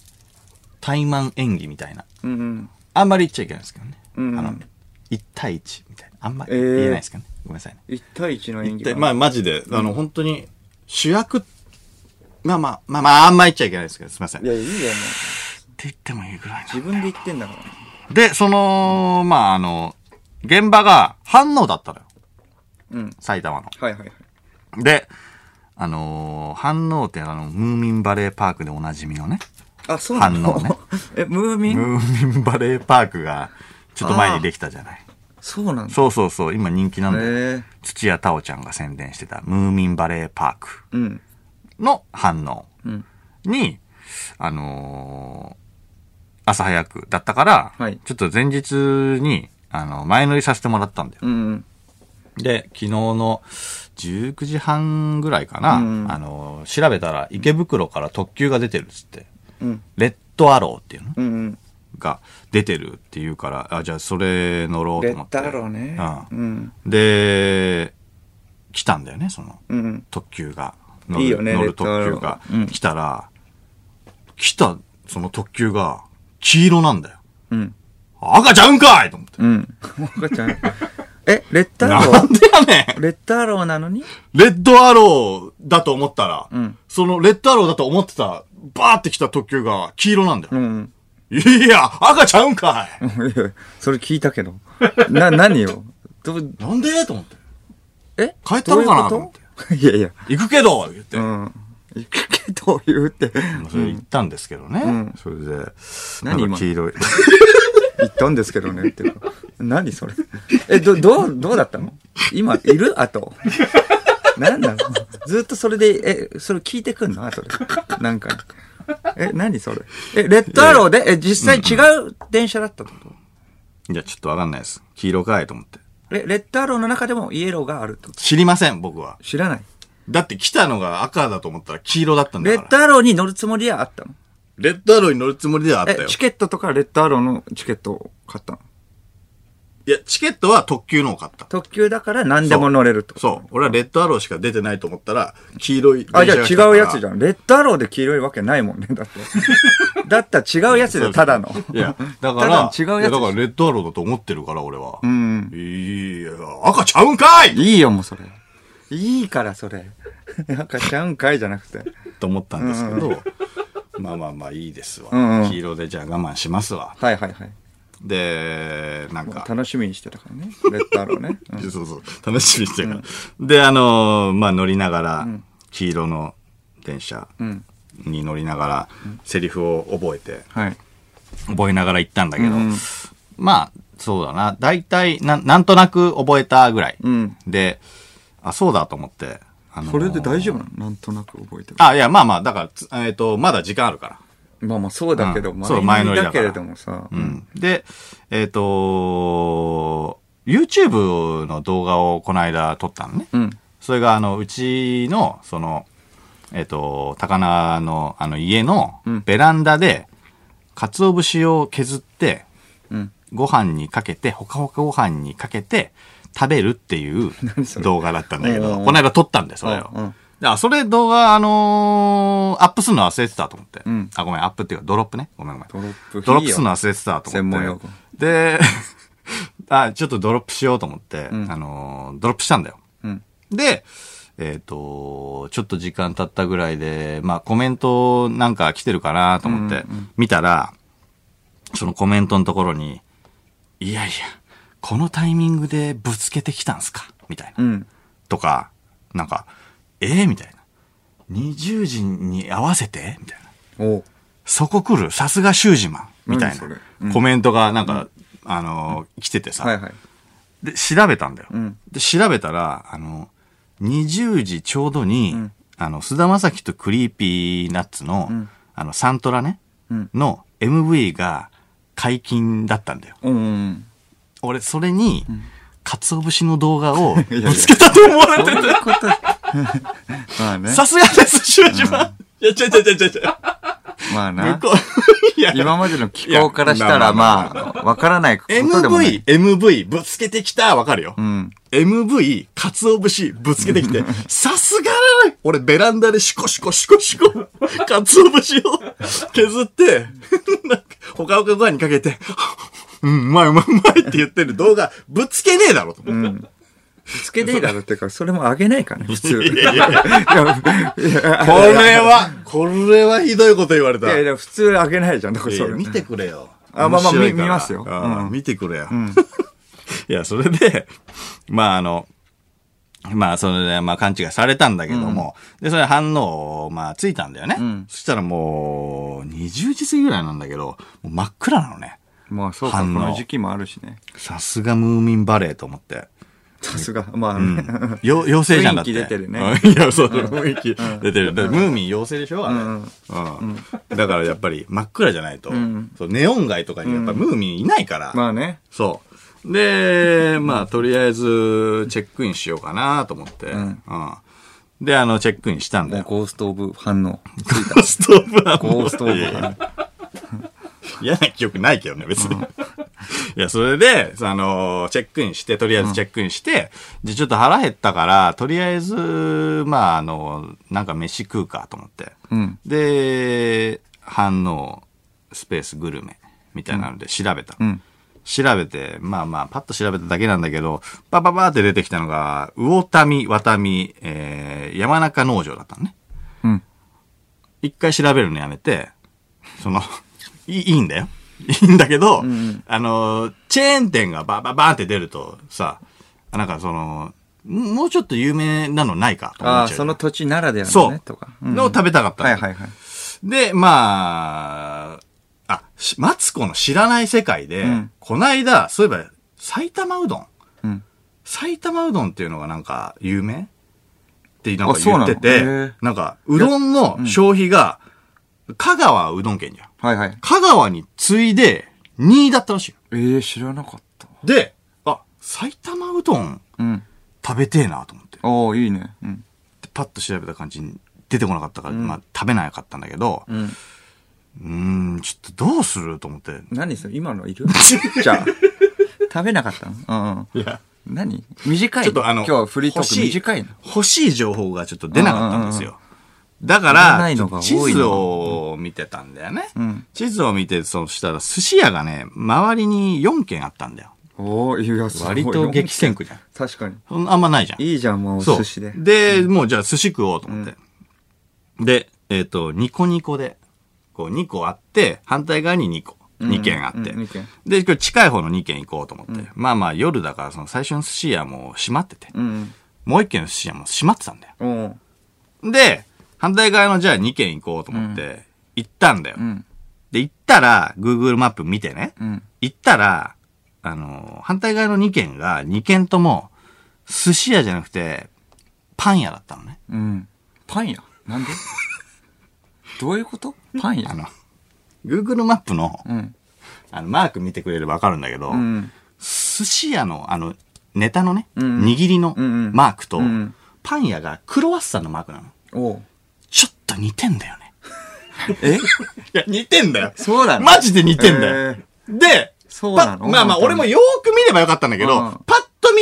S1: 怠慢演技みたいな。
S2: うんうん。
S1: あんまり言っちゃいけないですけどね。
S2: うん
S1: あの、1対1みたいな。あんまり言えないですかね。ごめんなさいね。
S2: 一対一の演技
S1: で、
S2: が
S1: まあ、マジで、あの、本当に、主役、まあまあ、まあまあ、あんま言っちゃいけないですけど、すみません。
S2: いや、いいよ、もう。
S1: って言ってもいいぐらい
S2: 自分で言ってんだから。
S1: な。で、その、まあ、あの、現場が反応だったのよ。
S2: うん。
S1: 埼玉の。
S2: はいはいはい。
S1: で、あのー、反応ってあの、ムーミンバレーパークでおなじみのね、
S2: あ、そうな
S1: 反応
S2: の、
S1: ね
S2: え、ムーミン
S1: ムーミンバレーパークが、ちょっと前にできたじゃない。
S2: そうなんだ。
S1: そうそうそう、今人気なんだよ。
S2: へえ。
S1: 土屋太鳳ちゃんが宣伝してた、ムーミンバレーパーク
S2: うん。
S1: の反応
S2: うん。
S1: に、あのー朝早くだったから、
S2: はい
S1: ちょっと前日に、あの、前乗りさせてもらったんだよ。
S2: うん。
S1: で、昨日の19時半ぐらいかな、
S2: うん
S1: あの、調べたら池袋から特急が出てるっつって、
S2: うん。
S1: レッドアローっていうの
S2: うんうん。
S1: が出てるっていうから、あ、じゃあそれ乗ろうと
S2: レ
S1: 思
S2: ッ
S1: って。
S2: ダーロね。
S1: う
S2: うん
S1: ん。
S2: うん。
S1: で、来たんだよね、その
S2: うん。
S1: 特急が。乗る
S2: いいよね
S1: 乗
S2: レ
S1: る
S2: ッドア
S1: 特
S2: ロ
S1: 急
S2: ー
S1: が
S2: うん。
S1: 来たら、来たその特急が黄色なんだよ。
S2: うん。
S1: 赤ちゃうんかいと思って。
S2: うん。赤ちゃん。え、レッダーロ
S1: なんでやねん
S2: レッダーロなのに
S1: レッドアローだと思ったら、
S2: ん
S1: そのレッドアローだと思ってた、バーって来た特急が黄色なんだ
S2: う
S1: よ。
S2: ん。
S1: いや、赤ちゃうんかい
S2: いやそれ聞いたけど。な、何よどう、
S1: なんでと思って。
S2: え
S1: 帰ったのかなと
S2: どうい
S1: 思
S2: う
S1: っ
S2: こ
S1: て。
S2: といやいや。
S1: 行くけど言って。
S2: うん。行くけど言うって。
S1: それ行ったんですけどね。
S2: ん
S1: それで。
S2: 何
S1: なんか黄色い。
S2: 言ったんですけどねっていうか。何それ。え、ど、どう、どうだったの今、いるあと。何なのずっとそれで、え、それ聞いてくんのあとで。なんか。え、何それ。え、レッドアローで、え、実際違う電車だったってこと
S1: いや、ちょっとわかんないです。黄色かいと思って。
S2: え、レッドアローの中でもイエローがあるってこと
S1: 知りません、僕は。
S2: 知らない。
S1: だって来たのが赤だと思ったら黄色だったんだ
S2: レ
S1: から
S2: ッ。ドアローに乗るつもりはあったの
S1: レッドアローに乗るつもりではあ
S2: え、チケットとかレッドアローのチケットを買ったの
S1: いや、チケットは特急のを買った。
S2: 特急だから何でも乗れるってこと
S1: そう。俺はレッドアローしか出てないと思ったら、黄色い電車
S2: あ、
S1: が来
S2: じゃ
S1: たから。
S2: あ違うやつじゃん。レッドアローで黄色いわけないもんね、だって。だったら違うやつだよ、ただの。
S1: い や、だか
S2: た
S1: ら
S2: だ、の違うやつ
S1: いだからレッドアローだと思ってるから、俺は。
S2: うん。
S1: いや、赤ちゃうんかい
S2: いいよ、もうそれ。いいから、それ。 なんかちゃうんかいじゃなくて。
S1: と思ったんですけど、まあまあまあいいですわ。
S2: うんうん
S1: 黄色でじゃあ我慢しますわ。
S2: はいはいはい。
S1: で、なんか、
S2: 楽しみにしてたからね、レッドアローね。うん
S1: そうそう、楽しみにしてるから。で、あのーまあ乗りながら、黄色の電車
S2: うん。
S1: に乗りながら、セリフを覚えて、
S2: はい。
S1: 覚えながら行ったんだけど、
S2: うん
S1: まあ、そうだな。大体、ななんとなく覚えたぐらい。
S2: うん。
S1: で、あ、そうだと思って。あのー
S2: それで大丈夫なのなんとなく覚えてる。
S1: あ、いや、まあまあ、だからつ、えっ、と、まだ時間あるから。
S2: まあまあ、そうだけど、
S1: うんそう
S2: 前
S1: 前乗
S2: 乗り
S1: り
S2: だ
S1: だ
S2: け
S1: から
S2: れどもさ。
S1: うん。で、えっ、と YouTube の動画をこの間撮ったのね。
S2: うん。
S1: それが、あの、うちの、その、えっ、と、高菜の、あの、家の
S2: うん、
S1: ベランダで、鰹節を削って、
S2: うん。
S1: ご飯にかけて、ほかほかご飯にかけて、食べるって いう動画だったんだけ
S2: うんう
S1: ど、
S2: んうん
S1: この間撮ったんで、それを。
S2: うんうん
S1: だからそれ動画、あのーアップするの忘れてたと思って。
S2: ん
S1: あ、ごめん、アップっていうか、ドロップね。ごめんごめん。
S2: ドロップいいよ
S1: ドロップするの忘れてたと思って。
S2: 専門用語
S1: で、 あ、ちょっとドロップしようと思って、
S2: ん
S1: あのードロップしたんだよ。
S2: うん。
S1: で、えっ、と、ちょっと時間経ったぐらいで、まあコメントなんか来てるかなと思って、見たら、そのコメントのところに、いやいや、このタイミングでぶつけてきたんすかみたいな。
S2: うん。
S1: とか、なんか、えーみたいな。20時に合わせてみたいな。
S2: おう
S1: そこ来るさすがシュージマンみたい
S2: 何それ
S1: な、
S2: うん
S1: コメントがなんか、あのー来ててさ、
S2: はいはい。
S1: で、調べたんだよ。
S2: ん
S1: で、調べたら、あの、20時ちょうどに、あの、菅田将暉とクリーピーナッツの、あの、サントラね、
S2: うん
S1: の MV が解禁だったんだよ。
S2: う んうん。
S1: 俺、それに、鰹節の動画を
S2: いや
S1: 見つけたと思われてて、
S2: まあね。
S1: さすがです、シュージマン。いや、ちょいちょいちょいちょいちょい。
S2: まあな
S1: 向。こう、いや、
S2: 今までの気候からしたら、
S1: いやまあ
S2: まあ、わからないことでもない。
S1: MV、MV、ぶつけてきた、わかるよ。
S2: うん。
S1: MV、かつお節、ぶつけてきて、さすがだね俺、ベランダでシコシコシコシコ、かつお節を削って、なんかほかほかご飯にかけて、うん、うまいうまいうまいって言ってる動画、ぶつけねえだろと思って。
S2: つけていいだろっていうか、それもあげない からね、普通。い
S1: いやいやいや
S2: や
S1: これは、これはひどいこと言われた。
S2: いやいや、普通あげないじゃん、だから
S1: い
S2: そ
S1: や
S2: れ。
S1: 見てくれよ。
S2: あまあま
S1: 面白
S2: あ
S1: いから
S2: 見見ますよ
S1: ああ
S2: うん
S1: 見てくれよ。いや、それで、まああの、まあそれで、まあ勘違いされたんだけども、で、それ反応、まあついたんだよね。
S2: ん
S1: そしたらもう、20時過ぎぐらいなんだけど、もう真っ暗なのね。
S2: まあそうか、こ
S1: 反応
S2: の時期もあるしね。
S1: さすがムーミンバレーと思って。
S2: さすが、まあ
S1: う
S2: ね。
S1: ん。よ、妖精じゃんだって。
S2: 雰囲気出てるね
S1: うんいや、そう、雰囲気出てる。だってムーミン妖精でしょあれ。
S2: ん
S1: うん。だからやっぱり真っ暗じゃないと
S2: ん、
S1: そうネオン街とかにやっぱムーミンいないから、
S2: まあね。
S1: そう。で、まあ、とりあえず、チェックインしようかなと思って、うんん。で、あの、チェックインしたんだ
S2: もう
S1: よ。
S2: ゴースト・オブ・反応。
S1: ストーブは
S2: ゴースト・オブ・反応。
S1: 嫌な記憶ないけどね、別に。 いや、それで、あの、チェックインして、とりあえずチェックインして、で、ちょっと腹減ったから、とりあえず、まあ、あの、なんか飯食うかと思って。
S2: うん。
S1: で、反応、スペースグルメ、みたいなので調べた。
S2: うん。
S1: 調べて、まあまあ、パッと調べただけなんだけど、パパパーって出てきたのが、魚民、渡民、えー、山中農場だったのね。
S2: うん。
S1: 一回調べるのやめて、その、 いいいいんだよ。いいんだけど、あの、チェーン店がバーバーバーンって出るとさ、あなんかその、んもうちょっと有名なのないかと思
S2: あ
S1: っ
S2: あ、
S1: ちゃう。
S2: その土地ならではの
S1: そ
S2: ね、とか。う
S1: う。
S2: ん
S1: のを食べたかったの。
S2: はいはいはい。
S1: で、まあ、あ、しマツコの知らない世界で、
S2: ん
S1: こないだ、そういえば、埼玉うどん。
S2: うん。
S1: 埼玉うどんっていうのがなんか有名ってなんか
S2: あそう
S1: 言
S2: な
S1: っ
S2: の
S1: て
S2: へ
S1: て、
S2: ー
S1: なんかうどんの消費が、香川うどん県じゃん。
S2: はいはい。
S1: 香川に次いで2位だったらしいよ。
S2: ええ、知らなかった。
S1: で、あ、埼玉うどん
S2: うん。
S1: 食べてえなと思って。
S2: おー、いいね。うん。
S1: でパッと調べた感じに出てこなかったから、まあ食べなかったんだけど、
S2: ん
S1: うーん、ちょっとどうすると思って。
S2: 何それ今のいるじ ゃあ、食べなかったのうんうん。
S1: いや、
S2: 何短い
S1: ちょっとあの、
S2: 今日フリート
S1: 欲
S2: ーク
S1: しい
S2: 短いの
S1: 欲しい情報がちょっと出なかったんですよ。だから、ち
S2: いら
S1: ょ
S2: ないの
S1: っと
S2: が多い
S1: 地
S2: な
S1: 図を見てたんだよね。
S2: うん
S1: 地図を見て、そうしたら寿司屋がね、周りに4軒あったんだよ。
S2: おー、いや、すごい
S1: 割と激戦区じゃん。
S2: 確かに。
S1: そんなあんまないじゃん。
S2: いいじゃん、もうお
S1: そう
S2: 寿司で。
S1: で、もうじゃあ寿司食おうと思って。で、えっ、と、ニコニコで、こう2個あって、反対側に2個。2軒あって。
S2: うん二軒
S1: で、今日近い方の2軒行こうと思って。まあまあ夜だから、その最初の寿司屋も閉まってて。
S2: うん。
S1: もう1軒の寿司屋も閉まってたんだよ。
S2: おー
S1: で、反対側のじゃあ2軒行こうと思って、行ったんだよ。
S2: うん。
S1: で、行ったら、Google マップ見てね。
S2: うん。
S1: 行ったら、あの、反対側の2軒が、2軒とも、寿司屋じゃなくて、パン屋だったのね。
S2: うん。パン屋なん でどういうことパン
S1: あ
S2: 屋
S1: の、Google マップの、
S2: うん。
S1: あの、マーク見てくれればわかるんだけど、
S2: うん。
S1: 寿司屋の、あの、ネタのね、
S2: うん
S1: 握りの
S2: うんうん
S1: マークと、
S2: うん
S1: パン屋がクロワッサンのマークなの。
S2: おう
S1: ちょっと似てんだよね。
S2: え
S1: いや、似てんだよ。
S2: そうなの
S1: マジで似てんだよ。で、
S3: そう
S1: パ
S3: な
S1: ッ
S3: の
S1: まあまあ、俺もよーく見ればよかったんだけど、
S3: うん
S1: パッと見、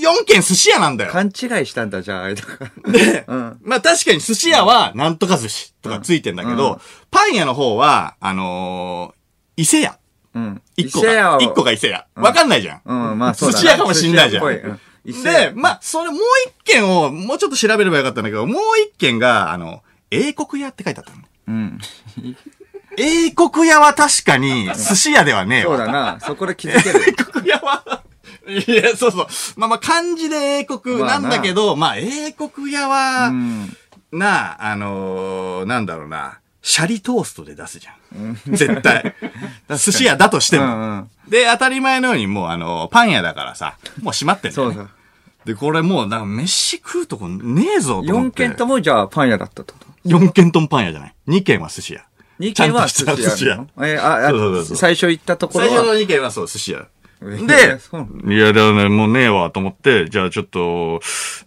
S1: 4軒寿司屋なんだよ。
S3: 勘違いしたんだ、じゃあ、間が。
S1: で、
S3: うん
S1: まあ確かに寿司屋はなんとか寿司とかついてんだけど、
S3: うんうん
S1: パン屋の方は、あのー伊勢屋。
S3: うん。
S1: 一個が、一個が伊勢屋。わかんないじゃん。
S3: うん、まあそうだな
S1: 寿司屋かもしんないじゃん
S3: 寿司屋っぽいうん。伊勢屋
S1: で、まあ、それもう一軒を、もうちょっと調べればよかったんだけど、もう一軒が、あの、英国屋って書いてあったの。
S3: うん。
S1: 英国屋は確かに、寿司屋ではねえ
S3: そう
S1: わ。
S3: だな。そこで気づける。
S1: 英国屋は、いや、そうそう。まあまあ、漢字で英国なんだけど、まあ、英国屋は、
S3: うん。
S1: なあ、あのーなんだろうな、シャリトーストで出すじゃん。絶 対。寿司屋だとして
S3: う
S1: も。
S3: んうん。
S1: で、当たり前のようにもうあの、パン屋だからさ、もう閉まってんだ
S3: そ
S1: よ
S3: う
S1: ね、
S3: そう。
S1: で、これもう、なんか飯食うとこねえぞと思っ
S3: 4
S1: て。
S3: 軒ともじゃあパン屋だったってこと。
S1: 4軒ともパン屋じゃない。2軒は寿司屋。
S3: 2軒は寿
S1: ちゃんとした
S3: 司屋なの。えーあ、あ
S1: そうそうそうそう
S3: 最初行ったところ
S1: 最初の
S3: は。
S1: 2軒はそう、寿司屋。
S3: えーそうなの
S1: いや、だね、もうねえわと思って、じゃあちょっと、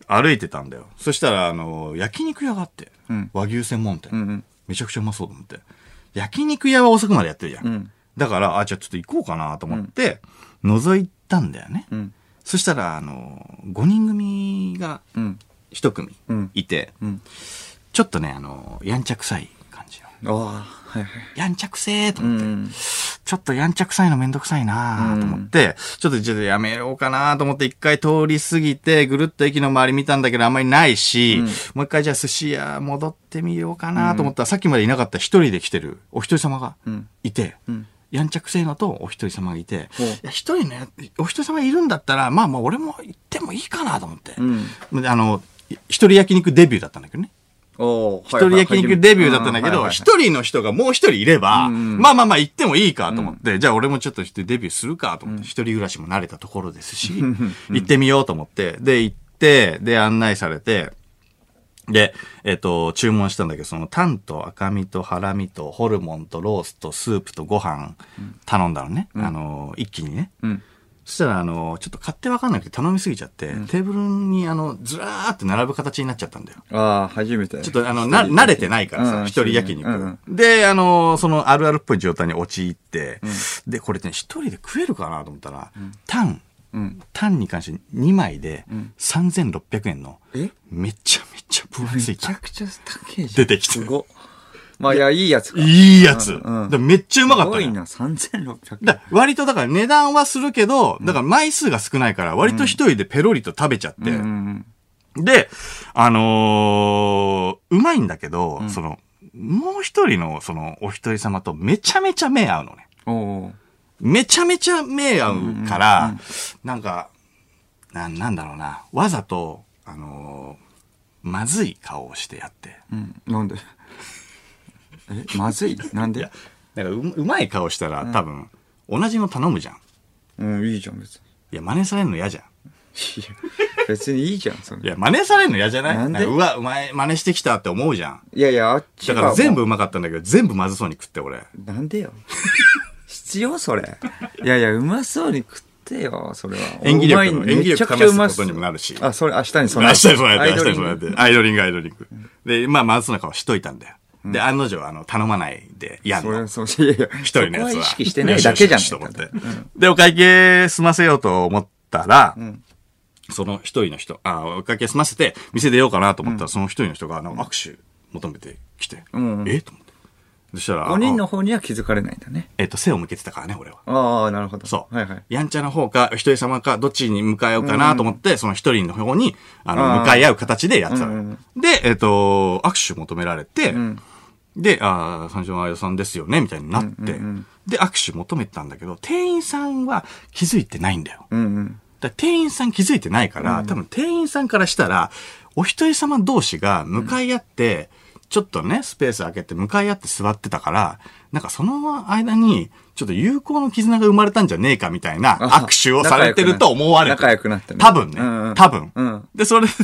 S1: 歩いてたんだよ。そしたら、あの、焼肉屋があって、和牛専門店、
S3: んうん
S1: めちゃくちゃうまそうと思って。焼肉屋は遅くまでやってるじゃん。
S3: ん
S1: だから、あ、じゃあちょっと行こうかなと思って、覗いたんだよね。
S3: ん
S1: そしたら、あの、5人組が
S3: うん。
S1: 一組
S3: うん
S1: いて、
S3: うん
S1: ちょっとね、あの、やんちゃくさい感じの。
S3: ああ、はいはい。
S1: やんちゃくせーと
S3: う
S1: 思って。
S3: ん。
S1: ちょっとやんちゃくさいのめんどくさいなーと思って、ちょっとちょっとやめようかなーと思って一回通り過ぎて、ぐるっと駅の周り見たんだけどあんまりないし、もう一回じゃあ寿司屋戻ってみようかなーと思ったら、さっきまでいなかった一人で来てるお一人様がいて、やんちゃくせいのとお一人様がいて、
S3: ほう
S1: いや一人のやお一人様いるんだったら、まあまあ俺も行ってもいいかなと思って、であの、い一人焼肉デビューだったんだけどね。
S3: お
S1: 一人焼肉デビューだったんだけど、一人の人がもう一人いれば、
S3: うん
S1: まあまあまあ行ってもいいかと思って、じゃあ俺もちょっとデビューするかと思って、一人暮らしも慣れたところですし、 行ってみようと思って、で行って、で案内されて、で、えっ、と、注文したんだけど、その、タンと赤身とハラミとホルモンとロースとスープとご飯頼んだのね。あの、一気にね。
S3: うん。
S1: そしたら、あの、ちょっと買ってわかんなくて頼みすぎちゃって、テーブルに、あの、ずらーって並ぶ形になっちゃったんだよ。
S3: ああ、初めて。
S1: ちょっとあの、な、慣れてないから
S3: う
S1: さ、
S3: ん
S1: 一人焼肉
S3: うん。
S1: で、あの、そのあるあるっぽい状態に陥って、で、これね、一人で食えるかなと思ったら、タン
S3: うん、
S1: タンに関して2枚で3600円の
S3: え、
S1: めちゃめちゃ分厚い
S3: め
S1: タ
S3: ちゃ
S1: ン
S3: くちゃ高いじゃ
S1: 出
S3: ん。
S1: てきて
S3: す、ごっ。まあ、いや、いいやつか。
S1: いいやつ。
S3: うんうん
S1: でめっちゃうまかっ
S3: す
S1: た
S3: ご
S1: の
S3: い
S1: よ。
S3: な、3600円。
S1: だ割とだから値段はするけど、だから枚数が少ないから、割と一人でペロリと食べちゃって、
S3: うんうん
S1: で、あのーうまいんだけど、その、もう一人の、その、お一人様とめちゃめちゃ目合うのね。
S3: うん。おー
S1: めちゃめちゃ目合うから、なんか、な、なんだろうな、わざと、あのーまずい顔をしてやって。
S3: うん。なん でえ、まずいなんで
S1: なんかう、うまい顔したら、多分、同じの頼むじゃん。
S3: うん、いいじゃん、別に。
S1: いや、真似されるの嫌じゃ
S3: い
S1: ん。
S3: や別にいいじゃん、そ
S1: い
S3: れ。
S1: や、真似されるの嫌じゃない
S3: なんで
S1: かうわ、お前、真似してきたって思うじゃん。
S3: いやいや、あっち
S1: だ
S3: は
S1: か
S3: もう
S1: ら全部うまかったんだけど、全部まずそうに食って、俺。
S3: なんでよ。 必要それ。いやいや、うまそうに食ってよ、それは。
S1: 演技力
S3: お
S1: の、
S3: 前
S1: 演技
S3: めち
S1: 力
S3: ゃく
S1: 試
S3: ちゃう
S1: す
S3: ま
S1: こと
S3: そう
S1: にもなるし。
S3: あ、それ、明日に
S1: 明
S3: 備え
S1: 日
S3: て。
S1: に備えて、明日
S3: ア
S1: に
S3: イ
S1: 備え
S3: ドリング
S1: て。アイドリング、アイドリング。で、まあ、まずそうな顔しといたんだよ。で、案の定、あの、頼まないで、やん
S3: そ
S1: の
S3: れ、。そう、いやいや。
S1: 一人のやつ
S3: そこ
S1: は。
S3: は意識してないだけじゃ
S1: ん。
S3: ん。
S1: と思って。で、お会計済ませようと思ったら、その一人の人、あ、お会計済ませて、店出ようかなと思ったら、その一人の人が、なんか握手求めてきて、
S3: ん
S1: えと思って。そしたら、
S3: 5人の
S1: あ
S3: 方には気づかれないんだね。
S1: えっと、背を向けてたからね、俺は。
S3: ああ、なるほど。
S1: そう。
S3: はいはい。
S1: やんちゃな方か、お一人様か、どっちに向かえようかなと思って、その一人の方に、あの、
S3: あー
S1: 向かい合う形でやってたのよ
S3: うんう
S1: で、えっ、と、握手求められて、で、ああ、三条のあやさんですよね、みたいになって、で、握手求めてたんだけど、店員さんは気づいてないんだよ。
S3: うんうん。
S1: だから店員さん気づいてないから、多分店員さんからしたら、お一人様同士が向かい合って、ちょっとね、スペース開けて向かい合って座ってたから、なんかその間に、ちょっと友好の絆が生まれたんじゃねえかみたいな
S3: あ
S1: 握手をされてると思われてる。
S3: 仲良くなってね
S1: 多分ね。
S3: うんうん
S1: 多分、
S3: うん
S1: で、それで、
S3: っ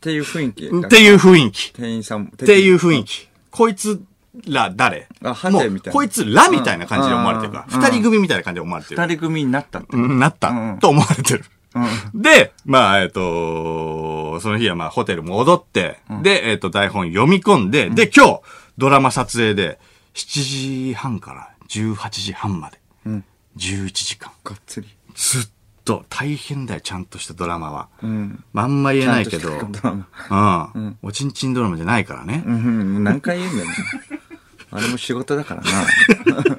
S3: ていう雰囲気。
S1: っていう雰囲気。っ
S3: 店員さんも。って
S1: いう雰囲気。こいつら誰
S3: あハンデみたいな
S1: もうこいつらみたいな感じで思われてるから、
S3: うん
S1: 二人組みたいな感じで思われてる。
S3: 二人組になったって。
S1: うんなった、
S3: うん
S1: と思われてる。で、まあ、えっ、と、その日はまあ、ホテル戻って、で、えっ、と、台本読み込んで、で、今日、ドラマ撮影で、7時半から18時半まで、 11時間。
S2: がっつり。
S1: ずっと、大変だよ、ちゃんとしたドラマは。
S2: うん。
S1: まあ、あんま言えないけど、
S2: ちゃんとしたドラマ
S1: うん、おちんちんドラマじゃないからね。
S2: うん、何回言うんだよ、ね。あれも仕事だからな。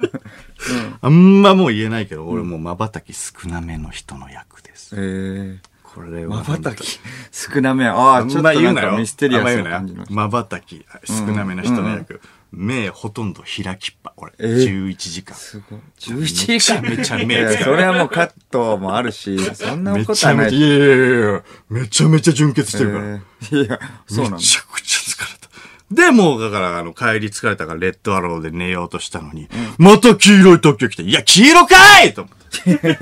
S1: あんまもう言えないけど、俺もう瞬き少なめの人の役です。
S2: え
S1: これ
S2: え
S1: は。
S2: 瞬き少なめ。あ
S1: あ
S2: あ、
S1: ん
S2: ちょっと
S1: ま言
S2: な
S1: うんな
S2: か
S1: よ。
S2: ミステリアスな
S1: あんま
S2: 感
S1: 言う
S2: じの
S1: なよ。。まばたき、少なめの人の役。目ほとんど開きっぱ。俺、
S2: え
S1: 11時間。
S2: すごい。
S1: め
S2: 11
S1: ち
S2: 時
S1: ゃ
S2: 間。
S1: めちゃ目
S2: いや
S1: つけ
S2: それはもうカットもあるし、そんな
S1: め
S2: こ
S1: ち
S2: とは
S1: ゃ
S2: な
S1: め
S2: い。
S1: ちゃ、いやいやいやいやめちゃめちゃ純潔してるから。
S2: えーいや、そうなん
S1: め
S2: だ。
S1: ちゃくちゃ疲れた。で、もうだから、あの、帰り疲れたから、レッドアローで寝ようとしたのに、また黄色い特許来て、いや、黄色かいと思っ て。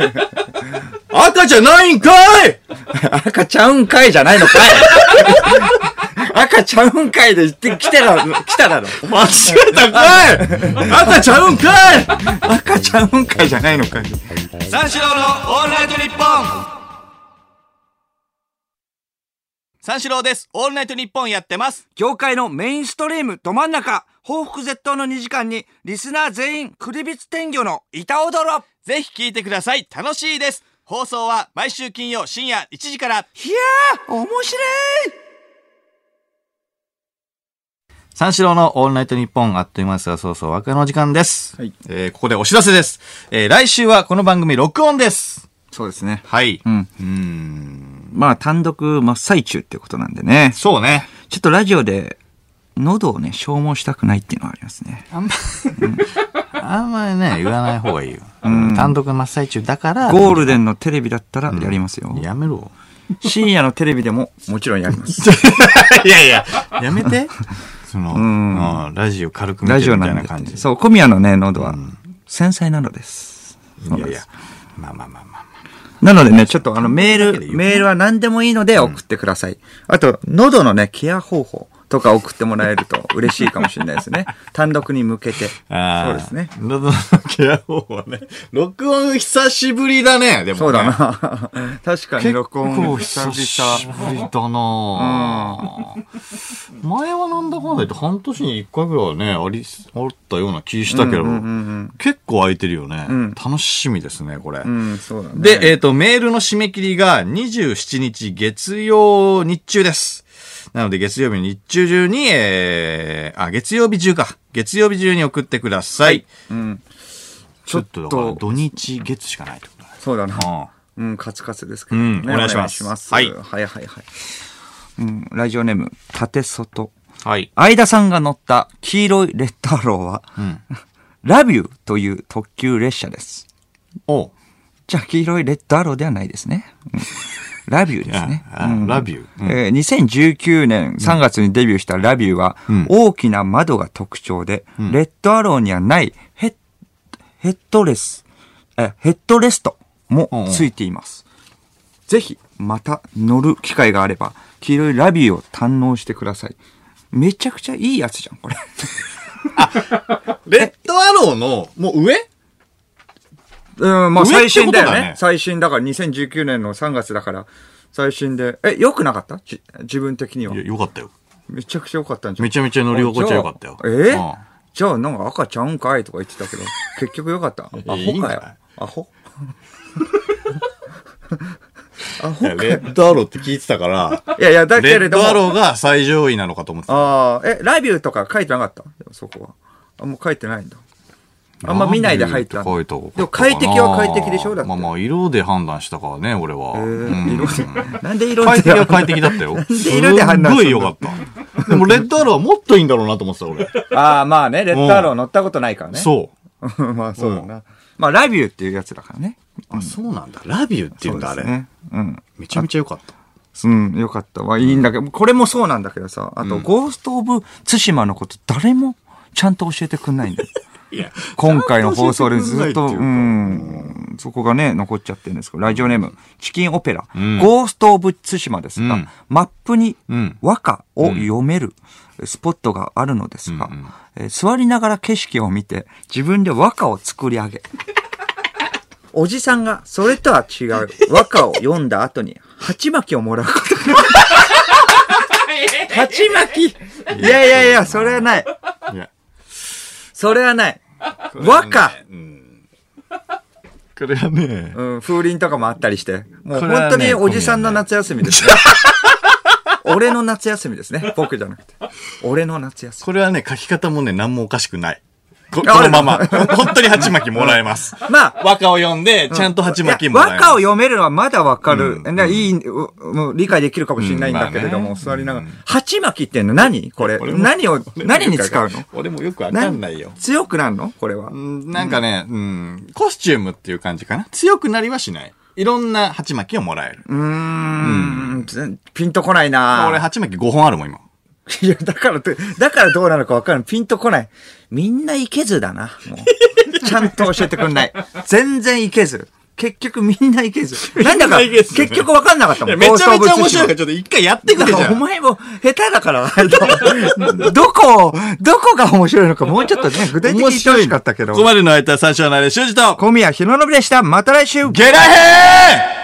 S1: 赤じゃないんかい
S2: 赤ちゃうんかいじゃないの かい赤ちゃうんかいで言ってきてたの、来ただろ。
S1: 間違えたんかい 赤ちゃうんかい
S2: 赤ちゃうんかいじゃないのかい。
S1: 三四郎のオールナイトニッポン三四郎です。オールナイトニッポンやってます。
S3: 業界のメインストリームど真ん中、報復絶倒の2時間に、リスナー全員、クリビツ天魚の板踊ろ
S1: ぜひ聞いてください。楽しいです。放送は毎週金曜深夜1時から。
S3: いやー、面白い
S1: 三四郎のオールナイトニッポンあっという間ですが、そうそう、若の時間です。
S2: はい
S1: えーここでお知らせです。えー来週はこの番組録音です。
S2: そうですね。
S1: はい。
S2: うん。
S1: ん。
S2: まあ、単独真っ最中ってことなんでね。
S1: そうね。
S2: ちょっとラジオで、喉をね、消耗したくないっていうのはありますね。
S1: あんま、あんまりね、言わない方がいいよ。単独真っ最中だから
S2: ゴールデンのテレビだったらやりますよ。
S1: やめろ。
S2: 深夜のテレビでももちろんやります。
S1: いやいや、やめて。その、うんラジオ軽く見
S2: ラ
S1: て
S2: ジオ
S1: るみた
S2: ないん
S1: な
S2: で
S1: 感じ。。
S2: そう、小宮のね、喉は、繊細なのです。そう
S1: い
S2: な
S1: や
S2: ん
S1: い
S2: で
S1: や
S2: す。
S1: まあまあまあまあ。
S2: なのでね、ちょっとあのメ
S1: だけ
S2: ー
S1: で
S2: ル、
S1: よく
S2: メールは何でもいいので送ってください。あと、喉のね、ケア方法とか送ってもらえると嬉しいかもしれないで すね。単独に向けて。そうですね。。
S1: 喉のケア方法ね。録音久しぶりだね、でも、ね。
S2: そうだ。な。 確かに録音久
S1: 久し
S2: 々。
S1: ぶりだな、前はなんだかんだ言って半年に1回ぐらいはね、あり、あったような気したけど、結構空いてるよね、楽しみですね、これ。
S2: うん、そうだね。
S1: で、えっ、と、メールの締め切りが27日月曜日中です。なので、月曜日の日中中に、えー、あ、月曜日中か。月曜日中に送ってください。ちょっと、だから土日月しかないってことだね。
S2: そうだな。
S1: うん
S2: うん、カツカツですけど、
S1: うんお願いします
S2: お願いします。
S1: は
S2: はいい。はいはいはい。うん、ラジオネーム、縦外。
S1: はい。
S2: 相田さんが乗った黄色いレッドアローは、 ラビューという特急列車です。
S1: おう
S2: じゃあ、黄色いレッドアローではないですね。うんラビューですね。
S1: ああラビュー。うん
S2: えー2019年3月にデビューしたラビューは、大きな窓が特徴で、レッドアローにはないヘッヘッドレス、えヘッドレストもついています。ぜひ、また乗る機会があれば、黄色いラビューを堪能してください。めちゃくちゃいいやつじゃん、これ。
S1: レッドアローの、もう上
S2: うん、まあ
S1: 上って
S2: 最
S1: こ
S2: 新
S1: と
S2: だ
S1: だね
S2: よね。最新だから2019年の3月だから、最新で。え、良くなかったじ自分的にはい
S1: や、。よかったよ。
S2: めちゃくちゃ良かったんじゃん
S1: めちゃめちゃ乗り心地はよかったよ。
S2: あじゃあえ
S1: うん
S2: じゃあなんか赤ちゃうんかいとか言って たけど、結局よかった。アホか
S1: いいんじゃない
S2: よ。アホ
S1: いやレッドアローって聞いてた から、
S2: いやいや、だ
S1: レ
S2: け
S1: ッ
S2: れど
S1: ドア
S2: も。
S1: ローが最上位なのかと思ってた。
S2: ああ、え、ラビューとか書いてなかったでもそこは。あ、もう書いてないんだ。あんま見ないで入った。
S1: ラビューって書いた
S2: でも快適は快適でしょだって
S1: まあまあ、色で判断したからね、俺は。
S2: えー
S1: うん
S2: 色 でなんで色で
S1: 快適は快適だったよ。
S2: で色で判断
S1: すっご
S2: す
S1: い良
S2: るの
S1: かった。でも、レッドアローはもっといいんだろうなと思ってた、俺。
S2: ああ、まあね、レッドアロー乗ったことないからね。
S1: そう。
S2: う。 まあそうだな。まあラビューっていうやつだからね。
S1: あ、そうなんだ。ラビューっていうんだ、あ
S2: そうです
S1: れ。
S2: ね。うん。
S1: めちゃめちゃ良かった。
S2: うん、よかったわ。いいんだけど、これもそうなんだけどさ、あと、ゴースト・オブ・ツシマのこと誰もちゃんと教えてくんないんだよ。
S1: いや、
S2: 今回の放送でずっ
S1: ちゃん教
S2: と、
S1: えて
S2: う、
S1: くんないっていうん
S2: そこがね、残っちゃってるんですけど、ラジオネーム、チキンオペラ、
S1: ん
S2: ゴースト・オブ・ツシマですが、
S1: うん
S2: マップに
S1: うん
S2: 和歌を読めるスポットがあるのですが、
S1: うんうん
S2: えー座りながら景色を見て、自分で和歌を作り上 げ、おじさんがそれとは違う和歌を読んだ後に、鉢巻きをもら うことになる。鉢巻きいやいやいや、それはない。
S1: いや、
S2: それはない。和歌
S1: うん。これはね、
S2: うん、風鈴とかもあったりして。もう
S1: これはね
S2: 本当におじさんの夏休 みですね。俺の夏休みですね。僕じゃなくて。俺の夏休
S1: これはね、書き方もね、何もおかしくない。ここ
S2: あ
S1: のまま。ほん本当に鉢巻きもらえます。
S2: み。まあ、
S1: 和歌を読んで、ちゃんと鉢
S2: いや
S1: 巻きもらえ
S2: 和
S1: ます。
S2: 歌を読めるのはまだわかる。
S1: うん
S2: ねいい、うもう理解できるかもしれないんだけれども、
S1: うんまあね
S2: 座りながら。鉢巻きって何これ。
S1: これも
S2: 何を、何に使うの
S1: 俺もよくわかんないよ。
S2: 強くなるのこれは。
S1: うんなんかね、うん、コスチュームっていう感じかな。強くなりはしない。いろんな鉢巻きをもらえる。
S2: うーん、全ピンとこないな
S1: 俺、鉢巻き5本あるもん、今。
S2: いや、だからと、だからどうなのかわかんない。ピンとこない。みんないけずだな。もうちゃんと教えてくんない。全然いけず。結局みんないけず。なんだか、
S1: みんないけず
S2: 結局わかんなかったもん。
S1: めちゃめちゃ
S2: 放
S1: 面白い
S2: 送部
S1: から、
S2: 出
S1: ちょっと一回やってくれ
S2: 身
S1: じゃ
S2: だからお
S1: ん。
S2: 前も下手だから、 あのどこを、どこが面白いのかもうちょっとね、具体的に言ってほしかったけど
S1: ここ。までの間、最初のあれ、修二と、
S2: 小宮弘信でした。また来週
S1: ゲラヘー